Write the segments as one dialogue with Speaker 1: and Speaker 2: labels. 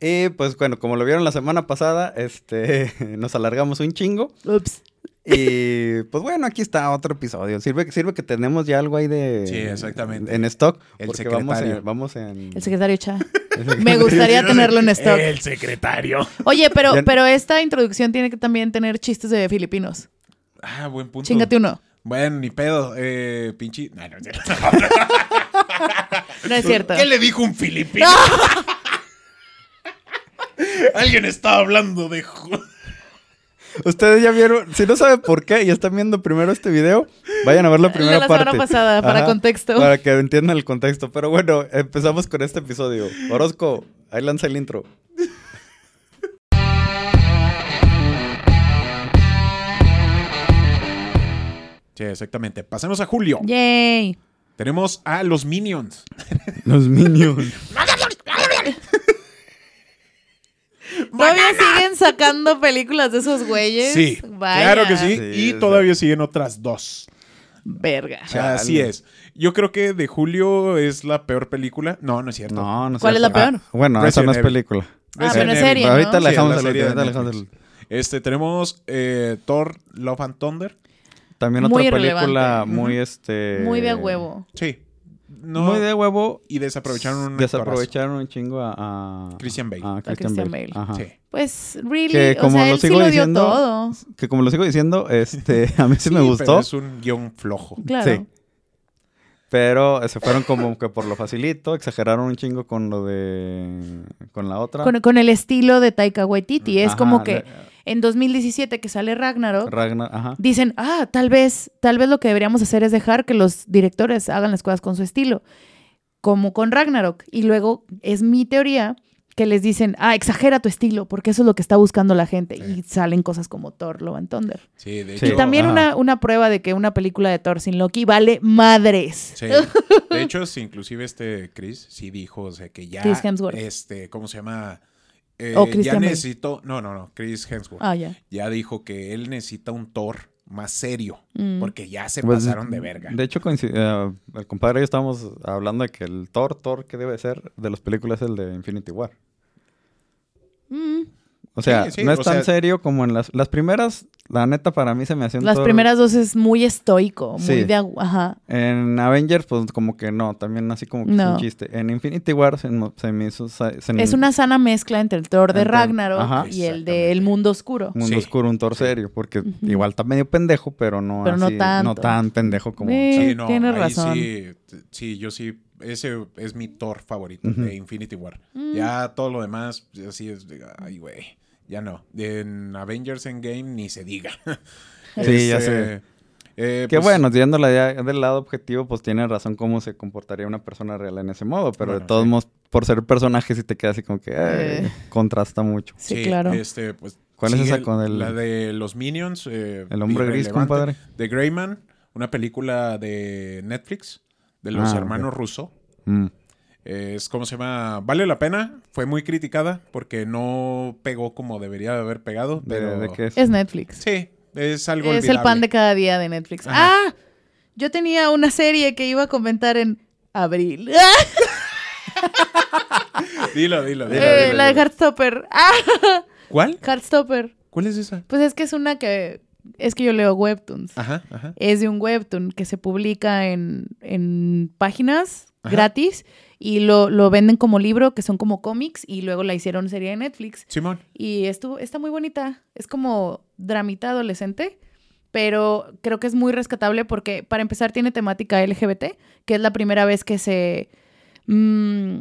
Speaker 1: Y pues bueno, como lo vieron la semana pasada, este, nos alargamos un chingo.
Speaker 2: Ups.
Speaker 1: Y pues bueno, aquí está otro episodio. Sirve, sirve que tenemos ya algo ahí de...
Speaker 3: Sí, exactamente.
Speaker 1: En stock.
Speaker 3: El
Speaker 1: porque vamos
Speaker 3: secretario.
Speaker 1: en... Vamos en
Speaker 2: El secretario Cha. Me gustaría tenerlo en stock.
Speaker 3: El secretario.
Speaker 2: Oye, pero,
Speaker 1: Ya-
Speaker 2: pero esta introducción tiene que también tener chistes de filipinos.
Speaker 3: Ah, buen punto.
Speaker 2: Chingate uno.
Speaker 3: Bueno, ni pedo. Eh, pinche. No, no,
Speaker 2: No es cierto.
Speaker 3: ¿Qué le dijo un filipino? Alguien estaba hablando de. ju-
Speaker 1: Ustedes ya vieron, si no saben por qué y están viendo primero este video, vayan a ver la primera
Speaker 2: la semana
Speaker 1: parte.
Speaker 2: pasada, para contexto.
Speaker 1: Para que entiendan el contexto. Pero bueno, empezamos con este episodio. Orozco, ahí lanza el intro.
Speaker 3: Sí, exactamente. Pasemos a Julio.
Speaker 2: Yay.
Speaker 3: Tenemos a los Minions.
Speaker 1: Los Minions.
Speaker 2: Todavía siguen sacando películas de esos güeyes.
Speaker 3: Sí,
Speaker 2: Vaya.
Speaker 3: claro que sí.
Speaker 1: Sí,
Speaker 3: y
Speaker 1: o
Speaker 3: todavía siguen otras dos.
Speaker 2: Verga.
Speaker 1: Chale.
Speaker 3: Así es. Yo creo que de Julio es la peor película. No, no es cierto.
Speaker 1: No, no sé.
Speaker 2: ¿Cuál es la
Speaker 1: Ah,
Speaker 2: peor?
Speaker 1: bueno, esa
Speaker 3: Resident
Speaker 1: no es
Speaker 3: Evil.
Speaker 1: película.
Speaker 2: Ah,
Speaker 3: Resident
Speaker 2: pero es
Speaker 3: Evil.
Speaker 2: serie,
Speaker 1: Pero
Speaker 2: ¿no?
Speaker 1: ahorita la
Speaker 3: Sí,
Speaker 1: dejamos
Speaker 3: la
Speaker 1: al
Speaker 3: serie
Speaker 1: último,
Speaker 3: de
Speaker 1: ahorita la dejamos
Speaker 3: Netflix. Este, tenemos eh, Thor, Love and Thunder.
Speaker 1: al- También
Speaker 2: Muy
Speaker 1: otra
Speaker 2: irrelevante.
Speaker 1: película muy,
Speaker 3: Ujú.
Speaker 1: este...
Speaker 2: Muy de a huevo.
Speaker 3: Sí. No,
Speaker 1: Muy de huevo.
Speaker 3: Y desaprovecharon un actorazo.
Speaker 1: Desaprovecharon un chingo a... a-
Speaker 3: Christian Bale.
Speaker 1: A Christian,
Speaker 2: Christian
Speaker 1: Bale.
Speaker 2: Bale.
Speaker 1: Ajá.
Speaker 3: Sí.
Speaker 2: Pues, really.
Speaker 1: Que como
Speaker 2: o sea,
Speaker 1: lo
Speaker 2: él sí
Speaker 1: sigo
Speaker 2: lo
Speaker 1: diciendo-
Speaker 2: dio todo.
Speaker 1: Que como lo sigo diciendo, este, a mí sí, me
Speaker 3: Sí,
Speaker 1: gustó.
Speaker 3: pero es un guión flojo.
Speaker 2: Claro.
Speaker 1: Sí. Pero eh, se fueron como que por lo facilito, exageraron un chingo con lo de... con la otra.
Speaker 2: Con, con el estilo de Taika Waititi. Es
Speaker 1: Ah. Ajá,
Speaker 2: como que
Speaker 1: de-
Speaker 2: en 2017 que sale Ragnarok,
Speaker 1: Ragnar, ajá.
Speaker 2: dicen, ah, tal vez, tal vez lo que deberíamos hacer es dejar que los directores hagan las cosas con su estilo, como con Ragnarok. Y luego es mi teoría que les dicen, ah, exagera tu estilo, porque eso es lo que está buscando la gente.
Speaker 3: Sí.
Speaker 2: Y salen cosas como Thor, Love and Thunder.
Speaker 3: Sí, de
Speaker 1: Sí.
Speaker 3: hecho.
Speaker 2: y también
Speaker 1: ajá.
Speaker 2: una, una prueba de que una película de Thor sin Loki vale madres.
Speaker 3: Sí. De hecho, sí, inclusive este Chris sí dijo, o sea, que ya.
Speaker 2: Chris Hemsworth.
Speaker 3: Este, ¿cómo se llama? Eh,
Speaker 2: O
Speaker 3: ya
Speaker 2: Christian Bale.
Speaker 3: necesito. No, no, no. Chris Hemsworth.
Speaker 2: Ah, ya.
Speaker 3: Ya dijo que él necesita un Thor más serio.
Speaker 2: Mm.
Speaker 3: Porque ya se
Speaker 1: Pues,
Speaker 3: pasaron de verga.
Speaker 1: De hecho, coincide- eh, el compadre y yo estábamos hablando de que el Thor, Thor que debe ser de las películas es el de Infinity War.
Speaker 2: Mm.
Speaker 1: O sea,
Speaker 3: Sí, sí,
Speaker 1: no es
Speaker 3: o
Speaker 1: tan
Speaker 3: sea-
Speaker 1: serio como en las, las primeras, la neta para mí se me hacían
Speaker 2: Las
Speaker 1: Thor-
Speaker 2: primeras dos es muy estoico, muy
Speaker 1: Sí.
Speaker 2: de agu- ajá.
Speaker 1: En Avengers, pues como que no, también así como que es
Speaker 2: No.
Speaker 1: un chiste. En Infinity War se, mo- se me hizo... sa- se me-
Speaker 2: Es una sana mezcla entre el Thor
Speaker 1: Mm.
Speaker 2: de
Speaker 1: Entre-
Speaker 2: Ragnarok
Speaker 1: ajá.
Speaker 2: y el
Speaker 3: Exactamente.
Speaker 2: del mundo oscuro.
Speaker 1: Mundo
Speaker 3: Sí.
Speaker 1: oscuro, un Thor serio, porque
Speaker 2: Ujú.
Speaker 1: igual está medio pendejo, pero no
Speaker 2: Pero no
Speaker 1: así-
Speaker 2: tanto.
Speaker 1: tan pendejo como...
Speaker 2: Eh.
Speaker 3: Sí, no,
Speaker 2: tienes
Speaker 3: ahí
Speaker 2: razón.
Speaker 3: Sí, t- sí, yo sí. Ese es mi Thor favorito
Speaker 1: Ujú.
Speaker 3: de Infinity War.
Speaker 2: Mm.
Speaker 3: Ya todo lo demás, así es. de, Ay, güey. Ya no. En Avengers Endgame ni se diga.
Speaker 1: Sí, ya
Speaker 3: Este,
Speaker 1: sé.
Speaker 3: eh,
Speaker 1: Que
Speaker 3: pues,
Speaker 1: bueno, viéndola ya del lado objetivo, pues tiene razón cómo se comportaría una persona real en ese modo, pero de
Speaker 3: Bueno,
Speaker 1: todos
Speaker 3: sí.
Speaker 1: modos, por ser personaje, sí te queda así como que ay,
Speaker 2: Eh.
Speaker 1: contrasta mucho.
Speaker 2: Sí, claro.
Speaker 3: Este, pues,
Speaker 1: ¿Cuál es
Speaker 3: sigue
Speaker 1: esa con el-
Speaker 3: La de los Minions. eh,
Speaker 1: El hombre gris,
Speaker 3: irrelevante,
Speaker 1: compadre.
Speaker 3: De Greyman, una película de Netflix, de los
Speaker 1: Ah,
Speaker 3: hermanos
Speaker 1: ok.
Speaker 3: Russo.
Speaker 1: Mm.
Speaker 3: Es como se llama, vale la pena, fue muy criticada porque no pegó como debería de haber pegado,
Speaker 1: ¿De,
Speaker 3: pero
Speaker 1: de qué es?
Speaker 2: Es Netflix.
Speaker 3: sí, es algo
Speaker 2: es el pan de
Speaker 3: olvidable.
Speaker 2: cada día de Netflix.
Speaker 3: Ajá.
Speaker 2: ¡Ah! Yo tenía una serie que iba a comentar en abril. Ah,
Speaker 3: Dilo, dilo, dilo.
Speaker 2: Eh,
Speaker 3: dilo,
Speaker 2: la de
Speaker 3: dilo.
Speaker 2: Heartstopper. ¡Ah!
Speaker 3: ¿Cuál?
Speaker 2: Heartstopper.
Speaker 3: ¿Cuál es esa?
Speaker 2: Pues es que es una que. Es que yo leo webtoons.
Speaker 3: Ajá, ajá.
Speaker 2: Es de un webtoon que se publica en, en páginas
Speaker 3: Ajá.
Speaker 2: gratis y lo, lo venden como libro, que son como cómics, y luego la hicieron serie de Netflix.
Speaker 3: Simón.
Speaker 2: Y estuvo, está muy bonita. Es como dramita adolescente, pero creo que es muy rescatable porque, para empezar, tiene temática LGBT, que es la primera vez que se. mm,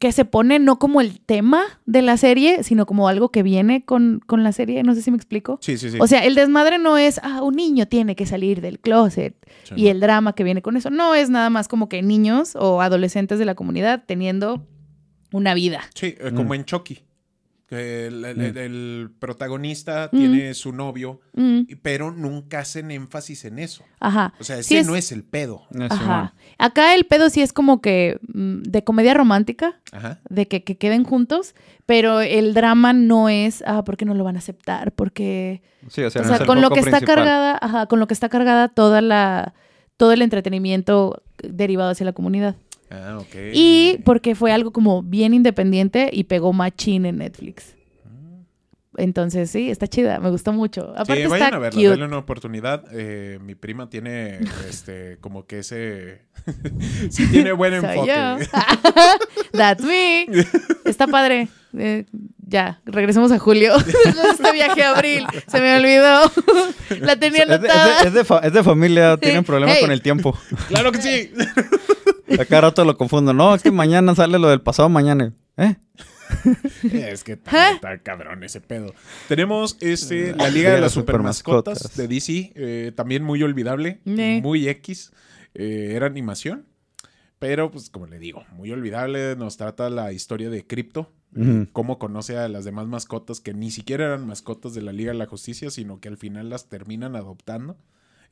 Speaker 2: que se pone no como el tema de la serie, sino como algo que viene con, con la serie. No sé si me explico.
Speaker 3: Sí, sí, sí.
Speaker 2: O sea, el desmadre no es, ah, un niño tiene que salir del closet
Speaker 3: Simón.
Speaker 2: y el drama que viene con eso. No es nada más como que niños o adolescentes de la comunidad teniendo una vida.
Speaker 3: Sí, eh, como
Speaker 1: Mm.
Speaker 3: en Chucky. que El, el-
Speaker 1: Mm.
Speaker 3: el protagonista
Speaker 2: Mm.
Speaker 3: tiene su novio,
Speaker 2: Mm,
Speaker 3: y- pero nunca hacen énfasis en eso.
Speaker 2: ajá.
Speaker 3: O sea, ese
Speaker 2: Sí, es-
Speaker 3: no es el pedo.
Speaker 1: No, Simón.
Speaker 2: Ajá. Acá el pedo sí es como que mm, de comedia romántica,
Speaker 3: Ajá.
Speaker 2: de que, que queden juntos, pero el drama no es, ah, porque no lo van a aceptar, porque,
Speaker 1: Sí, o sea,
Speaker 2: o
Speaker 1: no es
Speaker 2: sea,
Speaker 1: el
Speaker 2: con lo
Speaker 1: foco
Speaker 2: que está
Speaker 1: principal.
Speaker 2: cargada, ajá, con lo que está cargada toda la, todo el entretenimiento derivado hacia la comunidad.
Speaker 3: Ah, ok.
Speaker 2: Y porque fue algo como bien independiente y pegó machín en Netflix. Entonces, sí, está chida, me gustó mucho. Aparte
Speaker 3: Mm. sí, vayan
Speaker 2: está
Speaker 3: a verla,
Speaker 2: cute.
Speaker 3: denle una oportunidad. Eh, mi prima tiene, este, como que ese... sí tiene buen
Speaker 2: Soy
Speaker 3: enfoque.
Speaker 2: yo. That's me. Está padre. Eh, ya, regresemos a julio. Después de este viaje a abril. Se me olvidó. La tenía
Speaker 1: Es de, es de-
Speaker 2: anotada.
Speaker 1: es de fa- es de familia,
Speaker 2: Sí.
Speaker 1: tienen problemas
Speaker 2: Hey.
Speaker 1: con el tiempo.
Speaker 3: ¡Claro que sí!
Speaker 1: A cada rato lo confundo. No, es que mañana sale lo del pasado mañana. ¿Eh?
Speaker 3: es que también está cabrón ese pedo. Tenemos este, la Liga de las Supermascotas
Speaker 1: Supermascotas.
Speaker 3: de DC, eh, también muy olvidable,
Speaker 2: Ne.
Speaker 3: muy X. eh, era animación, pero pues como le digo, muy olvidable. Nos trata la historia de Crypto,
Speaker 1: Ujú.
Speaker 3: cómo conoce a las demás mascotas que ni siquiera eran mascotas de la Liga de la Justicia, sino que al final las terminan adoptando.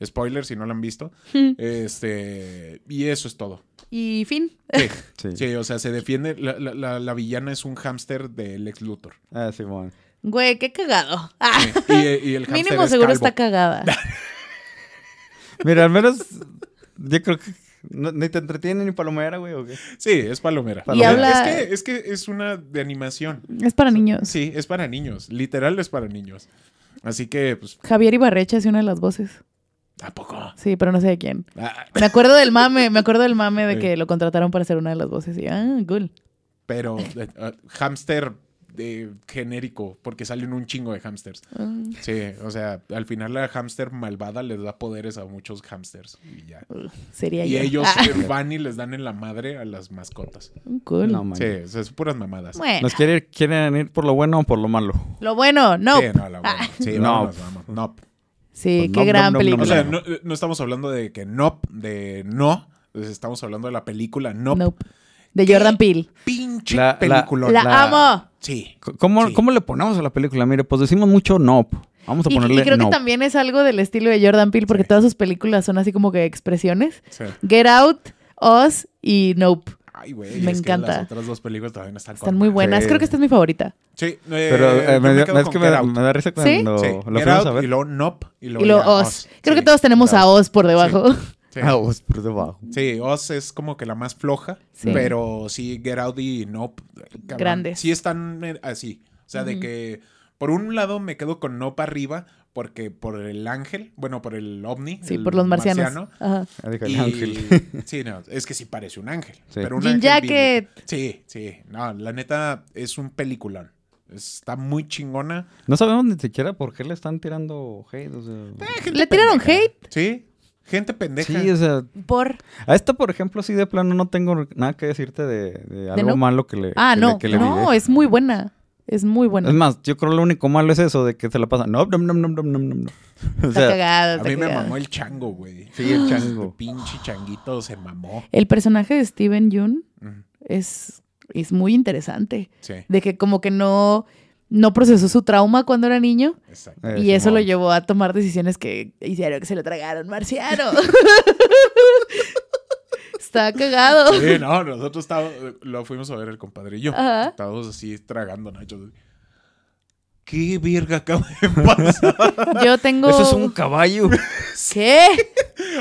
Speaker 3: Spoiler si no la han visto. Este, y eso es todo.
Speaker 2: Y fin.
Speaker 3: Sí,
Speaker 1: Sí.
Speaker 3: sí, o sea, se defiende. La, la- la- la villana es un hámster del ex Luthor.
Speaker 1: Ah, Simón.
Speaker 2: Güey, qué cagado. Ah,
Speaker 3: Sí, y, y el hámster
Speaker 2: mínimo
Speaker 3: es
Speaker 2: seguro
Speaker 3: calvo.
Speaker 2: está cagada.
Speaker 1: Mira, al menos yo creo que no- ni te entretiene ni palomera, güey. ¿o qué?
Speaker 3: Sí, es palomera.
Speaker 2: Ah.
Speaker 1: Y Palomera.
Speaker 2: habla-
Speaker 3: Es, que, es que es una de animación.
Speaker 2: Es para niños.
Speaker 3: Sí, es para niños. Literal es para niños. Así que, pues,
Speaker 2: Javier Ibarreche hace una de las voces.
Speaker 3: ¿a poco?
Speaker 2: Sí, pero no sé de quién.
Speaker 3: Ah,
Speaker 2: Me acuerdo del mame, me acuerdo del mame de
Speaker 3: Sí.
Speaker 2: que lo contrataron para hacer una de las voces. Y, ah, cool.
Speaker 3: pero, eh, ah, hámster eh, genérico, porque salen un chingo de hámsters.
Speaker 2: Ah.
Speaker 3: Sí, o sea, al final la hámster malvada les da poderes a muchos hámsters. Y ya.
Speaker 2: Uh, sería
Speaker 3: Y
Speaker 2: yo.
Speaker 3: ellos
Speaker 2: Ah,
Speaker 3: eh, van y les dan en la madre a las mascotas.
Speaker 2: cool.
Speaker 1: No, man.
Speaker 3: Sí, o sea, es puras mamadas.
Speaker 2: Bueno,
Speaker 1: ¿Nos quiere ir- quieren ir por lo bueno o por lo malo?
Speaker 2: lo bueno, ah. no.
Speaker 3: Sí, no, la buena. Sí,
Speaker 1: No.
Speaker 3: vámonos, vámonos. No.
Speaker 2: Sí,
Speaker 1: Pues
Speaker 2: qué
Speaker 1: no, no,
Speaker 2: gran
Speaker 1: no, no,
Speaker 2: película.
Speaker 3: O sea, no, eh,
Speaker 1: Claro.
Speaker 3: no estamos hablando de que no, de no. pues Estamos hablando de la película No.
Speaker 2: Nope. De Jordan Peele.
Speaker 3: Pinche
Speaker 1: La- la-
Speaker 3: película.
Speaker 2: La,
Speaker 1: la-
Speaker 2: amo.
Speaker 3: Sí.
Speaker 1: C- ¿Cómo,
Speaker 3: Sí.
Speaker 1: ¿Cómo le ponemos a la película? Mire, pues decimos mucho no. Vamos a
Speaker 2: Y,
Speaker 1: ponerle
Speaker 2: y creo
Speaker 1: no.
Speaker 2: que también es algo del estilo de Jordan Peele, porque
Speaker 3: Sí.
Speaker 2: todas sus películas son así como que expresiones.
Speaker 3: sí.
Speaker 2: Get Out, Oz y Nope.
Speaker 3: Ay, güey.
Speaker 2: Me
Speaker 3: es que
Speaker 2: encanta.
Speaker 3: las otras dos películas todavía no están,
Speaker 2: Están
Speaker 3: con
Speaker 2: muy
Speaker 3: madre.
Speaker 2: buenas.
Speaker 1: Sí.
Speaker 2: Creo que esta es mi favorita.
Speaker 3: Sí. eh,
Speaker 1: Pero eh,
Speaker 3: yo
Speaker 1: me
Speaker 3: me
Speaker 1: dio-
Speaker 3: quedo
Speaker 1: es
Speaker 3: con
Speaker 1: que me,
Speaker 3: Get
Speaker 1: da-
Speaker 3: Out.
Speaker 1: me da risa
Speaker 2: ¿Sí?
Speaker 1: cuando
Speaker 3: Sí,
Speaker 1: lo
Speaker 3: Get
Speaker 1: fuimos
Speaker 3: Out
Speaker 1: a
Speaker 3: y
Speaker 1: ver. Ah,
Speaker 3: luego Nope y luego,
Speaker 2: y lo
Speaker 3: ya
Speaker 2: Oz. Creo
Speaker 3: Sí,
Speaker 2: que todos tenemos
Speaker 3: Get
Speaker 2: a
Speaker 3: Out.
Speaker 2: Oz por debajo.
Speaker 3: Sí.
Speaker 1: Ah, pues, por debajo.
Speaker 3: Sí, Oz es como que la más floja,
Speaker 2: Sí.
Speaker 3: pero sí, Get Out y Nope. cabrón,
Speaker 2: Grandes.
Speaker 3: Sí están eh, así. O sea, de
Speaker 2: Ujú.
Speaker 3: que por un lado me quedo con Nope arriba porque por el ángel, bueno, por el ovni.
Speaker 2: Sí,
Speaker 3: el
Speaker 2: por los marcianos.
Speaker 3: marciano,
Speaker 2: Ajá.
Speaker 1: Ah, dijo el
Speaker 3: y-
Speaker 1: ángel.
Speaker 3: Sí, no, es que sí parece un ángel.
Speaker 1: Sí.
Speaker 3: Pero un
Speaker 2: Jean
Speaker 3: ángel
Speaker 2: Jacket.
Speaker 3: bíblico. Sí, sí. No, la neta es un peliculón. Está muy chingona.
Speaker 1: No sabemos ni siquiera por qué le están tirando hate. o sea.
Speaker 3: gente
Speaker 2: Eh, ¿Le tiraron hate?
Speaker 3: Sí, gente pendeja.
Speaker 1: sí, o sea,
Speaker 2: Por.
Speaker 1: a esta, por ejemplo, sí de plano no tengo nada que decirte de, de algo
Speaker 2: no?
Speaker 1: malo que le
Speaker 2: Ah,
Speaker 1: que le-
Speaker 2: no.
Speaker 1: que le
Speaker 2: no,
Speaker 1: miré.
Speaker 2: es muy buena. Es muy buena.
Speaker 1: Es más, yo creo lo único malo es eso de que se la pasa. No, no, no, no, no, no, no. O
Speaker 2: está
Speaker 1: sea,
Speaker 2: cagada.
Speaker 3: A
Speaker 2: está
Speaker 3: mí me
Speaker 2: cagada.
Speaker 3: mamó el chango, güey.
Speaker 1: sí, el
Speaker 3: Este
Speaker 1: chango.
Speaker 3: pinche changuito se mamó. Mm.
Speaker 2: El personaje de Steven Yeun
Speaker 3: Ujú,
Speaker 2: es, es muy interesante.
Speaker 3: Sí,
Speaker 2: De que como que no, no procesó su trauma cuando era niño.
Speaker 3: exacto.
Speaker 1: Eh,
Speaker 2: Y eso lo
Speaker 1: Simón.
Speaker 2: llevó a tomar decisiones que hicieron que se lo tragaron marciano. Está cagado.
Speaker 3: Sí, no, nosotros estábamos, lo fuimos a ver el compadre y yo.
Speaker 2: Ajá.
Speaker 3: Estábamos así tragando nachos. ¿Qué verga acaba de pasar?
Speaker 2: Yo tengo...
Speaker 1: Eso es un caballo.
Speaker 2: ¿Qué?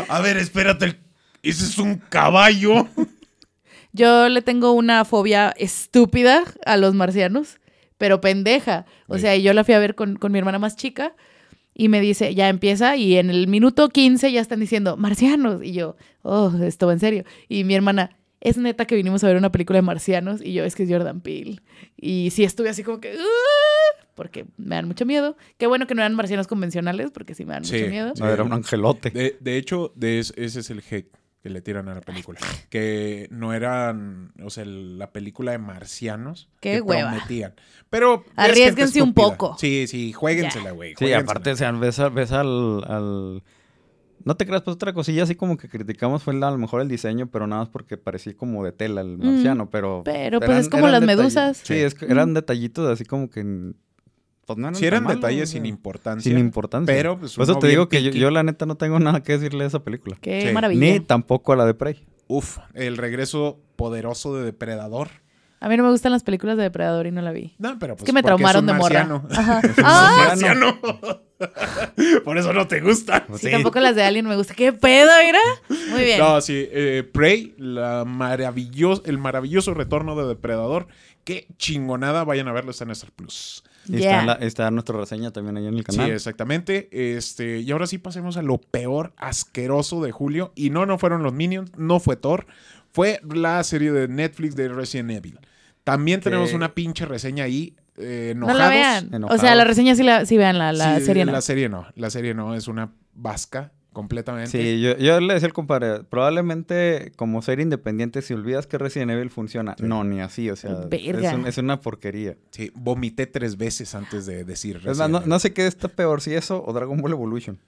Speaker 3: A ver, espérate. el- Ese es un caballo.
Speaker 2: Yo le tengo una fobia estúpida a los marcianos, pero pendeja. O
Speaker 3: Sí.
Speaker 2: sea, yo la fui a ver con, con mi hermana más chica y me dice, ya empieza, y en el minuto 15 ya están diciendo, marcianos. Y yo, oh, esto va en serio. Y mi hermana, es neta que vinimos a ver una película de marcianos. Y yo, es que es Jordan Peele. Y sí estuve así como que, "Ah", porque me dan mucho miedo. Qué bueno que no eran marcianos convencionales, porque sí me dan
Speaker 3: Sí.
Speaker 2: mucho miedo.
Speaker 1: No, era un angelote.
Speaker 3: De, de hecho, de es- ese es el hate que le tiran a la película. Que no eran, o sea, el- la película de marcianos.
Speaker 2: Qué
Speaker 3: que
Speaker 2: hueva.
Speaker 3: prometían. Pero. es
Speaker 2: Arriésguense
Speaker 3: gente
Speaker 2: un
Speaker 3: estúpida.
Speaker 2: poco.
Speaker 3: Sí, sí, juéguensela, güey.
Speaker 1: Sí,
Speaker 3: juéguensela.
Speaker 1: aparte, o sea, ves, a- ves al, al- No te creas, pues otra cosilla así como que criticamos fue la- a lo mejor el diseño, pero nada más porque parecía como de tela el
Speaker 2: Mm,
Speaker 1: marciano, pero...
Speaker 2: pero, pues, es como las
Speaker 1: detalli-
Speaker 2: medusas. Mm.
Speaker 1: Sí,
Speaker 3: Sí.
Speaker 1: es que eran detallitos así como que... Pues no eran
Speaker 3: Sí, eran
Speaker 1: tan malos,
Speaker 3: detalles
Speaker 1: o sea,
Speaker 3: sin importancia.
Speaker 1: sin importancia.
Speaker 3: Pero, pues,
Speaker 1: Por eso
Speaker 3: uno
Speaker 1: te
Speaker 3: bien
Speaker 1: digo que yo,
Speaker 3: picky.
Speaker 1: yo la neta no tengo nada que decirle a esa película.
Speaker 2: Qué
Speaker 3: Sí.
Speaker 2: maravilla.
Speaker 1: Ni tampoco a la de Prey.
Speaker 3: Uf, el regreso poderoso de Depredador.
Speaker 2: A mí no me gustan las películas de Depredador y no la vi.
Speaker 3: No, pero
Speaker 2: Es
Speaker 3: pues.
Speaker 2: que me
Speaker 3: porque es
Speaker 2: traumaron
Speaker 3: un
Speaker 2: de morra.
Speaker 3: marciano.
Speaker 2: Ajá.
Speaker 1: Es un
Speaker 2: ¡Ah!
Speaker 1: marciano.
Speaker 3: marciano. Por eso no te gusta.
Speaker 2: Sí, tampoco las de Alien me gusta. ¿Qué pedo, mira? Muy bien.
Speaker 3: No, sí. eh, Prey, la maravillos el maravilloso retorno de Depredador. Qué chingonada. Vayan a verlo, está en Star Plus.
Speaker 1: Y
Speaker 2: Yeah.
Speaker 1: está, la- está nuestra reseña también ahí en el
Speaker 3: Sí,
Speaker 1: canal.
Speaker 3: exactamente. Este, y ahora sí pasemos a lo peor asqueroso de julio. Y no, no fueron los Minions, no fue Thor. Fue la serie de Netflix de Resident Evil. También tenemos
Speaker 1: Que-
Speaker 3: una pinche reseña ahí. eh,
Speaker 2: no
Speaker 3: enojados.
Speaker 2: la vean. O
Speaker 1: enojados.
Speaker 2: sea, la reseña sí, la, sí vean la, la
Speaker 3: Sí,
Speaker 2: serie. No.
Speaker 3: La serie no. La serie no. Es una vasca completamente.
Speaker 1: Sí, yo, yo le decía al compadre, probablemente como ser independiente, si olvidas que Resident Evil funciona, no, ni así, o sea,
Speaker 2: Verga.
Speaker 1: es, un- es una porquería.
Speaker 3: Sí, vomité tres veces antes de decir.
Speaker 1: Es más,
Speaker 3: Resident
Speaker 1: no,
Speaker 3: Evil.
Speaker 1: no sé qué está peor, si eso o Dragon Ball Evolution.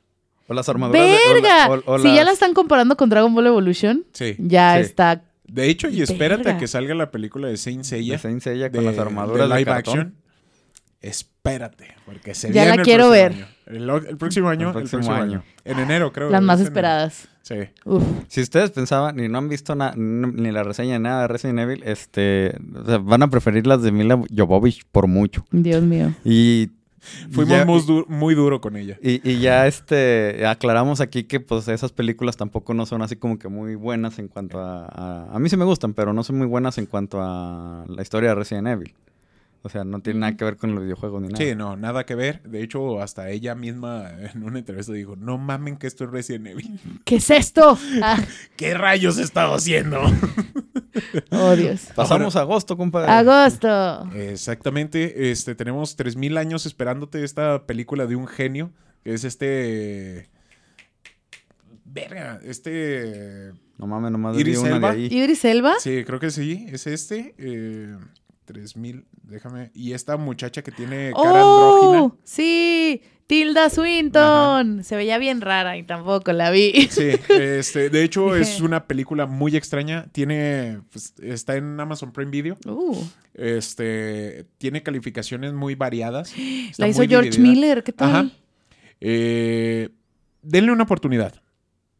Speaker 1: O las armaduras. de- o la-
Speaker 2: ¡Verga!
Speaker 1: o- o
Speaker 2: si ya la
Speaker 1: las-
Speaker 2: están comparando con Dragon Ball Evolution,
Speaker 3: Sí.
Speaker 2: ya
Speaker 1: Sí.
Speaker 2: está.
Speaker 3: De hecho, y espérate
Speaker 2: Verga.
Speaker 3: a que salga la película de Saint
Speaker 1: de
Speaker 3: Seiya.
Speaker 1: Saint Seiya
Speaker 3: de-
Speaker 1: con las armaduras
Speaker 3: de
Speaker 1: de,
Speaker 3: live
Speaker 1: cartón.
Speaker 3: action. Espérate, porque se
Speaker 2: Ya
Speaker 3: viene
Speaker 2: la
Speaker 3: el
Speaker 2: quiero
Speaker 3: próximo
Speaker 2: ver.
Speaker 3: año. El, lo- el próximo año, el próximo,
Speaker 1: próximo
Speaker 3: año.
Speaker 1: año.
Speaker 3: En enero, creo.
Speaker 2: Las más
Speaker 3: es en enero.
Speaker 2: esperadas.
Speaker 3: Sí.
Speaker 2: Uf.
Speaker 1: Si ustedes pensaban y no han visto na- n- ni la reseña de nada de Resident Evil, este, o sea, van a preferir las de Mila Jovovich por mucho.
Speaker 2: Dios mío.
Speaker 1: Y
Speaker 3: Fuimos
Speaker 1: ya-
Speaker 3: muy, du- muy duro con ella.
Speaker 1: Y, y ya este aclaramos aquí que pues esas películas tampoco no son así como que muy buenas en cuanto a, a- a mí sí me gustan, pero no son muy buenas en cuanto a la historia de Resident Evil. O sea, no tiene nada que ver con los videojuegos ni nada.
Speaker 3: Mm. Sí, no, nada que ver. De hecho, hasta ella misma en una entrevista dijo, no mamen que esto es Resident Evil.
Speaker 2: ¿Qué es esto? Ah,
Speaker 3: ¿Qué rayos he estado haciendo?
Speaker 2: oh, Dios.
Speaker 1: Pasamos a agosto, compadre.
Speaker 2: Agosto.
Speaker 3: Exactamente. Este, tenemos 3.000 años esperándote esta película de un genio, que es este... Verga, este...
Speaker 1: No mames, nomás vi
Speaker 3: Idris
Speaker 1: una de
Speaker 3: Elba.
Speaker 1: ahí.
Speaker 2: ¿Idris Elba?
Speaker 3: Sí, creo que sí, es este. Eh, 3000, déjame. Y esta muchacha que tiene cara andrógina.
Speaker 2: ¡Oh! Sí. Tilda Swinton. Se veía bien rara y tampoco la vi.
Speaker 3: Sí, este, de hecho es
Speaker 2: Dije-
Speaker 3: una película muy extraña. Tiene, pues, está en Amazon Prime Video.
Speaker 2: Uh,
Speaker 3: Este, tiene calificaciones muy variadas. está
Speaker 2: la hizo
Speaker 3: muy
Speaker 2: George
Speaker 3: dividida.
Speaker 2: Miller. ¿Qué tal?
Speaker 3: Ajá. Eh, denle una oportunidad.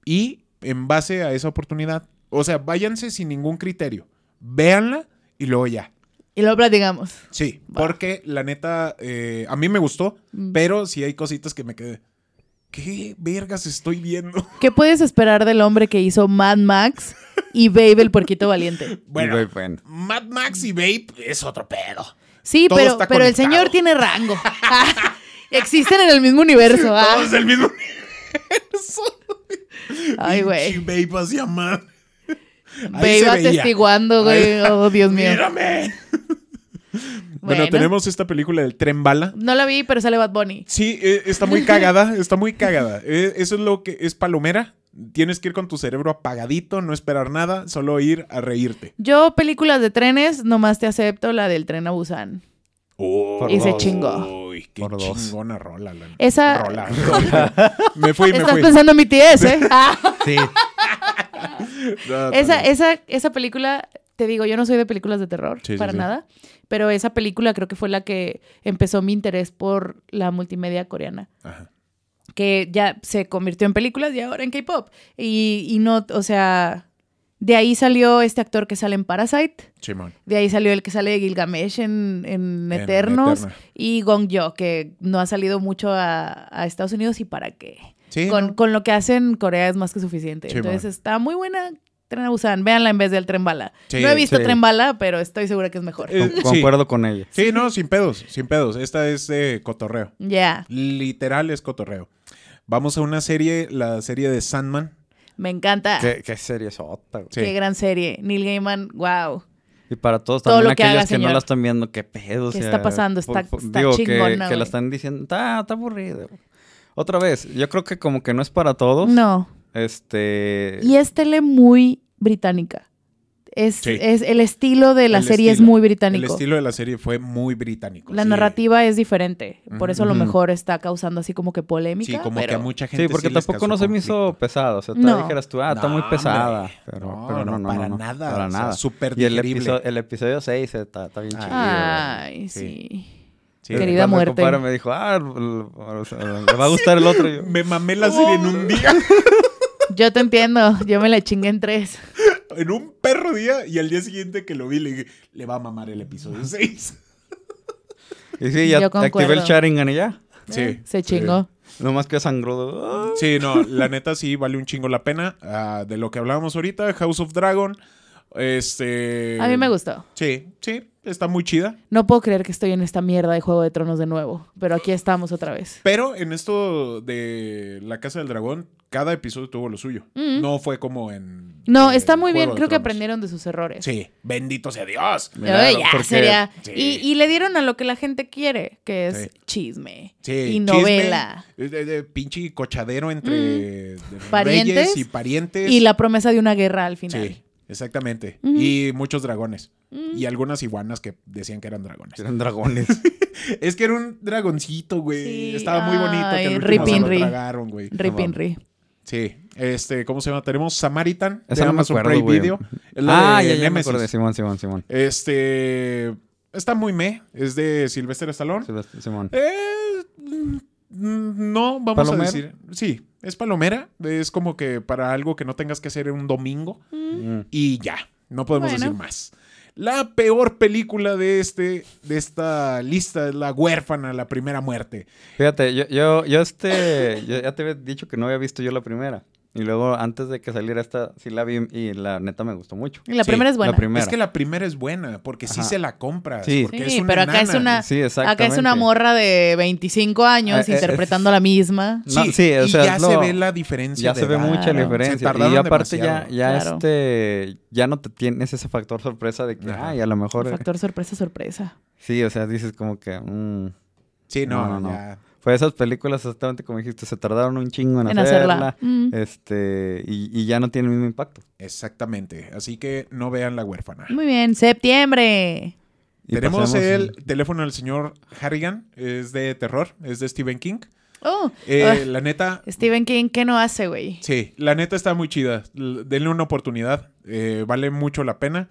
Speaker 3: Y en base a esa oportunidad, o sea, váyanse sin ningún criterio. Véanla y luego ya.
Speaker 2: Y lo platicamos.
Speaker 3: Sí,
Speaker 2: Va.
Speaker 3: porque la neta, eh, a mí me gustó,
Speaker 2: Mm.
Speaker 3: pero sí hay cositas que me quedé. ¿Qué vergas estoy viendo?
Speaker 2: ¿Qué puedes esperar del hombre que hizo Mad Max y Babe el puerquito valiente?
Speaker 1: Bueno.
Speaker 3: Bueno, Mad Max y Vape es otro pedo.
Speaker 2: Sí,
Speaker 3: Todo
Speaker 2: pero,
Speaker 3: está
Speaker 2: pero el
Speaker 3: conectado.
Speaker 2: señor tiene rango. Existen en el mismo universo. ah.
Speaker 3: Todos del mismo universo.
Speaker 2: Ay,
Speaker 3: Y
Speaker 2: güey.
Speaker 3: Vape hacía Mad. Ahí
Speaker 2: Babe
Speaker 3: se veía.
Speaker 2: atestiguando, güey. Oh, Dios mío.
Speaker 3: Mírame. Bueno,
Speaker 2: Bueno.
Speaker 3: tenemos esta película del tren bala.
Speaker 2: No la vi, pero sale Bad Bunny.
Speaker 3: Sí, eh, está muy cagada, está muy cagada. Eh, eso es lo que es palomera. Tienes que ir con tu cerebro apagadito, no esperar nada, solo ir a reírte.
Speaker 2: Yo, películas de trenes, nomás te acepto la del tren a Busan.
Speaker 3: Oh,
Speaker 1: Y se
Speaker 2: chingó.
Speaker 3: Uy, qué
Speaker 1: Por dos.
Speaker 3: chingona rola, la
Speaker 2: Esa-
Speaker 3: rola. me fui, me
Speaker 2: Estás
Speaker 3: fui.
Speaker 2: pensando en mi TS, ¿eh? Ah.
Speaker 1: Sí.
Speaker 3: No,
Speaker 2: Esa,
Speaker 3: no.
Speaker 2: esa, esa película, te digo, yo no soy de películas de terror
Speaker 3: Sí, sí,
Speaker 2: para
Speaker 3: sí.
Speaker 2: nada, pero esa película creo que fue la que empezó mi interés por la multimedia coreana,
Speaker 3: Ajá.
Speaker 2: que ya se convirtió en películas y ahora en K-pop. Y, y no, o sea, de ahí salió este actor que sale en Parasite,
Speaker 3: Simón.
Speaker 2: de ahí salió el que sale de Gilgamesh en, en
Speaker 3: En
Speaker 2: Eternos
Speaker 3: Eterna.
Speaker 2: y Gong Yo, que no ha salido mucho a, a Estados Unidos y para qué
Speaker 3: Sí,
Speaker 2: con,
Speaker 3: no.
Speaker 2: con lo que hacen Corea es más que suficiente.
Speaker 3: Sí,
Speaker 2: Entonces
Speaker 3: man.
Speaker 2: está muy buena Tren a Busan. Véanla en vez del Tren Bala.
Speaker 3: Sí,
Speaker 2: no he visto
Speaker 1: sí.
Speaker 2: Tren Bala, pero estoy segura que es mejor.
Speaker 3: Eh, sí.
Speaker 1: Con- Concuerdo con ella.
Speaker 3: Sí, no, sin pedos, sin pedos. Esta es de cotorreo.
Speaker 2: Ya.
Speaker 3: Literal es cotorreo. Vamos a una serie, la serie de Sandman.
Speaker 2: Me encanta.
Speaker 1: Qué, qué serie sota, güey.
Speaker 3: Sí.
Speaker 2: Qué gran serie. Neil Gaiman, wow.
Speaker 1: Y para todos
Speaker 2: Todo
Speaker 1: también
Speaker 2: lo que
Speaker 1: aquellos
Speaker 2: haga,
Speaker 1: que no
Speaker 2: señor.
Speaker 1: la están viendo, qué pedo. o
Speaker 2: ¿Qué
Speaker 1: sea,
Speaker 2: está pasando?
Speaker 1: por-
Speaker 2: Está-
Speaker 1: por-
Speaker 2: está
Speaker 1: digo, que-
Speaker 2: chingona,
Speaker 1: que,
Speaker 2: güey.
Speaker 1: la están diciendo, está, está aburrido. Otra vez, yo creo que como que no es para todos.
Speaker 2: No.
Speaker 3: Eh.
Speaker 1: Este.
Speaker 2: Y es tele muy británica. Es,
Speaker 3: Sí.
Speaker 2: es el estilo de la
Speaker 3: El
Speaker 2: serie es
Speaker 3: estilo.
Speaker 2: muy
Speaker 3: El
Speaker 2: británico.
Speaker 3: estilo de la serie fue muy británico.
Speaker 2: La
Speaker 3: sí.
Speaker 2: narrativa es diferente. Por eso a lo
Speaker 1: Ujú.
Speaker 2: mejor está causando así como que polémica.
Speaker 3: Sí, como que
Speaker 2: pero-
Speaker 3: a mucha gente.
Speaker 1: Sí, porque
Speaker 3: les
Speaker 1: tampoco
Speaker 3: causó
Speaker 1: no se me hizo
Speaker 3: conflicto.
Speaker 1: pesada. O sea, te
Speaker 2: No.
Speaker 1: dijeras tú, ah, está muy
Speaker 3: No,
Speaker 1: pesada.
Speaker 3: hombre.
Speaker 1: Pero
Speaker 3: No,
Speaker 1: pero
Speaker 3: no,
Speaker 1: no, no,
Speaker 3: para
Speaker 1: no,
Speaker 3: nada,
Speaker 1: Para
Speaker 3: o sea,
Speaker 1: nada.
Speaker 3: súper
Speaker 1: y el
Speaker 3: digerible.
Speaker 1: episodio, el episodio 6 está, está bien
Speaker 3: Ah.
Speaker 1: chido.
Speaker 2: Ay,
Speaker 3: Sí.
Speaker 2: sí.
Speaker 3: Sí.
Speaker 1: Y cuando
Speaker 2: Querida
Speaker 1: el
Speaker 2: muerte.
Speaker 1: compadre me dijo, ah, l- o sea, le va a gustar el otro. y yo,
Speaker 3: Me mamé la serie en
Speaker 2: Oh.
Speaker 3: un día,
Speaker 2: Yo te entiendo. Yo me la chingué en tres.
Speaker 3: en un perro día, y al día siguiente que lo vi, le dije, le va a mamar el episodio 6.
Speaker 1: Y sí, ya
Speaker 2: Yo
Speaker 1: activé
Speaker 2: concuerdo.
Speaker 1: el Sharingan y ya.
Speaker 3: Sí.
Speaker 2: Eh, Se chingó.
Speaker 1: Nomás que sangró.
Speaker 3: Sí, no, la neta sí vale un chingo la pena. Ah, de lo que hablábamos ahorita, House of Dragon. Este.
Speaker 2: A mí me gustó.
Speaker 3: Sí, sí, está muy chida.
Speaker 2: No puedo creer que estoy en esta mierda de Juego de Tronos de nuevo, pero aquí estamos otra vez.
Speaker 3: Pero en esto de La Casa del Dragón, cada episodio tuvo lo suyo.
Speaker 2: Mm.
Speaker 3: No fue como en.
Speaker 2: No,
Speaker 3: eh,
Speaker 2: está muy
Speaker 3: Juego
Speaker 2: bien.
Speaker 3: de
Speaker 2: Creo que
Speaker 3: Tronos.
Speaker 2: aprendieron de sus errores.
Speaker 3: Sí, bendito sea Dios.
Speaker 2: Ay,
Speaker 1: Claro,
Speaker 2: ya,
Speaker 1: porque-
Speaker 2: sería-
Speaker 3: Sí.
Speaker 2: Y, y le dieron a lo que la gente quiere, que es
Speaker 3: Sí.
Speaker 2: chisme
Speaker 3: Sí,
Speaker 2: y novela. Mm.
Speaker 3: chisme, eh, eh, eh, pinche cochadero entre
Speaker 2: Parientes.
Speaker 3: reyes y parientes.
Speaker 2: Y la promesa de una guerra al final.
Speaker 3: Sí, exactamente.
Speaker 2: Ujú.
Speaker 3: Y muchos dragones.
Speaker 2: Mm.
Speaker 3: Y algunas iguanas que decían que eran dragones.
Speaker 1: Eran dragones.
Speaker 3: Es que era un dragoncito, güey.
Speaker 2: Sí,
Speaker 3: Estaba muy bonito.
Speaker 2: ay,
Speaker 3: que al último se lo
Speaker 2: ripinri.
Speaker 3: tragaron, güey.
Speaker 2: Rip
Speaker 1: No
Speaker 2: in Rip.
Speaker 3: Sí. Este, ¿cómo se llama? Tenemos Samaritan.
Speaker 1: Esa no me acuerdo,
Speaker 3: Prime
Speaker 1: güey.
Speaker 3: Video. Es la
Speaker 1: ah,
Speaker 3: de
Speaker 1: ya, ya me
Speaker 3: Nemesis.
Speaker 1: acordé. Simón, Simón, Simón.
Speaker 3: Este. Está muy me. Es de Sylvester Stallone.
Speaker 1: Silvestre- Simón.
Speaker 3: Eh, mm, no, vamos
Speaker 1: ¿Palomera?
Speaker 3: a decir. Sí, es palomera. Es como que para algo que no tengas que hacer un domingo.
Speaker 1: Mm.
Speaker 3: Y ya, no podemos
Speaker 2: Bueno.
Speaker 3: decir más. La peor película de, este, de esta lista es La huérfana, la primera muerte.
Speaker 1: Fíjate, yo, yo, yo este, yo ya te había dicho que no había visto yo la primera. Y luego, antes de que saliera esta, sí la vi y la neta me gustó mucho.
Speaker 2: La
Speaker 3: Sí,
Speaker 2: primera es buena.
Speaker 1: La primera.
Speaker 3: Es que la primera es buena, porque sí
Speaker 1: Ajá.
Speaker 3: se la compras.
Speaker 1: Sí.
Speaker 3: porque
Speaker 2: Sí,
Speaker 3: es una
Speaker 2: pero acá es
Speaker 3: nana.
Speaker 2: una-
Speaker 1: Sí, exactamente.
Speaker 2: Acá es una morra de 25 años
Speaker 3: Ah,
Speaker 1: Eh, eh,
Speaker 2: interpretando la misma.
Speaker 1: No,
Speaker 3: Sí,
Speaker 1: sí, o
Speaker 3: y
Speaker 1: sea,
Speaker 3: ya
Speaker 1: es
Speaker 3: se
Speaker 1: lo-
Speaker 3: ve la diferencia.
Speaker 1: Ya
Speaker 3: de
Speaker 1: se ve
Speaker 3: edad.
Speaker 1: mucha
Speaker 2: Claro.
Speaker 1: la
Speaker 3: Se
Speaker 1: diferencia.
Speaker 3: tardaron
Speaker 1: Y aparte ya,
Speaker 3: demasiado.
Speaker 1: ya
Speaker 2: Claro.
Speaker 1: este, ya no te tienes ese factor sorpresa de que,
Speaker 3: Ajá.
Speaker 1: ay, a lo
Speaker 3: eh.
Speaker 1: mejor. eh,
Speaker 2: Factor sorpresa, sorpresa.
Speaker 1: Sí, o sea, dices como que, mm.
Speaker 3: Sí, no,
Speaker 1: No, no, no.
Speaker 3: ya.
Speaker 1: Fue esas películas exactamente como dijiste, se tardaron un chingo en,
Speaker 2: En
Speaker 1: hacerla.
Speaker 2: hacerla. Mm.
Speaker 3: Eh.
Speaker 1: Este, y, y ya no tiene el mismo impacto.
Speaker 3: Exactamente. Así que no vean La huérfana.
Speaker 2: Muy bien, septiembre.
Speaker 1: Y
Speaker 3: Tenemos
Speaker 1: pasemos-
Speaker 3: el teléfono del señor Harrigan. Es de terror, es de Stephen King.
Speaker 2: Oh,
Speaker 3: Eh,
Speaker 2: ugh,
Speaker 3: la neta,
Speaker 2: Stephen King, ¿qué no hace, güey?
Speaker 3: Sí, la neta está muy chida. L- Denle una oportunidad. eh, vale mucho la pena.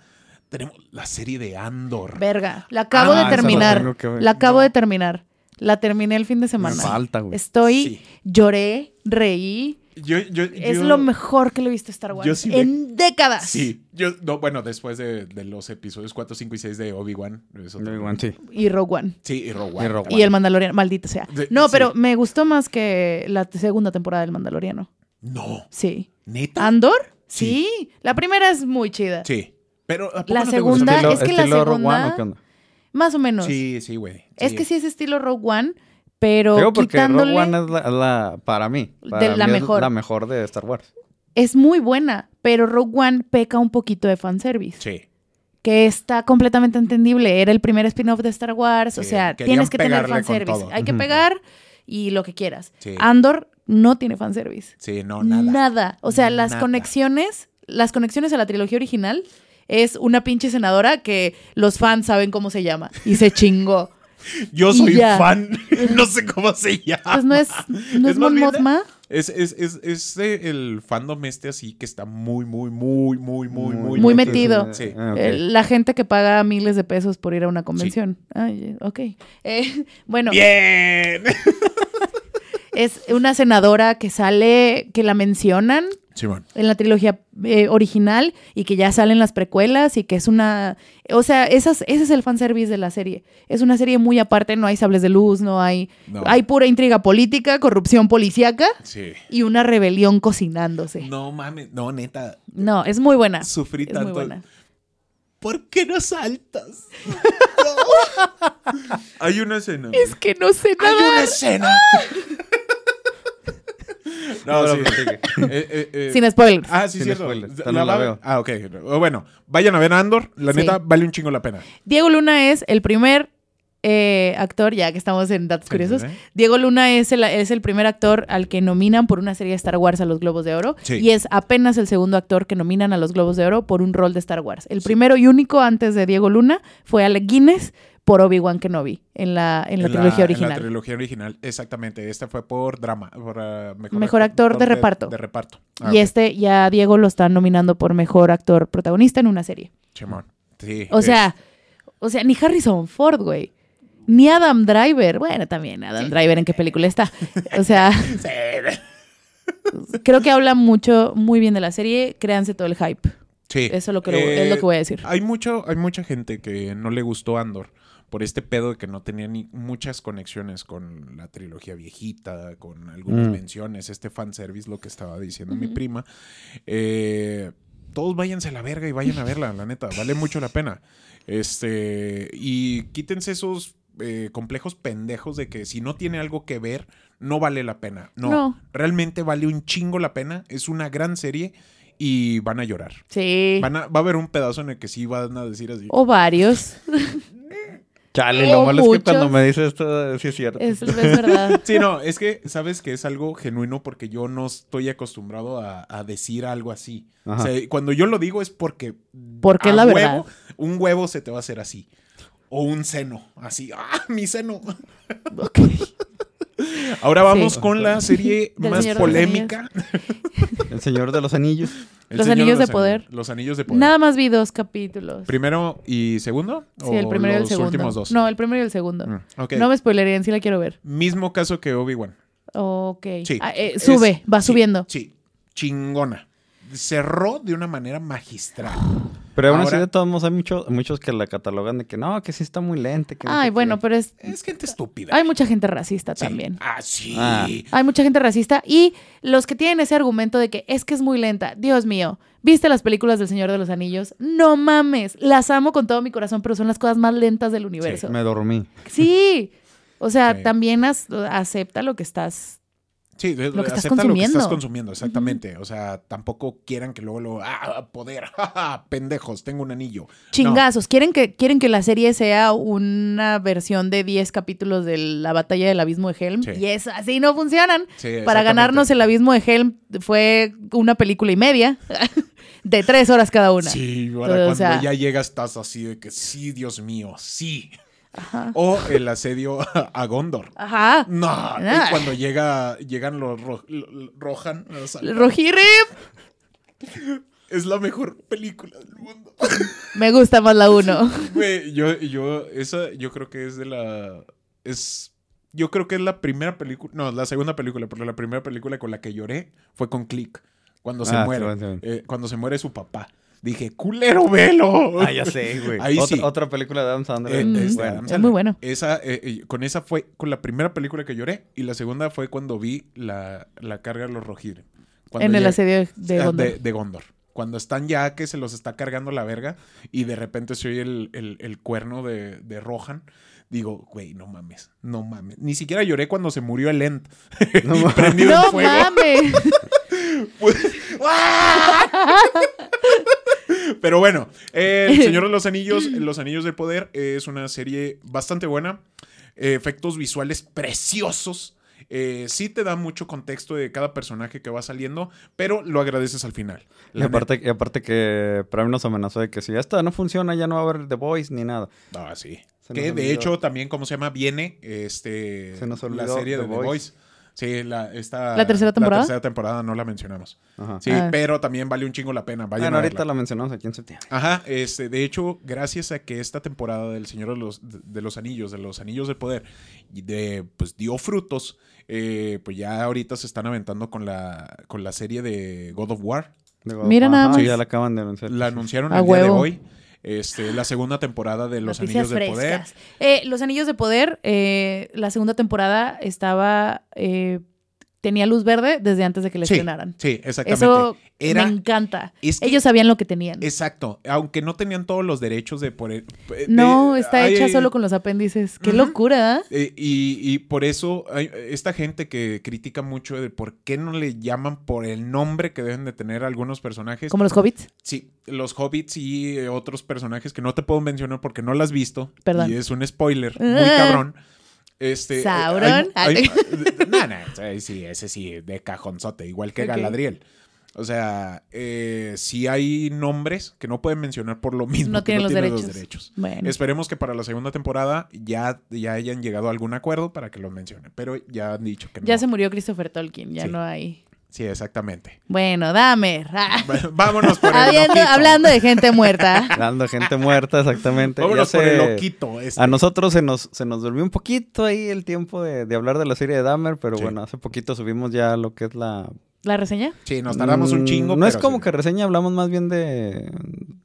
Speaker 3: Tenemos la serie de Andor.
Speaker 2: Verga, la acabo
Speaker 3: Ah,
Speaker 2: de
Speaker 3: esa la
Speaker 2: terminar.
Speaker 1: tengo que ver.
Speaker 2: La acabo
Speaker 3: No.
Speaker 2: de terminar. La terminé el fin de
Speaker 1: Me
Speaker 2: semana.
Speaker 1: falta, güey.
Speaker 2: Estoy,
Speaker 3: Sí.
Speaker 2: lloré, reí.
Speaker 3: Yo, yo-
Speaker 2: Es
Speaker 3: yo-
Speaker 2: lo mejor que le he visto a Star Wars.
Speaker 3: yo sí me-
Speaker 2: en décadas.
Speaker 3: Sí, yo, no, bueno, después de, de los episodios 4, 5 y 6 de Obi-Wan. es otro.
Speaker 1: Obi-Wan, sí.
Speaker 2: Y Rogue One.
Speaker 3: Sí, y Rogue One.
Speaker 1: Y Rogue
Speaker 2: Y el Mandaloriano, maldito sea.
Speaker 3: De-
Speaker 2: No,
Speaker 3: sí.
Speaker 2: pero me gustó más que la segunda temporada del Mandaloriano.
Speaker 3: No,
Speaker 2: Sí.
Speaker 3: neta.
Speaker 2: ¿Andor? Sí. La primera es muy chida.
Speaker 3: Ah. Sí, pero ¿a poco
Speaker 2: La
Speaker 3: no te
Speaker 2: segunda-
Speaker 3: gustó?
Speaker 2: Onda, es que la
Speaker 1: pues, estilo Rogue
Speaker 2: segunda-
Speaker 1: One, ¿o qué onda?
Speaker 2: Más o menos.
Speaker 3: Sí, sí, güey.
Speaker 2: Es que sí es estilo Rogue One, pero
Speaker 1: Digo porque
Speaker 2: quitándole
Speaker 1: Rogue One es la, la- para mí, para
Speaker 2: De la
Speaker 1: mí es
Speaker 2: mejor.
Speaker 1: la mejor de Star Wars.
Speaker 2: es muy buena, pero Rogue One peca un poquito de fanservice,
Speaker 3: Sí.
Speaker 2: que está completamente entendible. Era el primer spin-off de Star Wars, o
Speaker 3: Sí,
Speaker 2: sea,
Speaker 3: querían
Speaker 2: tienes que tener
Speaker 3: pegarle con
Speaker 2: fanservice.
Speaker 3: todo.
Speaker 2: Hay que
Speaker 1: Ujú.
Speaker 2: pegar y lo que quieras.
Speaker 3: Sí.
Speaker 2: Andor no tiene fanservice.
Speaker 3: Sí, no,
Speaker 2: nada.
Speaker 3: nada.
Speaker 2: O sea, las
Speaker 3: Nada.
Speaker 2: conexiones, las conexiones a la trilogía original es una pinche senadora que los fans saben cómo se llama y se chingó.
Speaker 3: Yo
Speaker 2: Y
Speaker 3: soy
Speaker 2: ya.
Speaker 3: fan. no sé cómo se llama.
Speaker 2: Pues no es, no es,
Speaker 3: Es más
Speaker 2: Mon
Speaker 3: bien de-
Speaker 2: Mothma.
Speaker 3: Es, es, es, es eh, el fandom este así que está muy, muy, muy, muy, muy, muy,
Speaker 2: Muy metido.
Speaker 3: Sí.
Speaker 1: Ah, ok.
Speaker 2: Eh, La gente que paga miles de pesos por ir a una convención. Ay, ok. Eh, bueno,
Speaker 3: Bien.
Speaker 2: es una senadora que sale, que la mencionan
Speaker 3: Simón.
Speaker 2: en la trilogía eh, original y que ya salen las precuelas y que es una... O sea, esas, ese es el fanservice de la serie. Es una serie muy aparte, no hay sables de luz, no hay...
Speaker 3: No.
Speaker 2: Hay pura intriga política, corrupción policíaca
Speaker 3: Sí.
Speaker 2: y una rebelión cocinándose. No,
Speaker 3: No mames, no, neta.
Speaker 2: es muy buena.
Speaker 3: Sufrí
Speaker 2: Ah, es muy
Speaker 3: tanto.
Speaker 2: buena.
Speaker 3: ¿Por qué no saltas? No. Hay una escena. güey.
Speaker 2: Es que no sé
Speaker 3: Hay
Speaker 2: nada. Ah.
Speaker 3: una escena. no,
Speaker 1: No,
Speaker 3: sí.
Speaker 1: pero sigue.
Speaker 3: Eh, eh, eh.
Speaker 2: Sin spoilers.
Speaker 3: Ah, sí,
Speaker 1: Sin
Speaker 3: cierto.
Speaker 1: spoilers,
Speaker 3: La,
Speaker 1: no la
Speaker 3: va-
Speaker 1: veo.
Speaker 3: Ah, ok. Bueno, vayan a ver Andor. La
Speaker 2: Sí.
Speaker 3: neta, vale un chingo la pena.
Speaker 2: Diego Luna es el primer eh, actor, ya que estamos en datos curiosos.
Speaker 3: Sí, sí,
Speaker 2: Diego Luna es el, es el primer actor al que nominan por una serie de Star Wars a los Globos de Oro.
Speaker 3: Sí.
Speaker 2: Y es apenas el segundo actor que nominan a los Globos de Oro por un rol de Star Wars. El primero y único antes de Diego Luna fue Alec Guinness por Obi-Wan Kenobi en la, en la trilogía
Speaker 3: En la
Speaker 2: original.
Speaker 3: trilogía original, exactamente. Esta fue por drama, por ah, mejor,
Speaker 2: Mejor actor de reparto.
Speaker 3: De reparto. Ah,
Speaker 2: y este ya Diego lo están nominando por mejor actor protagonista en una serie.
Speaker 3: Chimón. Sí.
Speaker 2: O
Speaker 3: es-
Speaker 2: sea, o sea, ni Harrison Ford, güey. Ni Adam Driver. Bueno, también Adam Driver en qué película está. O sea,
Speaker 3: Sí.
Speaker 2: creo que habla mucho, muy bien de la serie. Créanse todo el hype.
Speaker 3: Sí.
Speaker 2: Eso lo creo-
Speaker 3: Eh,
Speaker 2: es lo que voy a decir.
Speaker 3: Hay, mucho, hay mucha gente que no le gustó Andor. por este pedo de que no tenía ni muchas conexiones con la trilogía viejita, con algunas
Speaker 1: Mm.
Speaker 3: menciones, este fanservice, lo que estaba diciendo mi
Speaker 2: Ujú.
Speaker 3: prima. Eh, todos váyanse a la verga y vayan a verla, la neta, vale mucho la pena. Este, y quítense esos eh, complejos pendejos de que si no tiene algo que ver, no vale la pena. No,
Speaker 2: No.
Speaker 3: realmente vale un chingo la pena, es una gran serie y van a llorar.
Speaker 2: Sí. Oh.
Speaker 3: Van a- va a haber un pedazo en el que sí van a decir así.
Speaker 2: O varios.
Speaker 1: Chale, lo
Speaker 2: O
Speaker 1: malo es que cuando
Speaker 2: muchos.
Speaker 1: me dices esto, sí es cierto.
Speaker 2: Es, es verdad.
Speaker 3: Sí, no, es que sabes que es algo genuino porque yo no estoy acostumbrado a, a decir algo así. O
Speaker 1: Ajá.
Speaker 3: sea, cuando yo lo digo es porque.
Speaker 2: Porque
Speaker 3: a
Speaker 2: es la
Speaker 3: huevo,
Speaker 2: verdad.
Speaker 3: Un huevo se te va a hacer así. O un seno, así. ¡Ah, mi seno!
Speaker 2: Ok.
Speaker 3: Ahora vamos
Speaker 2: Sí.
Speaker 3: con la serie
Speaker 2: Del
Speaker 3: más
Speaker 2: Señor de los
Speaker 3: polémica.
Speaker 1: El Señor de los Anillos.
Speaker 3: El
Speaker 2: Los
Speaker 3: Señor
Speaker 2: Anillos de
Speaker 3: Ani-
Speaker 2: Poder.
Speaker 3: Los anillos de poder.
Speaker 2: Nada más vi dos capítulos.
Speaker 3: ¿Primero y segundo?
Speaker 2: Sí, el
Speaker 3: ¿O
Speaker 2: primero y el
Speaker 3: los
Speaker 2: segundo.
Speaker 3: últimos dos.
Speaker 2: No, el primero y el segundo.
Speaker 3: Mm, ok.
Speaker 2: No me spoilerían, sí la quiero ver.
Speaker 3: Mismo caso que Obi-Wan.
Speaker 2: Ok.
Speaker 3: Sí.
Speaker 2: Ah, eh,
Speaker 3: Es-
Speaker 2: sube, va
Speaker 3: sí,
Speaker 2: subiendo.
Speaker 3: Sí, chingona. Cerró de una manera magistral.
Speaker 1: Pero aún así,
Speaker 3: Ahora-
Speaker 1: de todos modos, hay muchos, muchos que la catalogan de que no, que sí está muy lenta. Que no
Speaker 2: Ay,
Speaker 1: sé
Speaker 2: bueno,
Speaker 1: qué.
Speaker 2: pero es.
Speaker 3: Es gente estúpida.
Speaker 2: Hay mucha gente racista
Speaker 3: Sí.
Speaker 2: también.
Speaker 3: Ah, sí.
Speaker 1: Ah.
Speaker 2: Hay mucha gente racista y los que tienen ese argumento de que es que es muy lenta. Dios mío, ¿viste las películas del Señor de los Anillos? No mames, las amo con todo mi corazón, pero son las cosas más lentas del universo.
Speaker 1: Me dormí.
Speaker 2: Sí. O sea,
Speaker 3: Sí.
Speaker 2: también haz- acepta lo que estás.
Speaker 3: Sí, de-
Speaker 2: Lo que estás
Speaker 3: acepta lo que estás
Speaker 2: consumiendo.
Speaker 3: consumiendo, exactamente. O sea, tampoco quieran que luego lo. ¡Ah, poder! ¡Ja, ja! pendejos! Tengo un anillo.
Speaker 2: Chingazos. ¿Quieren, que, quieren que la serie sea una versión de 10 capítulos de la batalla del abismo de Helm.
Speaker 3: Sí.
Speaker 2: Y es así, no funcionan.
Speaker 3: Sí,
Speaker 2: Para
Speaker 3: exactamente.
Speaker 2: ganarnos el abismo de Helm fue una película y media de tres horas cada una.
Speaker 3: Sí, ahora
Speaker 2: Todo, o
Speaker 3: cuando
Speaker 2: sea-
Speaker 3: ya llegas estás así de que sí, Dios mío, sí.
Speaker 2: Ajá.
Speaker 3: O el asedio a Gondor.
Speaker 2: Ajá.
Speaker 3: No,
Speaker 2: Ah.
Speaker 3: es cuando llega, llegan los ro- lo- lo- Rohan. o sea,
Speaker 2: Rojirip.
Speaker 3: es la mejor película del mundo.
Speaker 2: Me gusta más la uno.
Speaker 3: Güey, yo, yo, esa, yo creo que es de la. Es. Yo creo que es la primera película. No, la segunda película, porque la primera película con la que lloré fue con Click. Cuando se
Speaker 1: Ah, sí,
Speaker 3: muere.
Speaker 1: bueno, sí.
Speaker 3: eh, cuando se muere su papá. Dije, culero, velo.
Speaker 1: Ah, ya sé, güey.
Speaker 3: Ahí
Speaker 1: otra,
Speaker 3: sí.
Speaker 1: otra película de Adam Sandler.
Speaker 3: Eh,
Speaker 2: Mm.
Speaker 1: muy
Speaker 3: este,
Speaker 1: buena.
Speaker 3: Adam
Speaker 2: Es
Speaker 3: Sandler.
Speaker 2: muy bueno.
Speaker 3: Esa, eh, eh, con esa fue con la primera película que lloré. Y la segunda fue cuando vi la, la carga de los Rohirrim. Cuando
Speaker 2: En el
Speaker 3: llega-
Speaker 2: asedio de
Speaker 3: Ah,
Speaker 2: Gondor.
Speaker 3: de Gondor. Cuando están ya que se los está cargando la verga y de repente se oye el, el- el cuerno de, de Rohan, digo, güey, no mames, no mames. Ni siquiera lloré cuando se murió el End.
Speaker 1: No
Speaker 3: y
Speaker 1: mames.
Speaker 3: prendido en
Speaker 2: No
Speaker 3: fuego.
Speaker 2: mames.
Speaker 3: Pero bueno, eh, El Señor de los Anillos, Los Anillos de Poder, es una serie bastante buena. eh, efectos visuales preciosos. eh, sí te da mucho contexto de cada personaje que va saliendo, pero lo agradeces al final.
Speaker 1: Y
Speaker 3: La
Speaker 1: aparte, y aparte que Prime nos amenazó de que si esta no funciona, ya no va a haber The Voice ni nada.
Speaker 3: Ah, sí.
Speaker 1: Se
Speaker 3: que de
Speaker 1: nos olvidó.
Speaker 3: hecho también, ¿cómo se llama? Viene este,
Speaker 1: Se nos
Speaker 3: la
Speaker 1: olvidó
Speaker 3: serie
Speaker 1: The
Speaker 3: de The
Speaker 1: Voice.
Speaker 3: Voice. Sí, la, esta,
Speaker 2: ¿La tercera temporada?
Speaker 3: La tercera temporada no la mencionamos.
Speaker 1: Ajá.
Speaker 3: Sí,
Speaker 2: Ah.
Speaker 3: pero también vale un chingo la pena. Vayan
Speaker 1: bueno,
Speaker 3: a
Speaker 1: ahorita
Speaker 3: verla.
Speaker 1: la mencionamos aquí en septiembre.
Speaker 3: Ajá, este, de hecho, gracias a que esta temporada del Señor de los, de, de los Anillos, de los Anillos de Poder, y de, pues dio frutos, eh, pues ya ahorita se están aventando con la, con la serie de God of War.
Speaker 1: Digo,
Speaker 2: Mira nada
Speaker 1: ajá,
Speaker 2: más.
Speaker 1: Ya la acaban de anunciar.
Speaker 3: La anunciaron
Speaker 2: A
Speaker 3: el día de
Speaker 2: huevo.
Speaker 3: hoy. Este, la segunda temporada de Los
Speaker 2: Noticias
Speaker 3: Anillos de Poder.
Speaker 2: frescas. Eh, los Anillos de Poder, eh, la segunda temporada estaba. eh, tenía luz verde desde antes de que la
Speaker 3: Sí,
Speaker 2: estrenaran.
Speaker 3: Sí, exactamente.
Speaker 2: Eso
Speaker 3: Era- este
Speaker 2: me encanta.
Speaker 3: es que-
Speaker 2: Ellos sabían lo que tenían.
Speaker 3: Exacto, aunque no tenían todos los derechos de por el- de-
Speaker 2: no, está
Speaker 3: hay-
Speaker 2: hecha solo con los apéndices. ¡Qué
Speaker 3: Ujú.
Speaker 2: locura! ¿eh?
Speaker 3: eh, y, y por eso hay- esta gente que critica mucho de por qué no le llaman por el nombre que deben de tener algunos personajes.
Speaker 2: Como los hobbits.
Speaker 3: Sí, los hobbits y eh, otros personajes que no te puedo mencionar porque no las has visto.
Speaker 2: Perdón.
Speaker 3: Y es un spoiler muy
Speaker 2: Ah.
Speaker 3: cabrón. Este, eh,
Speaker 2: Sauron.
Speaker 3: hay- hay- no, no, sí, sí, ese sí, de cajonzote, igual que
Speaker 2: Ok.
Speaker 3: Galadriel. O sea, eh, sí hay nombres que no pueden mencionar por lo mismo.
Speaker 2: No
Speaker 3: que
Speaker 2: tienen los derechos.
Speaker 3: derechos.
Speaker 2: Bueno.
Speaker 3: Esperemos que para la segunda temporada ya, ya hayan llegado a algún acuerdo para que los mencionen. Pero ya han dicho que
Speaker 2: Ya
Speaker 3: no.
Speaker 2: se murió Christopher Tolkien, ya
Speaker 3: Sí.
Speaker 2: no hay.
Speaker 3: Sí, exactamente.
Speaker 2: Bueno, dame. ra.
Speaker 3: Bueno, Vámonos por el
Speaker 2: Habiendo-
Speaker 3: loquito.
Speaker 2: hablando de gente muerta.
Speaker 1: Dando gente muerta, exactamente. Ya
Speaker 3: Vámonos por
Speaker 1: se-
Speaker 3: el loquito. este.
Speaker 1: A nosotros se nos, se nos durmió un poquito ahí el tiempo de, de hablar de la serie de Dahmer, pero
Speaker 3: Sí.
Speaker 1: bueno, hace poquito subimos ya lo que es la
Speaker 2: ¿La reseña?
Speaker 3: Sí, nos tardamos un
Speaker 1: Mm,
Speaker 3: chingo.
Speaker 1: No es
Speaker 3: pero
Speaker 1: como
Speaker 3: sí.
Speaker 1: que reseña, hablamos más bien de,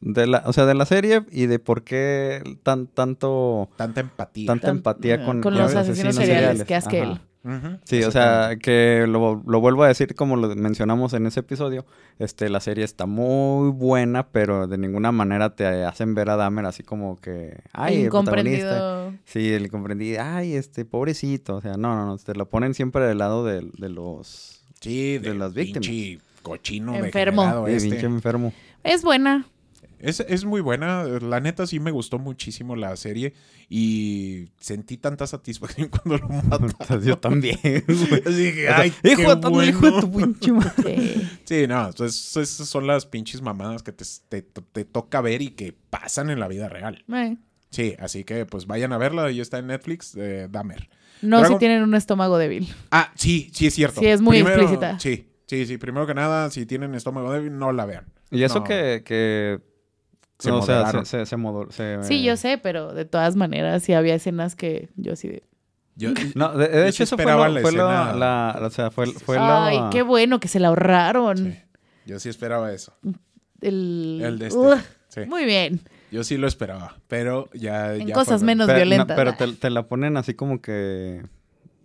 Speaker 1: de la, o sea, de la serie y de por qué tan, tanto,
Speaker 3: Tanta empatía.
Speaker 1: tanta
Speaker 2: Tan- eh,
Speaker 1: empatía con,
Speaker 2: con
Speaker 3: los
Speaker 2: asesinos seriales, qué
Speaker 1: Ajá.
Speaker 2: asquel.
Speaker 3: Ujú,
Speaker 1: Sí, o sea, que lo, lo vuelvo a decir como lo mencionamos en ese episodio, este, la serie está muy buena, pero de ninguna manera te hacen ver a Dahmer así como que, ay, el protagonista.
Speaker 2: Incomprendido.
Speaker 1: Sí, el comprendido, ay, este, pobrecito, o sea, no, no, no, te lo ponen siempre del lado de, de los,
Speaker 3: Sí,
Speaker 1: de
Speaker 3: del
Speaker 1: las víctimas.
Speaker 3: pinche Cochino
Speaker 2: Enfermo.
Speaker 3: degenerado
Speaker 1: de
Speaker 3: este.
Speaker 1: pinche enfermo.
Speaker 2: Es buena.
Speaker 3: Es, es muy buena, la neta sí me gustó muchísimo la serie y sentí tanta satisfacción cuando lo mataron.
Speaker 1: Yo también, güey.
Speaker 3: Así dije,
Speaker 1: O sea,
Speaker 3: "Ay, qué
Speaker 1: hijo, de tu- hijo de
Speaker 3: bueno".
Speaker 1: tu pinche madre.
Speaker 2: Sí.
Speaker 3: Sí, no, entonces esas son las pinches mamadas que te, te- te toca ver y que pasan en la vida real.
Speaker 2: Eh.
Speaker 3: Sí, así que pues vayan a verla, ya está en Netflix, eh, Dahmer.
Speaker 2: No
Speaker 3: Dragon-
Speaker 2: si tienen un estómago débil.
Speaker 3: Ah, sí, sí es cierto.
Speaker 2: Sí, es muy explícita.
Speaker 3: Sí, sí, sí, primero que nada, si tienen estómago débil, no la vean.
Speaker 1: Y eso
Speaker 3: No.
Speaker 1: que, que
Speaker 3: Se
Speaker 1: no, o sea,
Speaker 3: moderaron.
Speaker 1: se, se, se modo- se-
Speaker 2: Sí, yo sé, pero de todas maneras sí había escenas que yo sí de...
Speaker 3: Yo-
Speaker 1: No, de, de
Speaker 3: Yo sí
Speaker 1: hecho eso fue,
Speaker 3: esperaba
Speaker 1: lo-
Speaker 3: la
Speaker 1: fue lo-
Speaker 3: escena.
Speaker 1: la- o sea, fue, fue la-
Speaker 2: Ay, qué bueno que se la ahorraron.
Speaker 3: sí, yo sí esperaba eso.
Speaker 2: El...
Speaker 3: El de este.
Speaker 2: Ugh,
Speaker 3: Sí.
Speaker 2: Muy bien.
Speaker 3: Yo sí lo esperaba, pero ya...
Speaker 2: En
Speaker 3: ya
Speaker 2: cosas
Speaker 3: fue-
Speaker 2: menos
Speaker 1: pero, no,
Speaker 2: violentas.
Speaker 1: pero te, te la ponen así como que,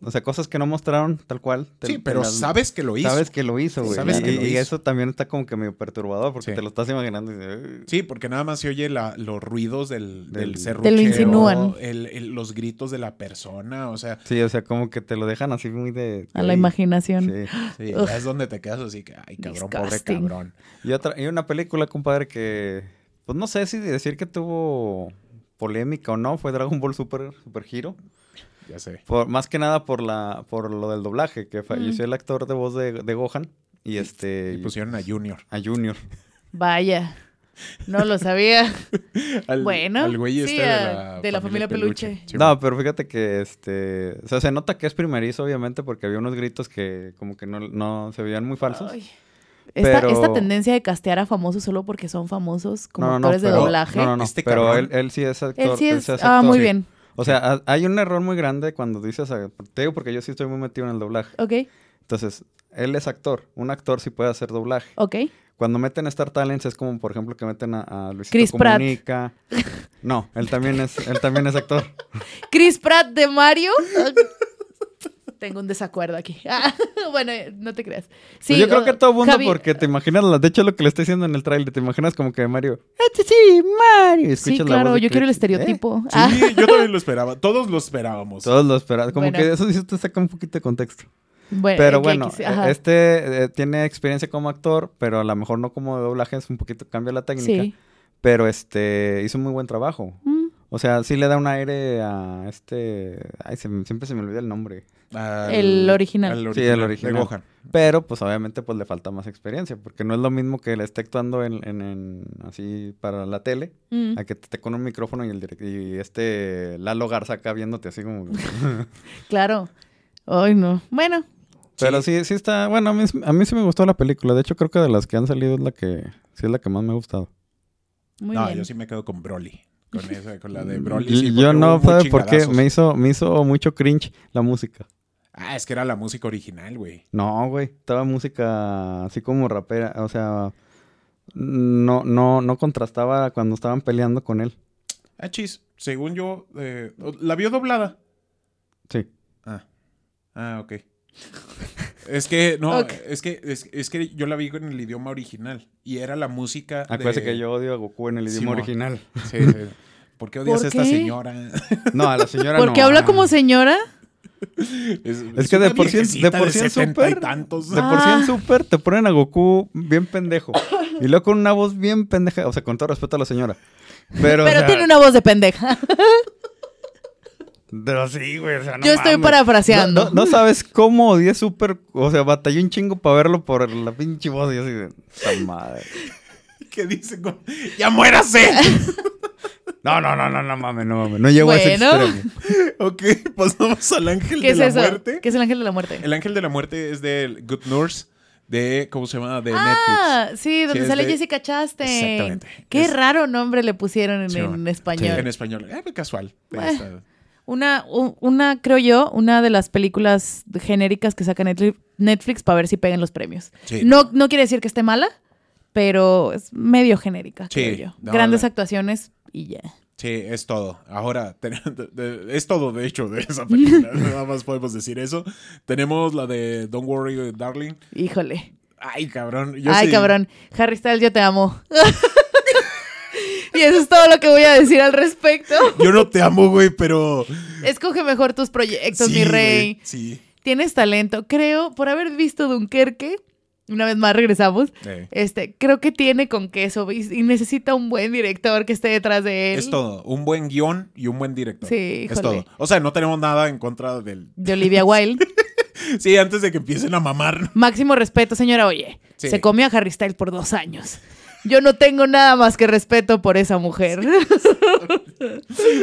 Speaker 1: o sea, cosas que no mostraron tal cual. te-
Speaker 3: Sí,
Speaker 1: te
Speaker 3: pero
Speaker 1: las-
Speaker 3: sabes que lo hizo.
Speaker 1: Sabes que lo hizo, güey.
Speaker 3: Sabes
Speaker 1: y,
Speaker 3: que lo
Speaker 1: y
Speaker 3: hizo.
Speaker 1: eso también está como que medio perturbador porque
Speaker 3: Sí.
Speaker 1: te lo estás imaginando. y dices, "Ugh".
Speaker 3: Sí, porque nada más se oye la- los ruidos del, del
Speaker 1: Del-
Speaker 3: serrucheo,
Speaker 2: Te lo insinúan.
Speaker 3: el- el- los gritos de la persona, o sea,
Speaker 1: Sí, o sea, como que te lo dejan así muy de...
Speaker 2: A la
Speaker 1: Sí.
Speaker 2: imaginación.
Speaker 1: Sí.
Speaker 3: sí,
Speaker 2: Ugh.
Speaker 3: es donde te quedas así que, ay, cabrón, pobre
Speaker 2: Disgusting.
Speaker 3: cabrón.
Speaker 1: Y, otra, y una película, compadre, que... Pues no sé si decir que tuvo polémica o no, fue Dragon Ball Super, Super Hero.
Speaker 3: Ya sé.
Speaker 1: Por- más que nada por la por lo del doblaje, que falleció
Speaker 2: Mm.
Speaker 1: el actor de voz de, de Gohan y este
Speaker 3: Y pues pusieron a Junior.
Speaker 1: a Junior.
Speaker 2: Vaya. No lo sabía.
Speaker 3: Al,
Speaker 2: Bueno,
Speaker 3: al güey este
Speaker 2: sí,
Speaker 3: de,
Speaker 2: a-
Speaker 3: la
Speaker 2: de la familia Peluche.
Speaker 3: Sí,
Speaker 1: no, pero fíjate que este, o sea, se nota que es primerizo obviamente porque había unos gritos que como que no, no se veían muy falsos.
Speaker 2: Ay. Esta,
Speaker 1: Pero-
Speaker 2: esta tendencia de castear a famosos solo porque son famosos como
Speaker 1: no, no,
Speaker 2: actores de
Speaker 1: pero-
Speaker 2: doblaje.
Speaker 1: No, no, no,
Speaker 3: Este
Speaker 1: pero
Speaker 3: cabrón.
Speaker 1: él, él sí es actor.
Speaker 2: Él sí es...
Speaker 1: se hace
Speaker 2: Ah,
Speaker 1: actor.
Speaker 2: muy
Speaker 1: Sí.
Speaker 2: bien.
Speaker 1: O sea, ha- hay un error muy grande cuando dices, a- te digo porque yo sí estoy muy metido en el doblaje.
Speaker 2: Ok,
Speaker 1: Entonces, él es actor, un actor sí puede hacer doblaje.
Speaker 2: ok.
Speaker 1: Cuando meten Star Talents es como, por ejemplo, que meten a, a Luisito
Speaker 2: Chris Pratt.
Speaker 1: Comunica. No, él también es, él también es actor.
Speaker 2: Chris Pratt de Mario. Tengo un desacuerdo aquí. bueno, eh, no te creas.
Speaker 1: Pues yo creo
Speaker 2: o-
Speaker 1: que todo el mundo,
Speaker 2: Javi- eh,
Speaker 1: porque te imaginas, la- de hecho, lo que le está diciendo en el tráiler, te imaginas como que Mario, este sí, Mario. y
Speaker 2: Sí,
Speaker 1: escuchas la
Speaker 2: claro,
Speaker 1: voz de
Speaker 2: yo quiero el
Speaker 1: Chris. Eh,
Speaker 2: estereotipo. Ah,
Speaker 3: Sí, yo también lo esperaba. Todos lo esperábamos.
Speaker 1: todos lo esperan. Como
Speaker 2: Bueno.
Speaker 1: que eso sí te saca un poquito de contexto.
Speaker 2: bueno,
Speaker 1: Pero
Speaker 2: X,
Speaker 1: bueno,
Speaker 2: ajá.
Speaker 1: eh, este eh, tiene experiencia como actor, pero a lo mejor no como de doblaje, es un poquito cambia la técnica.
Speaker 2: Sí.
Speaker 1: Pero este hizo muy buen trabajo.
Speaker 2: Mm,
Speaker 1: O sea, sí le da un aire a este. Ay, se me- siempre se me olvida el nombre.
Speaker 3: Al-
Speaker 2: El original.
Speaker 3: al
Speaker 1: Sí, el
Speaker 3: De
Speaker 1: original.
Speaker 3: Gohan.
Speaker 1: Pero, pues obviamente, pues le falta más experiencia. Porque no es lo mismo que le esté actuando en, en- en- así para la tele.
Speaker 2: mm.
Speaker 1: A que te esté con un micrófono y, el direct- y este Lalo Garza acá viéndote así como.
Speaker 2: Claro. Ay, no. Bueno,
Speaker 1: Pero sí, sí está. Bueno, a mí, a mí sí me gustó la película. De hecho, creo que de las que han salido es la que. Sí es la que más me ha gustado.
Speaker 2: muy
Speaker 3: No,
Speaker 2: bien.
Speaker 3: yo sí me quedo con Broly. Con, esa, con la de Broly.
Speaker 1: Y-
Speaker 3: sí,
Speaker 1: Mm, yo
Speaker 3: porque hubo
Speaker 1: no,
Speaker 3: muy
Speaker 1: ¿sabe por qué?
Speaker 3: chingadazos.
Speaker 1: Me hizo, me hizo mucho cringe la música.
Speaker 3: Ah, es que era la música original, güey.
Speaker 1: No, güey. Estaba música así como rapera. O sea, no, no, no contrastaba cuando estaban peleando con él.
Speaker 3: Ah, chis. Según yo, eh, la vio doblada.
Speaker 1: Sí.
Speaker 3: Ah. Ah, ok. Es que, no,
Speaker 2: Ok.
Speaker 3: es, que, es, es que yo la vi en el idioma original y era la música. de-
Speaker 1: Acuérdese que yo odio a Goku en el idioma
Speaker 3: Simón.
Speaker 1: original.
Speaker 3: Sí, sí. ¿Por qué odias
Speaker 2: ¿Por
Speaker 3: a esta
Speaker 2: qué?
Speaker 3: señora?
Speaker 1: No, a la señora
Speaker 2: Porque
Speaker 1: no.
Speaker 2: habla como señora.
Speaker 3: Es,
Speaker 1: que de
Speaker 3: una
Speaker 1: por sí es- de
Speaker 3: viejecita
Speaker 1: por sí es
Speaker 3: 70 y
Speaker 1: súper-
Speaker 3: tantos.
Speaker 1: De por sí
Speaker 2: Ah.
Speaker 1: en Super te ponen a Goku bien pendejo. Y luego con una voz bien pendeja. O sea, con todo respeto a la señora. Pero,
Speaker 2: Pero tiene una voz de pendeja.
Speaker 1: Pero sí, güey. o sea, no
Speaker 2: yo estoy
Speaker 1: mames.
Speaker 2: parafraseando.
Speaker 1: No, no- no sabes cómo odié Super. O sea, batallé un chingo para verlo por la pinche voz. Y yo así de. "Esta madre.
Speaker 3: Que dice, como, ¡ya muérase!
Speaker 1: No, no, no, no, no mames, no mames. No llego a ese
Speaker 2: Bueno.
Speaker 1: extremo.
Speaker 3: ok, pasamos al ángel
Speaker 2: ¿Qué
Speaker 3: de
Speaker 2: es
Speaker 3: la
Speaker 2: eso?
Speaker 3: muerte.
Speaker 2: ¿Qué es el ángel de la muerte?
Speaker 3: El ángel de la muerte es del Good Nurse de, ¿cómo se llama? De Netflix.
Speaker 2: Ah, sí, donde
Speaker 3: es
Speaker 2: sale
Speaker 3: de-
Speaker 2: Jessica Chastain.
Speaker 3: Exactamente.
Speaker 2: Qué
Speaker 3: Es-
Speaker 2: raro nombre le pusieron en,
Speaker 3: Sí,
Speaker 2: en
Speaker 3: bueno.
Speaker 2: español.
Speaker 3: En español. Eh, casual.
Speaker 2: Bueno.
Speaker 3: Está-
Speaker 2: Una, u- una, creo yo, una de las películas genéricas que saca Netflix, Netflix para ver si peguen los premios.
Speaker 3: Sí.
Speaker 2: No, no quiere decir que esté mala, pero es medio genérica,
Speaker 3: Sí,
Speaker 2: creo yo.
Speaker 3: no,
Speaker 2: Grandes
Speaker 3: la-
Speaker 2: actuaciones y ya.
Speaker 3: Sí, es todo. Ahora, ten- de- de- es todo, de hecho, de esa película. Nada más podemos decir eso. Tenemos la de Don't Worry, Darling.
Speaker 2: Híjole.
Speaker 3: Ay, cabrón. yo
Speaker 2: Ay,
Speaker 3: sí-
Speaker 2: cabrón. Harry Styles, yo te amo. y eso es todo lo que voy a decir al respecto.
Speaker 3: Yo no te amo, güey, pero.
Speaker 2: Escoge mejor tus proyectos,
Speaker 3: sí,
Speaker 2: mi
Speaker 3: güey,
Speaker 2: rey.
Speaker 3: sí.
Speaker 2: Tienes talento. Creo, por haber visto Dunkerque, una vez más regresamos,
Speaker 3: Eh,
Speaker 2: este, creo que tiene con queso y, y necesita un buen director que esté detrás de él.
Speaker 3: Es todo. Un buen guión y un buen director.
Speaker 2: Sí,
Speaker 3: Es
Speaker 2: híjole.
Speaker 3: todo. O sea, no tenemos nada en contra del.
Speaker 2: De Olivia Wilde.
Speaker 3: Sí, antes de que empiecen a mamar.
Speaker 2: Máximo respeto, señora. Oye,
Speaker 3: Sí.
Speaker 2: se comió a Harry Styles por dos años. Yo no tengo nada más que respeto por esa mujer.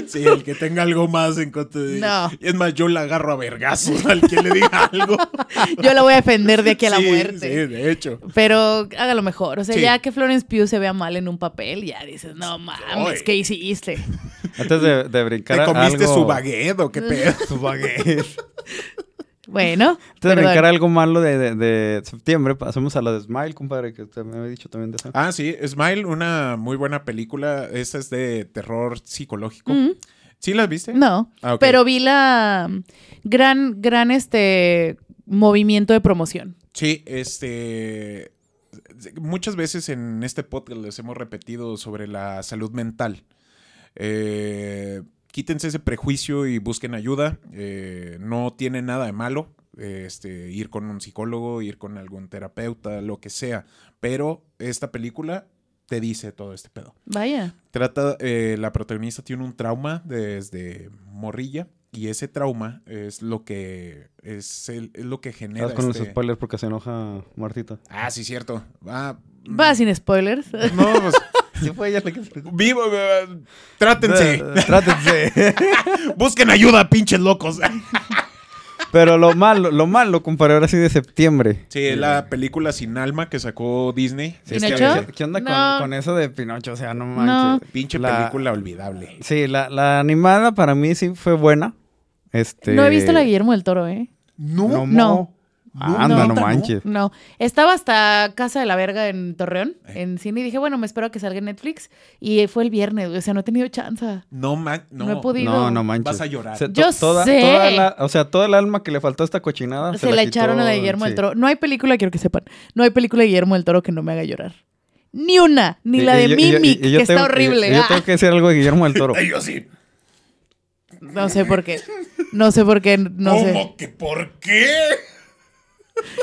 Speaker 3: Sí, el que tenga algo más en contra de.
Speaker 2: No.
Speaker 3: Y es más, yo la agarro a vergazos al que le diga algo.
Speaker 2: Yo la voy a defender de aquí a la
Speaker 3: Sí,
Speaker 2: muerte.
Speaker 3: Sí, de hecho.
Speaker 2: Pero hágalo mejor. O sea,
Speaker 3: Sí.
Speaker 2: ya que Florence Pugh se vea mal en un papel, ya dices, no mames,
Speaker 3: Ay.
Speaker 2: ¿qué hiciste?
Speaker 1: Antes de, de brincar
Speaker 3: ¿Te
Speaker 1: a
Speaker 3: comiste
Speaker 1: algo...
Speaker 3: su baguette o qué pedo?
Speaker 1: su baguette.
Speaker 2: Bueno,
Speaker 1: Antes de
Speaker 2: perdón.
Speaker 1: brincar a algo malo de, de- de septiembre, pasamos a la de Smile, compadre, que usted me había dicho también de esa.
Speaker 3: Ah, sí, Smile, una muy buena película. Esa es de terror psicológico.
Speaker 2: Ujú.
Speaker 3: ¿Sí la viste?
Speaker 2: no,
Speaker 3: Ah, ok.
Speaker 2: pero vi la mm, gran, gran este movimiento de promoción.
Speaker 3: Sí, este. Muchas veces en este podcast les hemos repetido sobre la salud mental. Eh, quítense ese prejuicio y busquen ayuda. Eh, no tiene nada de malo eh, este, ir con un psicólogo, ir con algún terapeuta, lo que sea. Pero esta película te dice todo este pedo.
Speaker 2: Vaya.
Speaker 3: Trata, eh, la protagonista tiene un trauma desde morrilla y ese trauma es lo que es, el- es lo que genera.
Speaker 1: Estás con los
Speaker 3: este-
Speaker 1: spoilers porque se enoja Martita.
Speaker 3: Ah, sí, cierto. Ah,
Speaker 2: Va sin spoilers.
Speaker 3: No, pues,
Speaker 1: Sí, fue ella la que...
Speaker 3: vivo, eh, trátense,
Speaker 1: Trátense.
Speaker 3: busquen ayuda, pinches locos.
Speaker 1: Pero lo malo, lo malo, compadre, ahora sí de septiembre.
Speaker 3: Sí, es la película sin alma que sacó Disney.
Speaker 1: Sí, es
Speaker 2: ¿Pinocho?
Speaker 1: que- ¿Qué, qué onda con-
Speaker 2: No.
Speaker 1: con, eso de Pinocho? O sea, no manches.
Speaker 3: Pinche
Speaker 1: La-
Speaker 3: película olvidable.
Speaker 1: Sí, la, la animada para mí sí fue buena. Este...
Speaker 2: No he visto la de Guillermo del Toro, ¿eh?
Speaker 3: No,
Speaker 1: No.
Speaker 2: No.
Speaker 1: Ah, Anda,
Speaker 3: no,
Speaker 1: no,
Speaker 3: no.
Speaker 1: manches.
Speaker 2: No. Estaba hasta Casa de la Verga en Torreón,
Speaker 3: Eh.
Speaker 2: en cine, y dije, bueno, me espero a que salga en Netflix. Y fue el viernes, o sea, no he tenido
Speaker 1: Ah,
Speaker 2: chance.
Speaker 3: no, man- no.
Speaker 2: No he podido.
Speaker 1: No, no manches.
Speaker 3: Vas a llorar.
Speaker 1: Se- to-
Speaker 2: Yo
Speaker 1: toda-
Speaker 2: sé.
Speaker 1: toda la- o sea, toda el alma que le faltó a esta cochinada.
Speaker 2: Se,
Speaker 1: Se,
Speaker 2: la,
Speaker 1: quitó,
Speaker 2: echaron a la de Guillermo del
Speaker 1: sí.
Speaker 2: Toro. No hay película, quiero que sepan. No hay película de Guillermo del Toro que no me haga llorar. Ni una, ni
Speaker 1: Y-
Speaker 2: la
Speaker 1: y
Speaker 2: de
Speaker 1: yo- y yo-
Speaker 2: Mimic,
Speaker 1: y yo
Speaker 2: que está
Speaker 1: tengo- y-
Speaker 2: horrible.
Speaker 1: y Yo,
Speaker 2: Ah,
Speaker 1: tengo que decir algo de Guillermo del Toro.
Speaker 3: Ay, yo sí.
Speaker 2: No sé por qué. No sé por qué, no
Speaker 3: ¿Cómo
Speaker 2: sé.
Speaker 3: que por qué?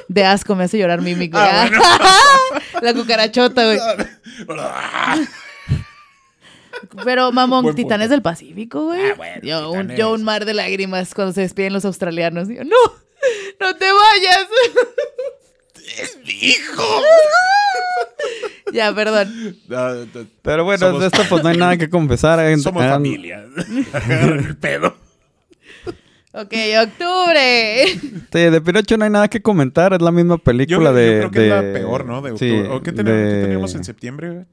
Speaker 2: De asco me hace llorar Mimic. güey.
Speaker 3: Ah,
Speaker 2: la cucarachota, güey. Pero, mamón,
Speaker 3: Buen
Speaker 2: Titanes
Speaker 3: punto.
Speaker 2: del Pacífico, güey.
Speaker 3: Ah, bueno,
Speaker 2: yo, un,
Speaker 3: Titanes.
Speaker 2: yo un mar de lágrimas cuando se despiden los australianos. Digo, no, no te vayas.
Speaker 3: ¡Es mi hijo!
Speaker 2: ya, perdón.
Speaker 3: Ah, t-
Speaker 1: Pero bueno,
Speaker 3: Somos-
Speaker 1: de esto pues no hay nada que confesar. Eran-
Speaker 3: Somos
Speaker 1: eran-
Speaker 3: familia. Agarra el pedo.
Speaker 2: Ok, octubre.
Speaker 1: Sí, Este, de Pinocho no hay nada que comentar. Es la misma película
Speaker 3: yo,
Speaker 1: de.
Speaker 3: yo creo que es la
Speaker 1: de-
Speaker 3: peor, ¿no? De
Speaker 1: sí,
Speaker 3: octubre. ¿O qué, tenemos, qué
Speaker 1: de-
Speaker 3: tenemos en septiembre? güey?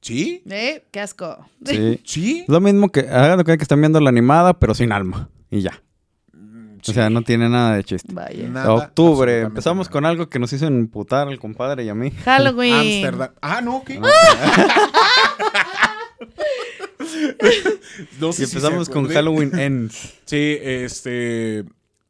Speaker 3: ¿Sí?
Speaker 2: ¿Eh? Qué asco.
Speaker 1: Sí.
Speaker 3: ¿Sí?
Speaker 1: Es lo mismo que. Hagan lo que están viendo la animada, pero sin alma. Y ya.
Speaker 3: Sí.
Speaker 1: O sea, no tiene nada de chiste.
Speaker 2: Vaya.
Speaker 3: Nada,
Speaker 1: octubre.
Speaker 3: absolutamente
Speaker 1: Empezamos
Speaker 3: nada.
Speaker 1: con algo que nos hizo emputar al compadre y a mí.
Speaker 2: Halloween.
Speaker 3: Amsterdam. Ah, no, ¿qué?
Speaker 1: Ah.
Speaker 3: No sé
Speaker 1: Y
Speaker 3: si
Speaker 1: empezamos
Speaker 3: se
Speaker 1: con
Speaker 3: acuerde.
Speaker 1: Halloween Ends.
Speaker 3: Sí, este.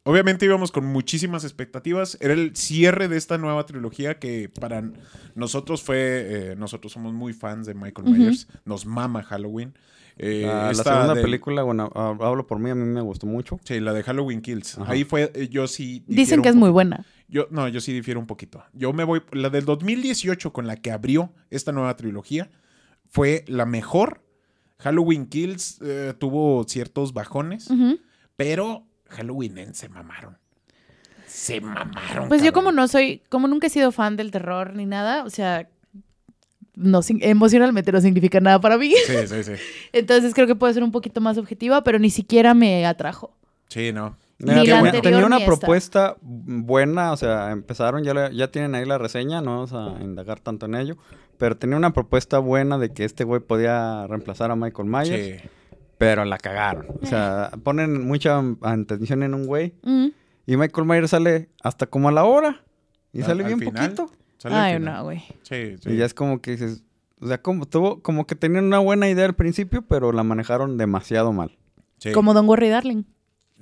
Speaker 3: Obviamente íbamos con muchísimas expectativas. Era el cierre de esta nueva trilogía que para n- nosotros fue. eh, nosotros somos muy fans de Michael
Speaker 2: Ujú.
Speaker 3: Myers. Nos mama Halloween. Eh,
Speaker 1: Ah, la, la
Speaker 3: esta
Speaker 1: segunda
Speaker 3: del-
Speaker 1: película, bueno, ah, hablo por mí, a mí me gustó mucho.
Speaker 3: Sí, la de Halloween Kills.
Speaker 1: Ajá.
Speaker 3: Ahí fue. eh, Yo sí. difiero
Speaker 2: Dicen
Speaker 3: un
Speaker 2: que es muy
Speaker 3: poquito.
Speaker 2: buena.
Speaker 3: Yo, no, yo sí difiero un poquito. Yo me voy. La del 2018 con la que abrió esta nueva trilogía fue la mejor. Halloween Kills eh, tuvo ciertos bajones,
Speaker 2: Ujú.
Speaker 3: pero Halloween Ends se mamaron. Se mamaron.
Speaker 2: Pues yo como
Speaker 3: cabrón.
Speaker 2: no soy, como nunca he sido fan del terror ni nada, o sea, no, sin- emocionalmente no significa nada para mí.
Speaker 3: Sí, sí, sí.
Speaker 2: Entonces creo que puede ser un poquito más objetiva, pero ni siquiera me atrajo.
Speaker 3: Sí, no.
Speaker 2: Ni la
Speaker 1: Mira, tenía-
Speaker 2: anterior
Speaker 1: tenía una
Speaker 2: ni esta.
Speaker 1: propuesta buena, o sea, empezaron, ya, la- ya tienen ahí la reseña, no vamos a indagar tanto en ello, pero tenía una propuesta buena de que este güey podía reemplazar a Michael Myers,
Speaker 3: Sí.
Speaker 1: Pero la cagaron. O sea,
Speaker 2: Eh.
Speaker 1: ponen mucha atención en un güey.
Speaker 2: Mm.
Speaker 1: Y Michael Myers sale hasta como a la hora. Y
Speaker 3: Al-
Speaker 1: sale
Speaker 3: al
Speaker 1: bien
Speaker 3: final,
Speaker 1: poquito.
Speaker 3: sale al
Speaker 2: Ay,
Speaker 3: final.
Speaker 2: no, güey.
Speaker 3: Sí, sí.
Speaker 1: Y ya es como que dices. O sea, como, tuvo, como que tenían una buena idea al principio, pero la manejaron demasiado mal.
Speaker 3: Sí.
Speaker 2: Como Don Worry Darling.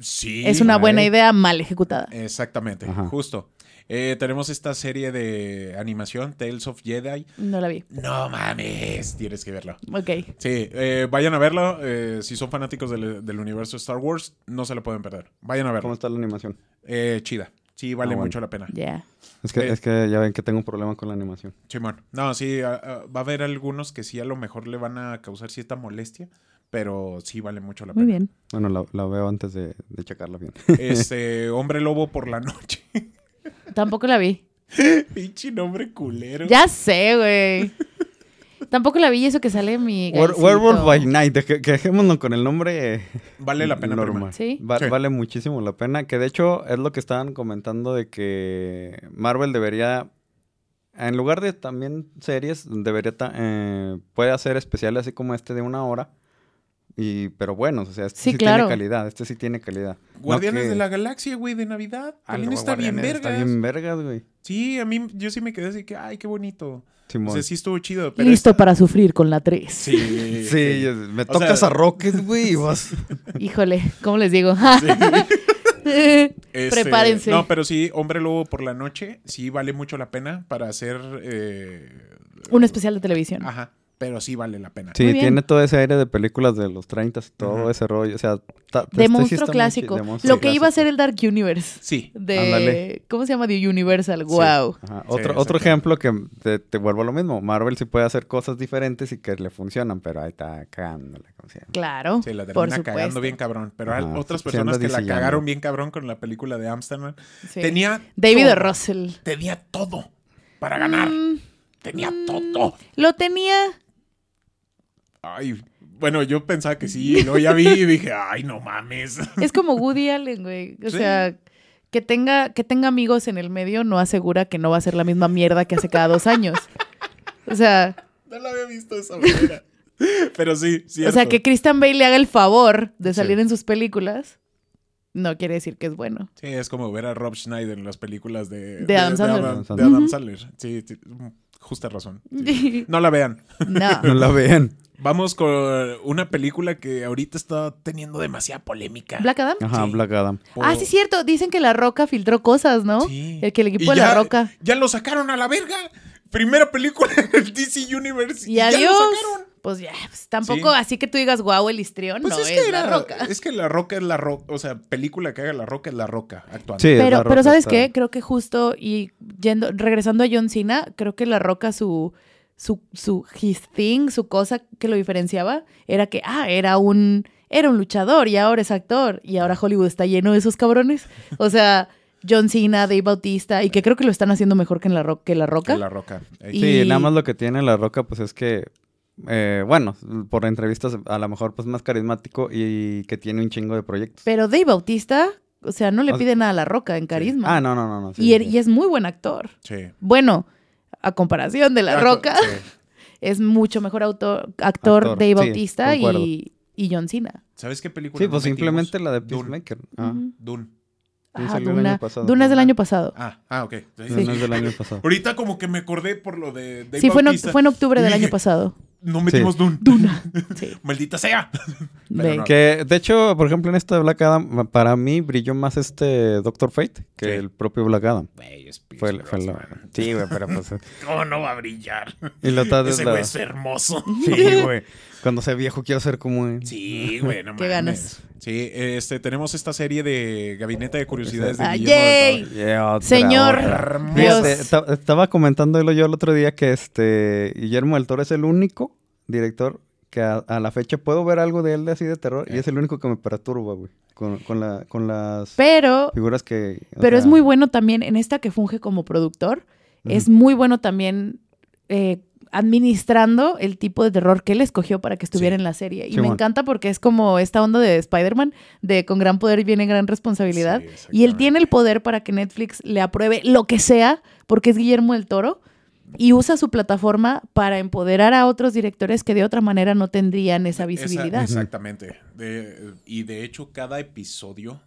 Speaker 3: Sí,
Speaker 2: es una buena
Speaker 3: eh.
Speaker 2: idea mal ejecutada.
Speaker 3: Exactamente,
Speaker 1: Ajá.
Speaker 3: justo. Eh, tenemos esta serie de animación, Tales of Jedi.
Speaker 2: No la vi.
Speaker 3: No mames, tienes que verlo.
Speaker 2: Ok.
Speaker 3: Sí, eh, vayan a verlo. eh, si son fanáticos del, del universo Star Wars, no se la pueden perder. Vayan a
Speaker 1: ¿Cómo
Speaker 3: verlo.
Speaker 1: está la animación?
Speaker 3: Eh, chida. Sí, vale
Speaker 1: Ah, bueno.
Speaker 3: mucho la pena.
Speaker 2: Ya.
Speaker 1: Es que,
Speaker 3: Eh.
Speaker 1: es que ya ven que tengo un problema con la animación.
Speaker 3: Simón. No, sí, a- a- va a haber algunos que sí a lo mejor le van a causar cierta molestia, pero sí vale mucho la pena.
Speaker 2: Muy bien.
Speaker 1: Bueno, la, la veo antes de, de checarla bien.
Speaker 3: Este, Hombre Lobo por la noche.
Speaker 2: Tampoco la vi.
Speaker 3: Pinche nombre culero.
Speaker 2: Ya sé, güey. Tampoco la vi y eso que sale mi.
Speaker 1: Were-
Speaker 2: gancito.
Speaker 1: Werewolf by Night, deje- que dejémonos con el nombre eh,
Speaker 3: Vale la pena,
Speaker 1: normal.
Speaker 3: prima.
Speaker 2: Sí.
Speaker 1: Va-
Speaker 3: Sí.
Speaker 1: Vale muchísimo la pena. Que de hecho es lo que estaban comentando de que Marvel debería, en lugar de también series, debería ta- eh, puede hacer especiales así como este de una hora. Y, pero buenos, o sea, este
Speaker 2: Sí,
Speaker 1: sí,
Speaker 2: claro.
Speaker 1: tiene calidad, este sí tiene calidad. No
Speaker 3: Guardianes
Speaker 1: que-
Speaker 3: de la Galaxia, güey, de Navidad.
Speaker 1: Ah,
Speaker 3: También
Speaker 1: no,
Speaker 3: está bien
Speaker 1: Guardianes
Speaker 3: vergas.
Speaker 1: Está bien vergas, güey.
Speaker 3: Sí, a mí yo sí me quedé así que, ay, qué bonito. O
Speaker 1: Simón.
Speaker 3: sea, sí estuvo chido, pero
Speaker 2: Listo
Speaker 3: esta-
Speaker 2: para sufrir con la 3.
Speaker 3: Sí,
Speaker 1: Sí, es- me
Speaker 3: O
Speaker 1: tocas
Speaker 3: sea-
Speaker 1: a Rocket, güey, y vas.
Speaker 2: Híjole, ¿cómo les digo?
Speaker 3: Este,
Speaker 2: Prepárense.
Speaker 3: No, pero sí, Hombre Lobo por la noche, sí vale mucho la pena para hacer... eh,
Speaker 2: Un especial de televisión.
Speaker 3: Ajá, pero sí vale la pena.
Speaker 1: Sí,
Speaker 2: Muy bien.
Speaker 1: tiene todo ese aire de películas de los 30 y todo
Speaker 3: Ajá.
Speaker 1: ese rollo. O sea, ta- este
Speaker 2: de
Speaker 1: sí
Speaker 2: monstruo
Speaker 1: está muy
Speaker 2: clásico.
Speaker 1: chi- de monstruo
Speaker 2: Lo que iba a ser
Speaker 1: clásico.
Speaker 2: el Dark Universe.
Speaker 3: Sí.
Speaker 2: De.
Speaker 1: Ándale.
Speaker 2: ¿Cómo se llama? The Universal. Wow.
Speaker 1: Ajá. Otro,
Speaker 3: Sí,
Speaker 1: otro
Speaker 3: exacto.
Speaker 1: ejemplo que te, te vuelvo a lo mismo. Marvel sí puede hacer cosas diferentes y que le funcionan, pero ahí está cagándola. como sea.
Speaker 2: Claro.
Speaker 3: Sí, la
Speaker 2: por
Speaker 3: termina
Speaker 2: supuesto.
Speaker 3: cagando bien cabrón. Pero hay
Speaker 1: Ajá,
Speaker 3: otras
Speaker 1: se- se
Speaker 3: personas
Speaker 1: anda
Speaker 3: que la
Speaker 1: disillando.
Speaker 3: cagaron bien cabrón con la película de Amsterdam.
Speaker 2: Sí.
Speaker 3: Tenía.
Speaker 2: David
Speaker 3: todo,
Speaker 2: Russell.
Speaker 3: Tenía todo para ganar.
Speaker 2: Mm,
Speaker 3: Tenía
Speaker 2: mm,
Speaker 3: todo.
Speaker 2: Lo tenía.
Speaker 3: Ay, bueno, yo pensaba que sí. y Luego ya vi y dije, ay, no mames.
Speaker 2: Es como Woody Allen, güey. O
Speaker 3: Sí.
Speaker 2: sea, que tenga, que tenga amigos en el medio no asegura que no va a ser la misma mierda que hace cada dos años. O sea,
Speaker 3: No lo había visto de esa manera. Pero sí, sí.
Speaker 2: o sea, que Christian Bale le haga el favor de salir
Speaker 3: Sí.
Speaker 2: en sus películas no quiere decir que es bueno.
Speaker 3: Sí, es como ver a Rob Schneider en las películas de,
Speaker 2: De Adam Sandler.
Speaker 3: Adam-
Speaker 1: Adam
Speaker 3: de Adam
Speaker 2: Ujú.
Speaker 3: Sandler. Sí, sí, mm, justa razón. Sí. No la vean.
Speaker 1: No
Speaker 2: no.
Speaker 1: la vean.
Speaker 3: Vamos con una película que ahorita está teniendo demasiada polémica.
Speaker 2: ¿Black Adam?
Speaker 1: Ajá,
Speaker 3: Sí.
Speaker 1: Black Adam.
Speaker 3: Por-
Speaker 2: Ah, sí, cierto. Dicen que La Roca filtró cosas, ¿no?
Speaker 3: Sí.
Speaker 2: El que el equipo
Speaker 3: Y
Speaker 2: de
Speaker 3: ya-
Speaker 2: La Roca.
Speaker 3: Ya lo sacaron a la verga. Primera película del DC Universe.
Speaker 2: Y
Speaker 3: ya lo
Speaker 2: adiós.
Speaker 3: sacaron.
Speaker 2: pues ya, pues, tampoco
Speaker 3: Sí.
Speaker 2: así que tú digas, wow, el histrión
Speaker 3: Pues
Speaker 2: no
Speaker 3: es
Speaker 2: es,
Speaker 3: que
Speaker 2: La
Speaker 3: era-
Speaker 2: Roca.
Speaker 3: Es que la roca es la roca. O sea, película que haga la roca es la roca actuando.
Speaker 1: Sí, es
Speaker 2: pero,
Speaker 1: la
Speaker 2: pero
Speaker 1: Roca,
Speaker 2: ¿sabes
Speaker 1: está-
Speaker 2: qué? Creo que justo y yendo, regresando a John Cena, creo que La Roca su, su, su his thing, su cosa que lo diferenciaba era que, ah, era un, era un luchador y ahora es actor y ahora Hollywood está lleno de esos cabrones. O sea, John Cena, Dave Bautista y que creo que lo están haciendo mejor que en La, Ro- que la Roca.
Speaker 3: Que La roca. Ahí.
Speaker 2: Y-
Speaker 1: Sí, nada más lo que tiene La Roca, pues es que, eh, bueno, por entrevistas a lo mejor pues más carismático y que tiene un chingo de proyectos.
Speaker 2: Pero Dave Bautista, o sea, no le
Speaker 1: O-
Speaker 2: pide nada a La Roca en carisma.
Speaker 1: Ah, no, no, no. no sí,
Speaker 2: y, er-
Speaker 1: sí.
Speaker 2: y es muy buen actor.
Speaker 3: Sí.
Speaker 2: Bueno, a comparación de La
Speaker 3: Ah,
Speaker 2: Roca.
Speaker 3: sí,
Speaker 2: es mucho mejor autor,
Speaker 1: Actor,
Speaker 2: actor, Dave
Speaker 1: sí,
Speaker 2: Bautista
Speaker 1: concuerdo.
Speaker 2: y, y John Cena.
Speaker 3: ¿Sabes qué película?
Speaker 1: Sí,
Speaker 3: no
Speaker 1: pues
Speaker 3: metimos?
Speaker 1: simplemente la de
Speaker 3: Dune.
Speaker 1: Peacemaker. Ah,
Speaker 2: Ujú.
Speaker 3: Dune.
Speaker 1: Sí,
Speaker 2: Ah,
Speaker 1: salió el
Speaker 2: Duna.
Speaker 1: año pasado.
Speaker 2: Duna es del año pasado.
Speaker 3: Ah, ah, ok.
Speaker 1: Dune es del año pasado.
Speaker 3: Ahorita como que me acordé por lo de Dave
Speaker 2: sí, fue en, oc-
Speaker 3: Bautista.
Speaker 2: fue en octubre del
Speaker 3: Y
Speaker 2: año
Speaker 3: dije,
Speaker 2: pasado.
Speaker 3: No metimos Dune.
Speaker 2: Duna. Sí.
Speaker 3: Maldita sea. Pero
Speaker 2: Ve.
Speaker 3: no.
Speaker 1: Que de hecho, por ejemplo, en esta de Black Adam, para mí brilló más este Doctor Fate que
Speaker 3: Sí.
Speaker 1: el propio Black Adam.
Speaker 3: Güey, es Pierce
Speaker 1: Fue, el- fue la-
Speaker 3: Brosnan.
Speaker 1: Sí, güey, pero pues.
Speaker 3: ¿Cómo no va a brillar?
Speaker 1: Y lo tal es
Speaker 3: Ese
Speaker 1: la-
Speaker 3: güey es hermoso.
Speaker 1: Sí, güey. Cuando sea viejo quiero ser como él.
Speaker 3: Sí, güey, no
Speaker 2: Qué
Speaker 3: mames.
Speaker 2: ganas.
Speaker 3: Sí, este, tenemos esta serie de Gabinete de Curiosidades de
Speaker 2: Ah,
Speaker 3: Guillermo del
Speaker 2: yay.
Speaker 3: Toro.
Speaker 1: Yeah, otra
Speaker 2: Señor
Speaker 1: hora.
Speaker 3: Hermoso.
Speaker 1: Fíjate, esta- estaba comentándolo yo el otro día que este Guillermo del Toro es el único director que a, a la fecha puedo ver algo de él de así de terror y es el único que me perturba, güey. Con, con, la, con las
Speaker 2: Pero,
Speaker 1: figuras que. o
Speaker 2: pero es
Speaker 1: sea,
Speaker 2: muy bueno también en esta que funge como productor.
Speaker 1: Ujú.
Speaker 2: Es muy bueno también eh, administrando el tipo de terror que él escogió para que estuviera
Speaker 3: Sí.
Speaker 2: en la serie. Y
Speaker 1: Sí,
Speaker 2: me
Speaker 1: bueno.
Speaker 2: encanta porque es como esta onda de Spider-Man, de con gran poder viene gran responsabilidad.
Speaker 3: Sí,
Speaker 2: Y él
Speaker 3: exactamente.
Speaker 2: tiene el poder para que Netflix le apruebe lo que sea, porque es Guillermo del Toro. y usa su plataforma para empoderar a otros directores que de otra manera no tendrían esa visibilidad.
Speaker 3: Esa- exactamente. De- y de hecho, cada episodio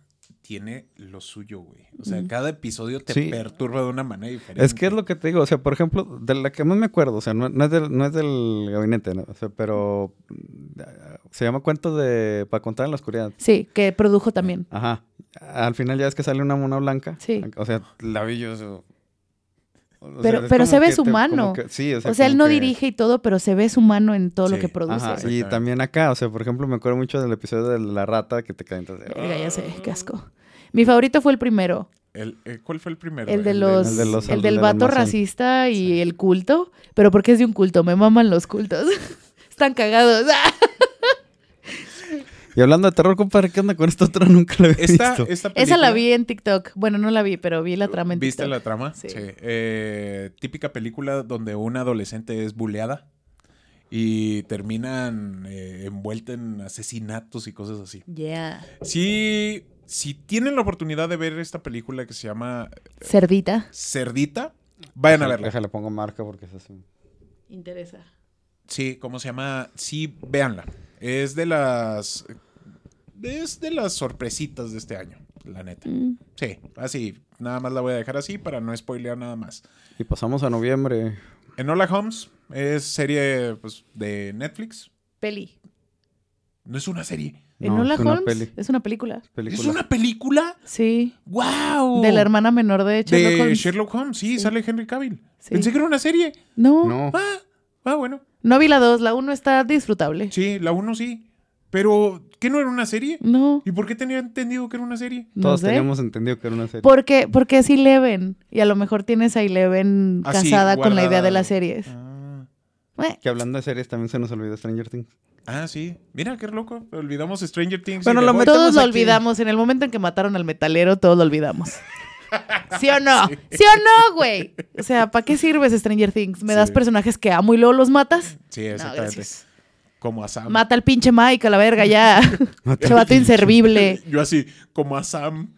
Speaker 3: tiene lo suyo, güey. O sea,
Speaker 2: Ujú.
Speaker 3: cada episodio te
Speaker 1: Sí.
Speaker 3: perturba de una manera diferente.
Speaker 1: Es
Speaker 2: Em,
Speaker 1: que es lo que te digo, o sea, por ejemplo, de la que más me acuerdo, o sea, no, no es, del, no es del gabinete, ¿no? O sea, pero mm, se llama Cuentos de para contar en la oscuridad.
Speaker 2: Sí, que produjo también.
Speaker 1: Ajá. Al final ya es que sale una mona blanca.
Speaker 2: Sí.
Speaker 1: O sea, la vi yo. eso- o sea,
Speaker 2: Pero-
Speaker 1: es
Speaker 2: pero se
Speaker 1: como
Speaker 2: ve
Speaker 1: que
Speaker 2: su
Speaker 1: te-
Speaker 2: mano.
Speaker 1: como que- sí, o sea,
Speaker 2: O sea, él
Speaker 1: como
Speaker 2: no
Speaker 1: que-
Speaker 2: dirige y todo, pero se ve su mano en todo lo
Speaker 3: Sí,
Speaker 2: que produce.
Speaker 1: Ajá, y
Speaker 3: Exactamente.
Speaker 1: también acá, o sea, por ejemplo, me acuerdo mucho del episodio de la rata que te calientas de... "Ah".
Speaker 2: Verga, ya sé, qué asco. Mi favorito fue el primero,
Speaker 3: El- eh, ¿Cuál fue el primero?
Speaker 2: el de
Speaker 3: El
Speaker 2: los,
Speaker 1: el
Speaker 2: el,
Speaker 1: de los- el
Speaker 2: del
Speaker 1: del
Speaker 2: vato
Speaker 1: almacén.
Speaker 2: racista y el culto, pero porque es de un culto, me maman los cultos. Están cagados. Ah,
Speaker 1: Y hablando de terror, compadre, ¿qué onda con esta otra? Nunca la había
Speaker 3: Esta,
Speaker 1: visto.
Speaker 3: esta
Speaker 2: Esa
Speaker 3: película-
Speaker 2: la vi en TikTok. Bueno, no la vi, pero vi la trama en
Speaker 3: ¿Viste
Speaker 2: TikTok.
Speaker 3: la trama?
Speaker 2: Sí.
Speaker 3: Eh, típica película donde una adolescente es buleada y terminan eh, envuelta en asesinatos y cosas así.
Speaker 2: Yeah.
Speaker 3: Si, si tienen la oportunidad de ver esta película que se llama
Speaker 2: Cerdita.
Speaker 3: Cerdita, vayan a verla.
Speaker 1: Déjale, pongo marca porque es así.
Speaker 2: Interesa.
Speaker 3: Sí, ¿cómo se llama? Sí, véanla. Es de las... Es de las sorpresitas de este año, la neta.
Speaker 2: Mm.
Speaker 3: Sí, así. Nada más la voy a dejar así para no spoilear nada más.
Speaker 1: Y pasamos a noviembre.
Speaker 3: Enola Holmes es serie pues, de Netflix.
Speaker 2: Peli.
Speaker 3: No es una serie.
Speaker 1: No,
Speaker 2: Enola
Speaker 1: es una
Speaker 2: Holmes
Speaker 1: peli.
Speaker 2: es una película.
Speaker 3: ¿Es
Speaker 1: Película.
Speaker 3: una película?
Speaker 2: Sí.
Speaker 3: ¡Wow!
Speaker 2: De la hermana menor de Sherlock
Speaker 3: De
Speaker 2: Holmes.
Speaker 3: Sherlock Holmes, sí,
Speaker 2: Sí.
Speaker 3: sale Henry Cavill.
Speaker 2: Sí.
Speaker 3: Pensé que era una serie.
Speaker 2: No, no.
Speaker 1: No.
Speaker 3: Ah, ah, bueno.
Speaker 2: vi la 2, la 1 está disfrutable.
Speaker 3: Sí, la uno sí. Pero, ¿qué no era una serie?
Speaker 2: No,
Speaker 3: ¿Y por qué tenía entendido que era una serie?
Speaker 2: no
Speaker 1: Todos
Speaker 2: sé.
Speaker 1: teníamos entendido que era una serie.
Speaker 2: Porque, porque es Eleven. Y a lo mejor tienes a Eleven
Speaker 3: Ah, sí,
Speaker 2: casada con la idea
Speaker 3: guardada.
Speaker 2: de las series.
Speaker 3: Ah,
Speaker 2: Bueno,
Speaker 1: Que hablando de series también se nos olvidó Stranger Things.
Speaker 3: ah, sí. Mira, qué loco. Olvidamos Stranger Things. y
Speaker 1: Bueno,
Speaker 3: The
Speaker 1: lo
Speaker 3: Boys.
Speaker 1: metemos
Speaker 2: todos lo
Speaker 1: aquí.
Speaker 2: olvidamos. En el momento en que mataron al metalero, todos lo olvidamos. ¿Sí o no? ¿Sí, o no, güey? O sea, ¿para qué sirves Stranger Things? ¿Me das
Speaker 3: Sí.
Speaker 2: personajes que amo y luego los matas?
Speaker 3: Sí,
Speaker 2: No,
Speaker 3: exactamente.
Speaker 2: gracias.
Speaker 3: como a Sam.
Speaker 2: Mata al pinche Mike a la verga ya. Chavato inservible.
Speaker 3: Yo así, como a Sam.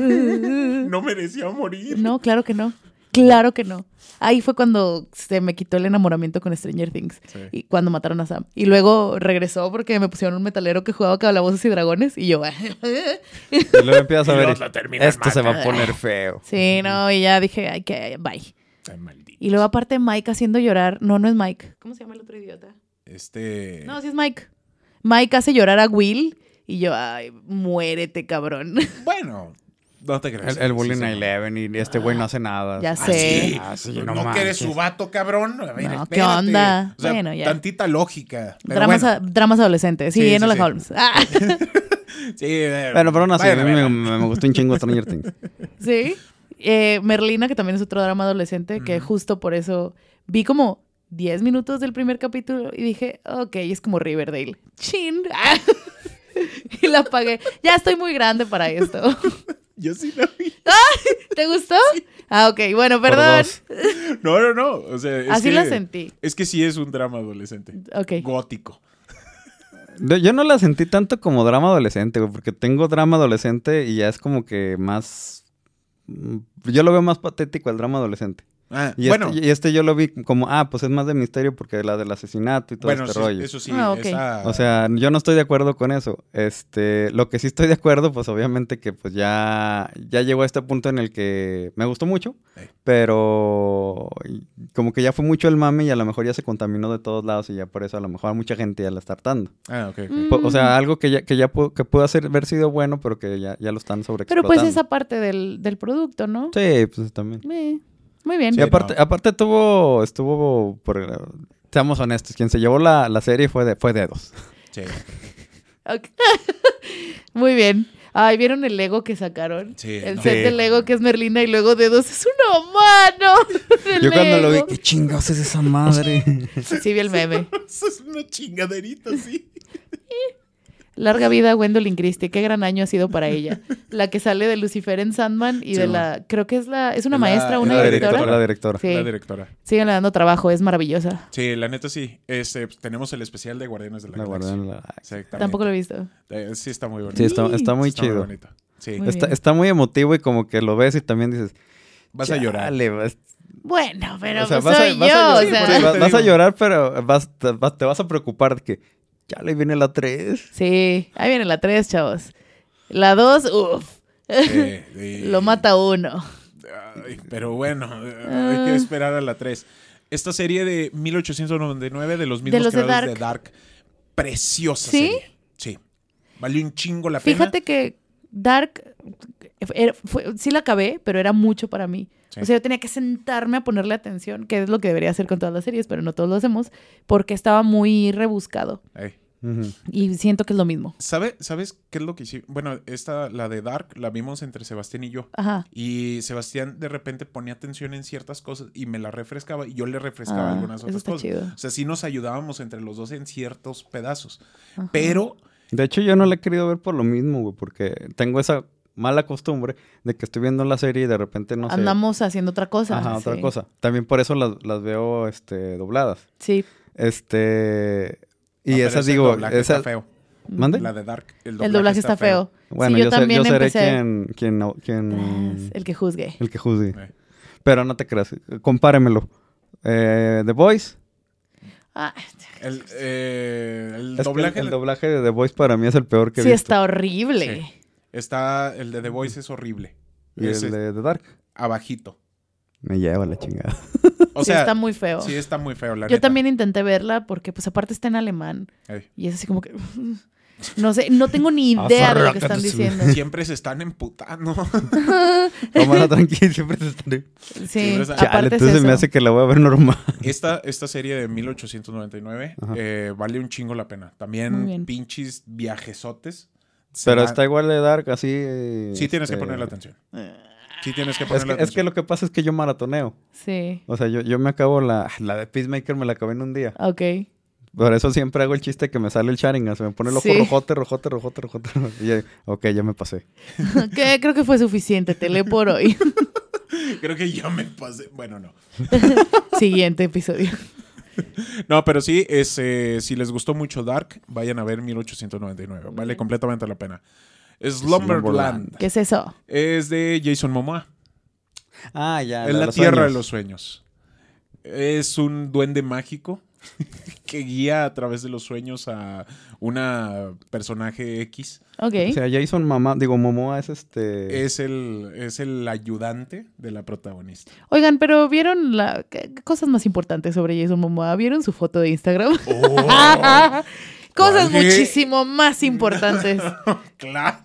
Speaker 3: No merecía morir.
Speaker 2: No, claro que no. Claro que no. Ahí fue cuando se me quitó el enamoramiento con Stranger Things
Speaker 3: Sí.
Speaker 2: y cuando mataron a Sam. Y luego regresó porque me pusieron un metalero que jugaba calabozos y dragones y yo.
Speaker 1: Y luego empiezas a
Speaker 3: Y
Speaker 1: ver.
Speaker 3: los la terminan
Speaker 1: Esto se va a
Speaker 2: matando".
Speaker 1: poner feo.
Speaker 2: sí, no, y ya dije, ay, que bye.
Speaker 3: Ay, maldito.
Speaker 2: Y luego aparte Mike haciendo llorar. No, no es Mike. ¿Cómo se llama el otro idiota?
Speaker 3: Este.
Speaker 2: No, sí es Mike. Mike hace llorar a Will y yo, ay, muérete, cabrón.
Speaker 3: Bueno, no te creas.
Speaker 1: El, el bullying
Speaker 3: Sí,
Speaker 1: a
Speaker 3: sí.
Speaker 1: Eleven y este güey no hace nada.
Speaker 2: Ya
Speaker 1: Ah,
Speaker 2: sé.
Speaker 1: sí. Ah, sí,
Speaker 3: no
Speaker 1: no
Speaker 3: no que eres
Speaker 1: manches.
Speaker 3: su vato, cabrón. A ver,
Speaker 2: No, ¿qué
Speaker 3: espérate.
Speaker 2: onda?
Speaker 3: O sea,
Speaker 2: Bueno, ya.
Speaker 3: Tantita lógica. Pero
Speaker 2: Dramas,
Speaker 3: bueno,
Speaker 2: a- dramas adolescentes. Sí,
Speaker 3: Sí, sí,
Speaker 2: Enola
Speaker 3: sí.
Speaker 2: Holmes. Ah,
Speaker 3: sí, eh,
Speaker 1: Bueno, pero aún así, a
Speaker 3: vayan a
Speaker 1: mí me,
Speaker 3: verla.
Speaker 1: me- me gustó un chingo Stranger Things.
Speaker 2: sí. Eh, Merlina, que también es otro drama adolescente, que
Speaker 3: Ujú.
Speaker 2: justo por eso vi como 10 minutos del primer capítulo y dije, ok, es como Riverdale. Chin. Ah. y la apagué. Ya estoy muy grande para esto.
Speaker 3: Yo sí la vi.
Speaker 2: ¿Te gustó? Ah, ok. Bueno,
Speaker 1: Por
Speaker 2: perdón.
Speaker 1: dos.
Speaker 3: No, no, no. O sea, es
Speaker 2: Así
Speaker 3: que,
Speaker 2: la sentí.
Speaker 3: Es que sí es un drama adolescente.
Speaker 2: Ok.
Speaker 3: Gótico.
Speaker 1: No, Yo no la sentí tanto como drama adolescente, güey, porque tengo drama adolescente y ya es como que más. mm, Yo lo veo más patético al drama adolescente.
Speaker 3: Ah,
Speaker 1: Y,
Speaker 3: bueno,
Speaker 1: este, y este yo lo vi como, ah, pues es más de misterio porque la del asesinato y todo
Speaker 3: bueno,
Speaker 1: este
Speaker 3: sí,
Speaker 1: rollo.
Speaker 3: eso sí.
Speaker 2: Ah, ok.
Speaker 3: esa-
Speaker 1: O sea, yo no estoy de acuerdo con eso. Este, lo que sí estoy de acuerdo, pues obviamente que pues ya, ya llegó a este punto en el que me gustó mucho,
Speaker 3: Ey.
Speaker 1: pero como que ya fue mucho el mame y a lo mejor ya se contaminó de todos lados y ya por eso a lo mejor a mucha gente ya la está hartando.
Speaker 3: Ah, ok. ok.
Speaker 2: Mm.
Speaker 1: Po- O sea, algo que ya, que ya pu- que pudo hacer, haber sido bueno, pero que ya, ya lo están
Speaker 2: Pero
Speaker 1: sobreexplotando.
Speaker 2: pues esa parte del, del producto, ¿no?
Speaker 1: Sí, pues también.
Speaker 2: Eh, muy bien.
Speaker 1: Y
Speaker 3: Sí.
Speaker 1: aparte,
Speaker 3: no.
Speaker 1: aparte tuvo, estuvo, por, seamos honestos, quien se llevó la, la serie fue, de, fue Dedos.
Speaker 3: Sí,
Speaker 2: Ok. Muy bien. Ay, ¿vieron el Lego que sacaron?
Speaker 3: Sí,
Speaker 2: el
Speaker 3: no.
Speaker 2: set
Speaker 1: Sí.
Speaker 2: de Lego que es Merlina y luego dedos es un humano. de
Speaker 1: Yo cuando lo vi,
Speaker 2: Lego.
Speaker 1: ¿qué chingados es esa madre?
Speaker 2: Sí, vi el meme.
Speaker 3: Eso es una chingaderita, sí.
Speaker 2: Larga vida a Gwendolyn Christie. Qué gran año ha sido para ella. La que sale de Lucifer en Sandman y
Speaker 3: Sí,
Speaker 2: de
Speaker 3: bueno.
Speaker 2: la. Creo que es la. ¿Es una
Speaker 3: La-
Speaker 2: maestra,
Speaker 3: es
Speaker 2: una
Speaker 1: la
Speaker 2: directora?
Speaker 1: directora. La directora.
Speaker 2: Sí.
Speaker 3: La directora.
Speaker 2: Síganle dando trabajo, es maravillosa.
Speaker 3: Sí, la neta sí. Este, pues, tenemos el especial de Guardianes de la,
Speaker 1: La guardé
Speaker 3: Galaxia.
Speaker 1: en la-
Speaker 3: Exactamente.
Speaker 2: Tampoco lo he visto.
Speaker 3: Eh, sí, está muy bonito.
Speaker 1: Sí, está, está muy
Speaker 3: Está
Speaker 1: chido.
Speaker 3: bonito. Sí.
Speaker 2: Muy
Speaker 1: está,
Speaker 2: bien.
Speaker 1: está muy emotivo y como que lo ves y también dices,
Speaker 3: Vas a llorar.
Speaker 1: Chale, vas-
Speaker 2: Bueno, pero
Speaker 1: o sea,
Speaker 2: pues
Speaker 1: vas a-
Speaker 2: soy
Speaker 1: vas a
Speaker 2: yo,
Speaker 1: llorar,
Speaker 2: o
Speaker 3: sí,
Speaker 2: sea.
Speaker 3: por
Speaker 1: sí, vas-
Speaker 3: te
Speaker 1: vas a
Speaker 3: digo.
Speaker 1: llorar, pero vas- te, vas- te vas a preocupar de que ya le viene la 3.
Speaker 2: Sí, ahí viene la 3, chavos. La 2, uff,
Speaker 3: Sí, sí.
Speaker 2: lo mata Ah. uno.
Speaker 3: Ay, pero bueno, hay que esperar a la 3. Esta serie de 1899 de los mismos
Speaker 2: los de
Speaker 3: creadores de Dark. Preciosa
Speaker 2: ¿Sí?
Speaker 3: serie. Sí. Valió un chingo la pena.
Speaker 2: Fíjate que Dark, era- fue- sí la acabé, pero era mucho para mí.
Speaker 3: Sí.
Speaker 2: O sea, yo tenía que sentarme a ponerle atención, que es lo que debería hacer con todas las series, pero no todos lo hacemos, porque estaba muy rebuscado.
Speaker 3: Ey.
Speaker 2: Y siento que es lo mismo.
Speaker 3: ¿Sabe- ¿Sabes qué es lo que hicimos? Bueno, esta, la de Dark, la vimos entre Sebastián y yo.
Speaker 2: Ajá.
Speaker 3: Y Sebastián de repente ponía atención en ciertas cosas y me la refrescaba y yo le refrescaba
Speaker 2: Ah,
Speaker 3: algunas
Speaker 2: eso
Speaker 3: otras
Speaker 2: está
Speaker 3: cosas.
Speaker 2: chido.
Speaker 3: O sea, sí nos ayudábamos entre los dos en ciertos pedazos. Pero
Speaker 1: De hecho, yo no la he querido ver por lo mismo, güey, porque tengo esa mala costumbre de que estoy viendo la serie y de repente no sé.
Speaker 2: Andamos haciendo otra cosa.
Speaker 1: Ajá, otra
Speaker 2: sí.
Speaker 1: cosa. También por eso las, las veo este, dobladas.
Speaker 2: Sí.
Speaker 1: Este.
Speaker 3: Ah,
Speaker 1: Y
Speaker 3: pero
Speaker 1: esas
Speaker 3: ese
Speaker 1: digo.
Speaker 3: doblaje
Speaker 1: esa-
Speaker 3: está feo.
Speaker 1: ¿Mande?
Speaker 3: La de Dark. El doblaje,
Speaker 2: El doblaje está feo.
Speaker 1: Bueno,
Speaker 2: Sí,
Speaker 1: yo, ser- yo seré
Speaker 2: empecé-
Speaker 1: quien, quien, quien-
Speaker 2: Tras, El que juzgue.
Speaker 1: el que juzgue.
Speaker 3: Eh.
Speaker 1: Pero no te creas, compáremelo. Eh, The Voice.
Speaker 2: Ah,
Speaker 3: El, eh, el
Speaker 1: Es que
Speaker 3: doblaje
Speaker 1: el,
Speaker 3: de-
Speaker 1: doblaje de The Voice para mí es el peor que he
Speaker 2: sí,
Speaker 1: visto.
Speaker 2: está horrible.
Speaker 3: Sí. está. El de The Voice es horrible.
Speaker 1: Y
Speaker 3: Ese
Speaker 1: el
Speaker 3: es
Speaker 1: de The Dark.
Speaker 3: abajito.
Speaker 1: Me lleva la chingada.
Speaker 3: O
Speaker 2: Sí,
Speaker 3: sea,
Speaker 2: está muy feo.
Speaker 3: sí está muy feo. La
Speaker 2: Yo
Speaker 3: neta.
Speaker 2: también intenté verla porque, pues, aparte está en alemán.
Speaker 3: Ey.
Speaker 2: Y es así como que. No sé, no tengo ni
Speaker 1: Ah,
Speaker 2: idea de lo que están diciendo.
Speaker 3: Siempre se están emputando.
Speaker 1: Tómala tranquila, siempre te estaré.
Speaker 2: Sí,
Speaker 3: o sea,
Speaker 1: Chale,
Speaker 2: aparte es
Speaker 1: entonces
Speaker 2: eso.
Speaker 1: me hace que la voy a ver normal.
Speaker 3: Esta, esta serie de 1899
Speaker 1: Ajá.
Speaker 3: eh, vale un chingo la pena.
Speaker 2: Muy
Speaker 3: También
Speaker 2: bien.
Speaker 3: pinches viajesotes. Se
Speaker 1: Pero
Speaker 3: va-
Speaker 1: está igual de Dark, así. eh,
Speaker 3: Sí tienes que
Speaker 1: este,
Speaker 3: ponerle atención.
Speaker 2: Ah.
Speaker 3: Sí tienes que
Speaker 1: Es
Speaker 3: ponerle
Speaker 1: que, es que
Speaker 3: atención.
Speaker 1: lo que pasa es que yo maratoneo.
Speaker 2: Sí,
Speaker 1: O sea, yo, yo me acabo la, la de Peacemaker, me la acabé en un día.
Speaker 2: ok.
Speaker 1: Por eso siempre hago el chiste que me sale el Sharingan. Se me pone el ojo
Speaker 2: Sí.
Speaker 1: rojote, rojote, rojote, rojote. rojote. Y ya, ok, ya me pasé.
Speaker 2: Que creo que fue suficiente, tele por hoy.
Speaker 3: Creo que ya me pasé. Bueno, no.
Speaker 2: Siguiente episodio.
Speaker 3: No, pero sí, es, eh, si les gustó mucho Dark, vayan a ver 1899. Vale completamente la pena. Slumberland.
Speaker 2: ¿Qué es eso?
Speaker 3: Es de Jason Momoa.
Speaker 1: Ah, ya. de
Speaker 3: Es la
Speaker 1: los
Speaker 3: tierra de
Speaker 1: sueños.
Speaker 3: los sueños. Es un duende mágico que guía a través de los sueños a una personaje X.
Speaker 2: Ok.
Speaker 1: O sea, Jason Mamá, digo, Momoa es este.
Speaker 3: Es el, es el ayudante de la protagonista.
Speaker 2: Oigan, pero ¿vieron la... qué- qué cosas más importantes sobre Jason Momoa? ¿Vieron su foto de Instagram? cosas
Speaker 3: ¿Cuál de-
Speaker 2: muchísimo más importantes.
Speaker 3: claro.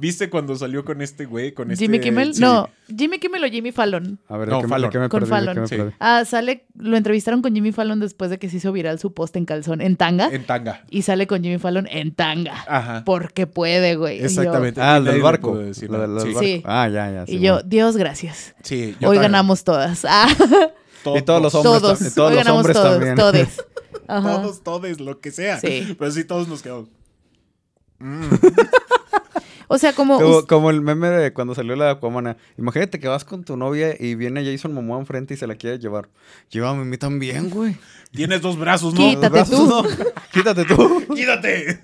Speaker 3: ¿Viste cuando salió con este güey? Con este,
Speaker 2: Jimmy Kimmel?
Speaker 3: sí.
Speaker 2: No, Jimmy Kimmel o Jimmy Fallon.
Speaker 1: A ver,
Speaker 3: No,
Speaker 1: ¿de qué, me-
Speaker 3: Fallon.
Speaker 1: de qué me
Speaker 2: Con
Speaker 1: perdí? ¿De qué
Speaker 2: Fallon.
Speaker 1: me
Speaker 3: Sí.
Speaker 1: perdí?
Speaker 2: Ah, sale, lo entrevistaron con Jimmy Fallon después de que se hizo viral su post en calzón, en tanga.
Speaker 3: En tanga.
Speaker 2: Y sale con Jimmy Fallon en tanga.
Speaker 3: Ajá.
Speaker 2: Porque puede, güey. Y yo-
Speaker 3: Exactamente.
Speaker 1: Ah, el
Speaker 3: Nadie
Speaker 1: del
Speaker 3: le
Speaker 1: barco.
Speaker 3: pudo decir
Speaker 1: La
Speaker 3: nada.
Speaker 1: del- del
Speaker 3: Sí.
Speaker 1: barco.
Speaker 2: Sí.
Speaker 1: Ah, ya, ya.
Speaker 2: Y
Speaker 1: sí,
Speaker 2: yo,
Speaker 1: bueno.
Speaker 2: Dios, gracias.
Speaker 3: Sí, yo
Speaker 2: Hoy
Speaker 3: también.
Speaker 2: ganamos todas. Ah,
Speaker 1: Y todos los hombres.
Speaker 2: todos.
Speaker 1: tam- y todos
Speaker 2: Hoy
Speaker 1: los
Speaker 2: ganamos
Speaker 1: hombres
Speaker 2: todos,
Speaker 1: también.
Speaker 2: todes. Ajá.
Speaker 3: Todos, todes, lo que sea.
Speaker 2: Sí.
Speaker 3: Pero sí, todos nos quedamos. Mm.
Speaker 2: O sea, como...
Speaker 1: Como,
Speaker 2: us-
Speaker 1: como el meme de cuando salió la Aquamana. Imagínate que vas con tu novia y viene Jason Momoa enfrente y se la quiere llevar. Llévame a mí también, güey.
Speaker 3: Tienes dos brazos, ¿no?
Speaker 1: Los
Speaker 2: Quítate
Speaker 1: brazos,
Speaker 2: tú.
Speaker 1: no. Quítate tú.
Speaker 3: ¡Quítate!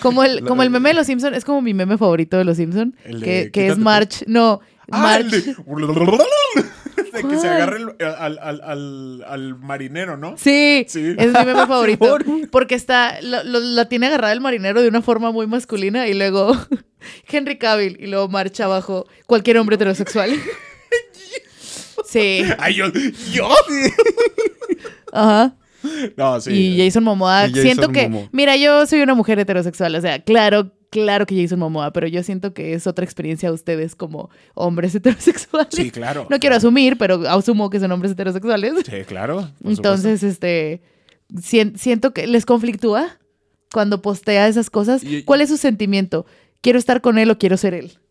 Speaker 2: Como el, como el meme de los Simpson es como mi meme favorito de los Simpson,
Speaker 3: El de
Speaker 2: que, que es
Speaker 3: quítate tú.
Speaker 2: March, no,
Speaker 3: Ah,
Speaker 2: March,
Speaker 3: el de... de que
Speaker 2: ¿Cuál?
Speaker 3: se agarre el- al, al- al- al marinero, ¿no?
Speaker 2: sí,
Speaker 3: Sí.
Speaker 2: es mi meme favorito, porque está, lo- lo- la tiene agarrada el marinero de una forma muy masculina y luego Henry Cavill y luego marcha abajo cualquier hombre heterosexual. Sí,
Speaker 3: Ay, yo. ¿Yo?
Speaker 2: ajá.
Speaker 3: No, sí. eh,
Speaker 2: y Jason Momoa,
Speaker 1: Y Jason
Speaker 2: siento que,
Speaker 1: Momoa.
Speaker 2: mira, yo soy una mujer heterosexual, o sea, claro, claro que Jason Momoa, pero yo siento que es otra experiencia a ustedes como hombres heterosexuales.
Speaker 3: Sí, claro.
Speaker 2: No quiero asumir, pero asumo que son hombres heterosexuales.
Speaker 3: Sí, claro. por
Speaker 2: Entonces, este, sien- siento que les conflictúa cuando postea esas cosas.
Speaker 3: Y-
Speaker 2: ¿Cuál es su sentimiento? ¿Quiero estar con él o quiero ser él?
Speaker 3: supuesto.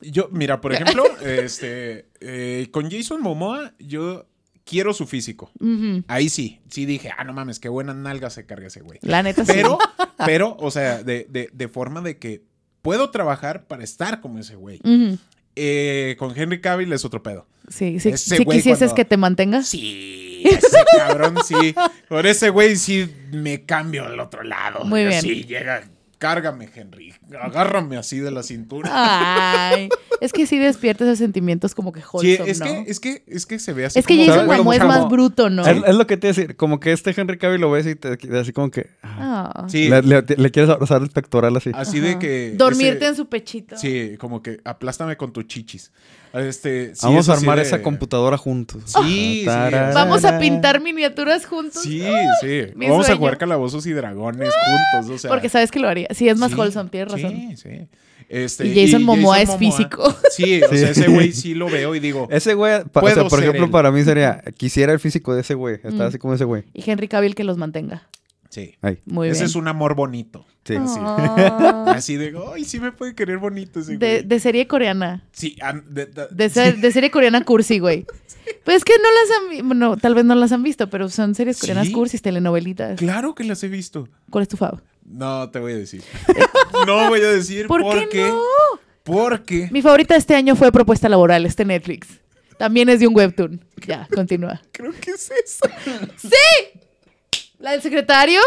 Speaker 3: Yo, mira, por ejemplo, este, eh, con Jason Momoa, yo quiero su físico.
Speaker 2: Ujú.
Speaker 3: Ahí sí, sí dije, ah, no mames, qué buena nalga se carga ese güey.
Speaker 2: La neta, sí.
Speaker 3: Pero, pero, o sea, de, de- de forma de que puedo trabajar para estar como ese güey.
Speaker 2: Ujú.
Speaker 3: Eh, con Henry Cavill es otro pedo.
Speaker 2: Sí, sí,
Speaker 3: Ese
Speaker 2: si
Speaker 3: güey
Speaker 2: quisieses
Speaker 3: cuando-
Speaker 2: que te mantengas.
Speaker 3: Sí, ese cabrón, sí. Por ese güey sí me cambio al otro lado.
Speaker 2: Muy
Speaker 3: Yo
Speaker 2: bien. Ah,
Speaker 3: Sí, llega, cárgame, Henry. Agárrame así de la cintura.
Speaker 2: Ay, Es que sí despierta esos sentimientos como que
Speaker 3: Sí,
Speaker 2: wholesome,
Speaker 3: es,
Speaker 2: ¿no?
Speaker 3: que, es, que, es que se ve así.
Speaker 2: Es que
Speaker 3: como-
Speaker 1: ¿Sabes?
Speaker 2: Jason Momoa es
Speaker 1: Como-
Speaker 2: más bruto, ¿no?
Speaker 1: Es, es lo que te iba a decir. Como que este Henry Cavill lo ves y te, te- así como que. ah,
Speaker 2: Ah.
Speaker 3: Sí,
Speaker 1: Le, le- le quieres abrazar el pectoral así.
Speaker 3: así de
Speaker 2: Ajá.
Speaker 3: que...
Speaker 2: Dormirte
Speaker 3: ese-
Speaker 2: en su pechito.
Speaker 3: Sí, como que aplástame con tus chichis. Este, sí,
Speaker 1: Vamos
Speaker 3: es
Speaker 1: a
Speaker 3: así
Speaker 1: armar
Speaker 3: de-
Speaker 1: esa computadora juntos. Ah,
Speaker 3: Sí, sí.
Speaker 1: Tarara.
Speaker 2: Vamos a pintar miniaturas juntos.
Speaker 3: Sí, sí.
Speaker 2: mi
Speaker 3: Vamos a
Speaker 2: sueño.
Speaker 3: jugar calabozos y dragones juntos. O sea,
Speaker 2: Porque sabes que lo haría. Sí, es más
Speaker 3: sí,
Speaker 2: wholesome, tienes razón.
Speaker 3: Sí, sí. Este,
Speaker 2: y Jason Momoa es físico.
Speaker 3: Sí, o
Speaker 1: Sí.
Speaker 3: sea, ese güey sí lo veo y digo,
Speaker 1: Ese güey, pa- o sea,
Speaker 3: Puedo
Speaker 1: por
Speaker 3: ser
Speaker 1: ejemplo,
Speaker 3: él.
Speaker 1: para mí sería, quisiera el físico de ese güey. Está
Speaker 2: Mm.
Speaker 1: así como ese güey.
Speaker 2: Y Henry Cavill que los mantenga.
Speaker 3: sí.
Speaker 1: Ahí.
Speaker 2: Muy
Speaker 3: Ese
Speaker 2: bien.
Speaker 3: es un amor bonito.
Speaker 1: Sí.
Speaker 3: Ah. así.
Speaker 2: Ah.
Speaker 3: Así digo, ay, sí me puede querer bonito ese güey.
Speaker 2: de, de serie coreana.
Speaker 3: Sí, am- de- de-
Speaker 2: De, ser- de serie coreana cursi, güey. Pues es que no las han visto. Bueno, tal vez no las han visto, pero son series coreanas
Speaker 3: Sí.
Speaker 2: cursis, telenovelitas.
Speaker 3: claro que las he visto.
Speaker 2: ¿Cuál es tu fav?
Speaker 3: No, te voy a decir. no voy a decir
Speaker 2: ¿Por qué
Speaker 3: porque,
Speaker 2: no?
Speaker 3: Porque
Speaker 2: Mi favorita este año fue Propuesta Laboral, este Netflix. También es de un webtoon. Ya, continúa.
Speaker 3: creo que es esa.
Speaker 2: ¿La del secretario?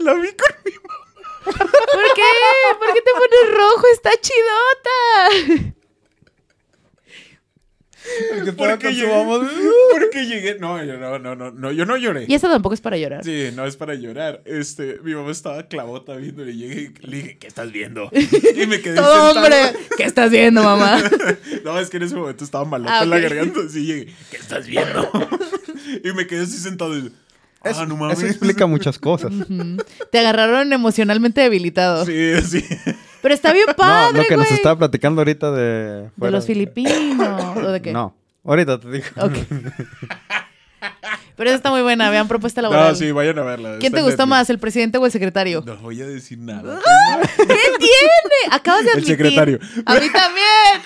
Speaker 3: La vi con mi mamá.
Speaker 2: ¿Por qué? ¿Por qué te pones rojo? Está chidota.
Speaker 1: Porque
Speaker 3: Porque llegué, uh. porque llegué. No, yo no, no, no, no, yo no lloré.
Speaker 2: Y esta tampoco es para llorar.
Speaker 3: Sí, no es para llorar. Este, mi mamá estaba clavota viendo y llegué y le dije, ¿qué estás viendo? Y me quedé
Speaker 2: Todo
Speaker 3: sentado.
Speaker 2: hombre. ¿Qué estás viendo, mamá?
Speaker 3: No, es que en ese momento estaba malota
Speaker 2: Ah,
Speaker 3: en la
Speaker 2: ok.
Speaker 3: garganta. Así llegué, ¿qué estás viendo? y me quedé así sentado. Y, ah, no mames.
Speaker 1: Eso explica muchas cosas.
Speaker 2: Ujú. Te agarraron emocionalmente debilitado.
Speaker 3: Sí, sí.
Speaker 2: Pero está bien
Speaker 1: No,
Speaker 2: padre,
Speaker 1: lo que
Speaker 2: güey.
Speaker 1: nos estaba platicando ahorita de...
Speaker 2: De
Speaker 1: fuera-
Speaker 2: los filipinos. ¿O de qué? Oh,
Speaker 1: No, ahorita te digo.
Speaker 2: Ok. Pero esa está muy buena. Vean propuesta laboral.
Speaker 3: No, sí, vayan a verla.
Speaker 2: ¿Quién
Speaker 3: está
Speaker 2: te
Speaker 3: en
Speaker 2: gustó Ah,
Speaker 3: Netflix.
Speaker 2: más, el presidente o el secretario?
Speaker 3: No voy a decir nada.
Speaker 2: ¿Qué tiene? Acabas de
Speaker 3: El
Speaker 2: admitir.
Speaker 3: secretario.
Speaker 2: A mí también.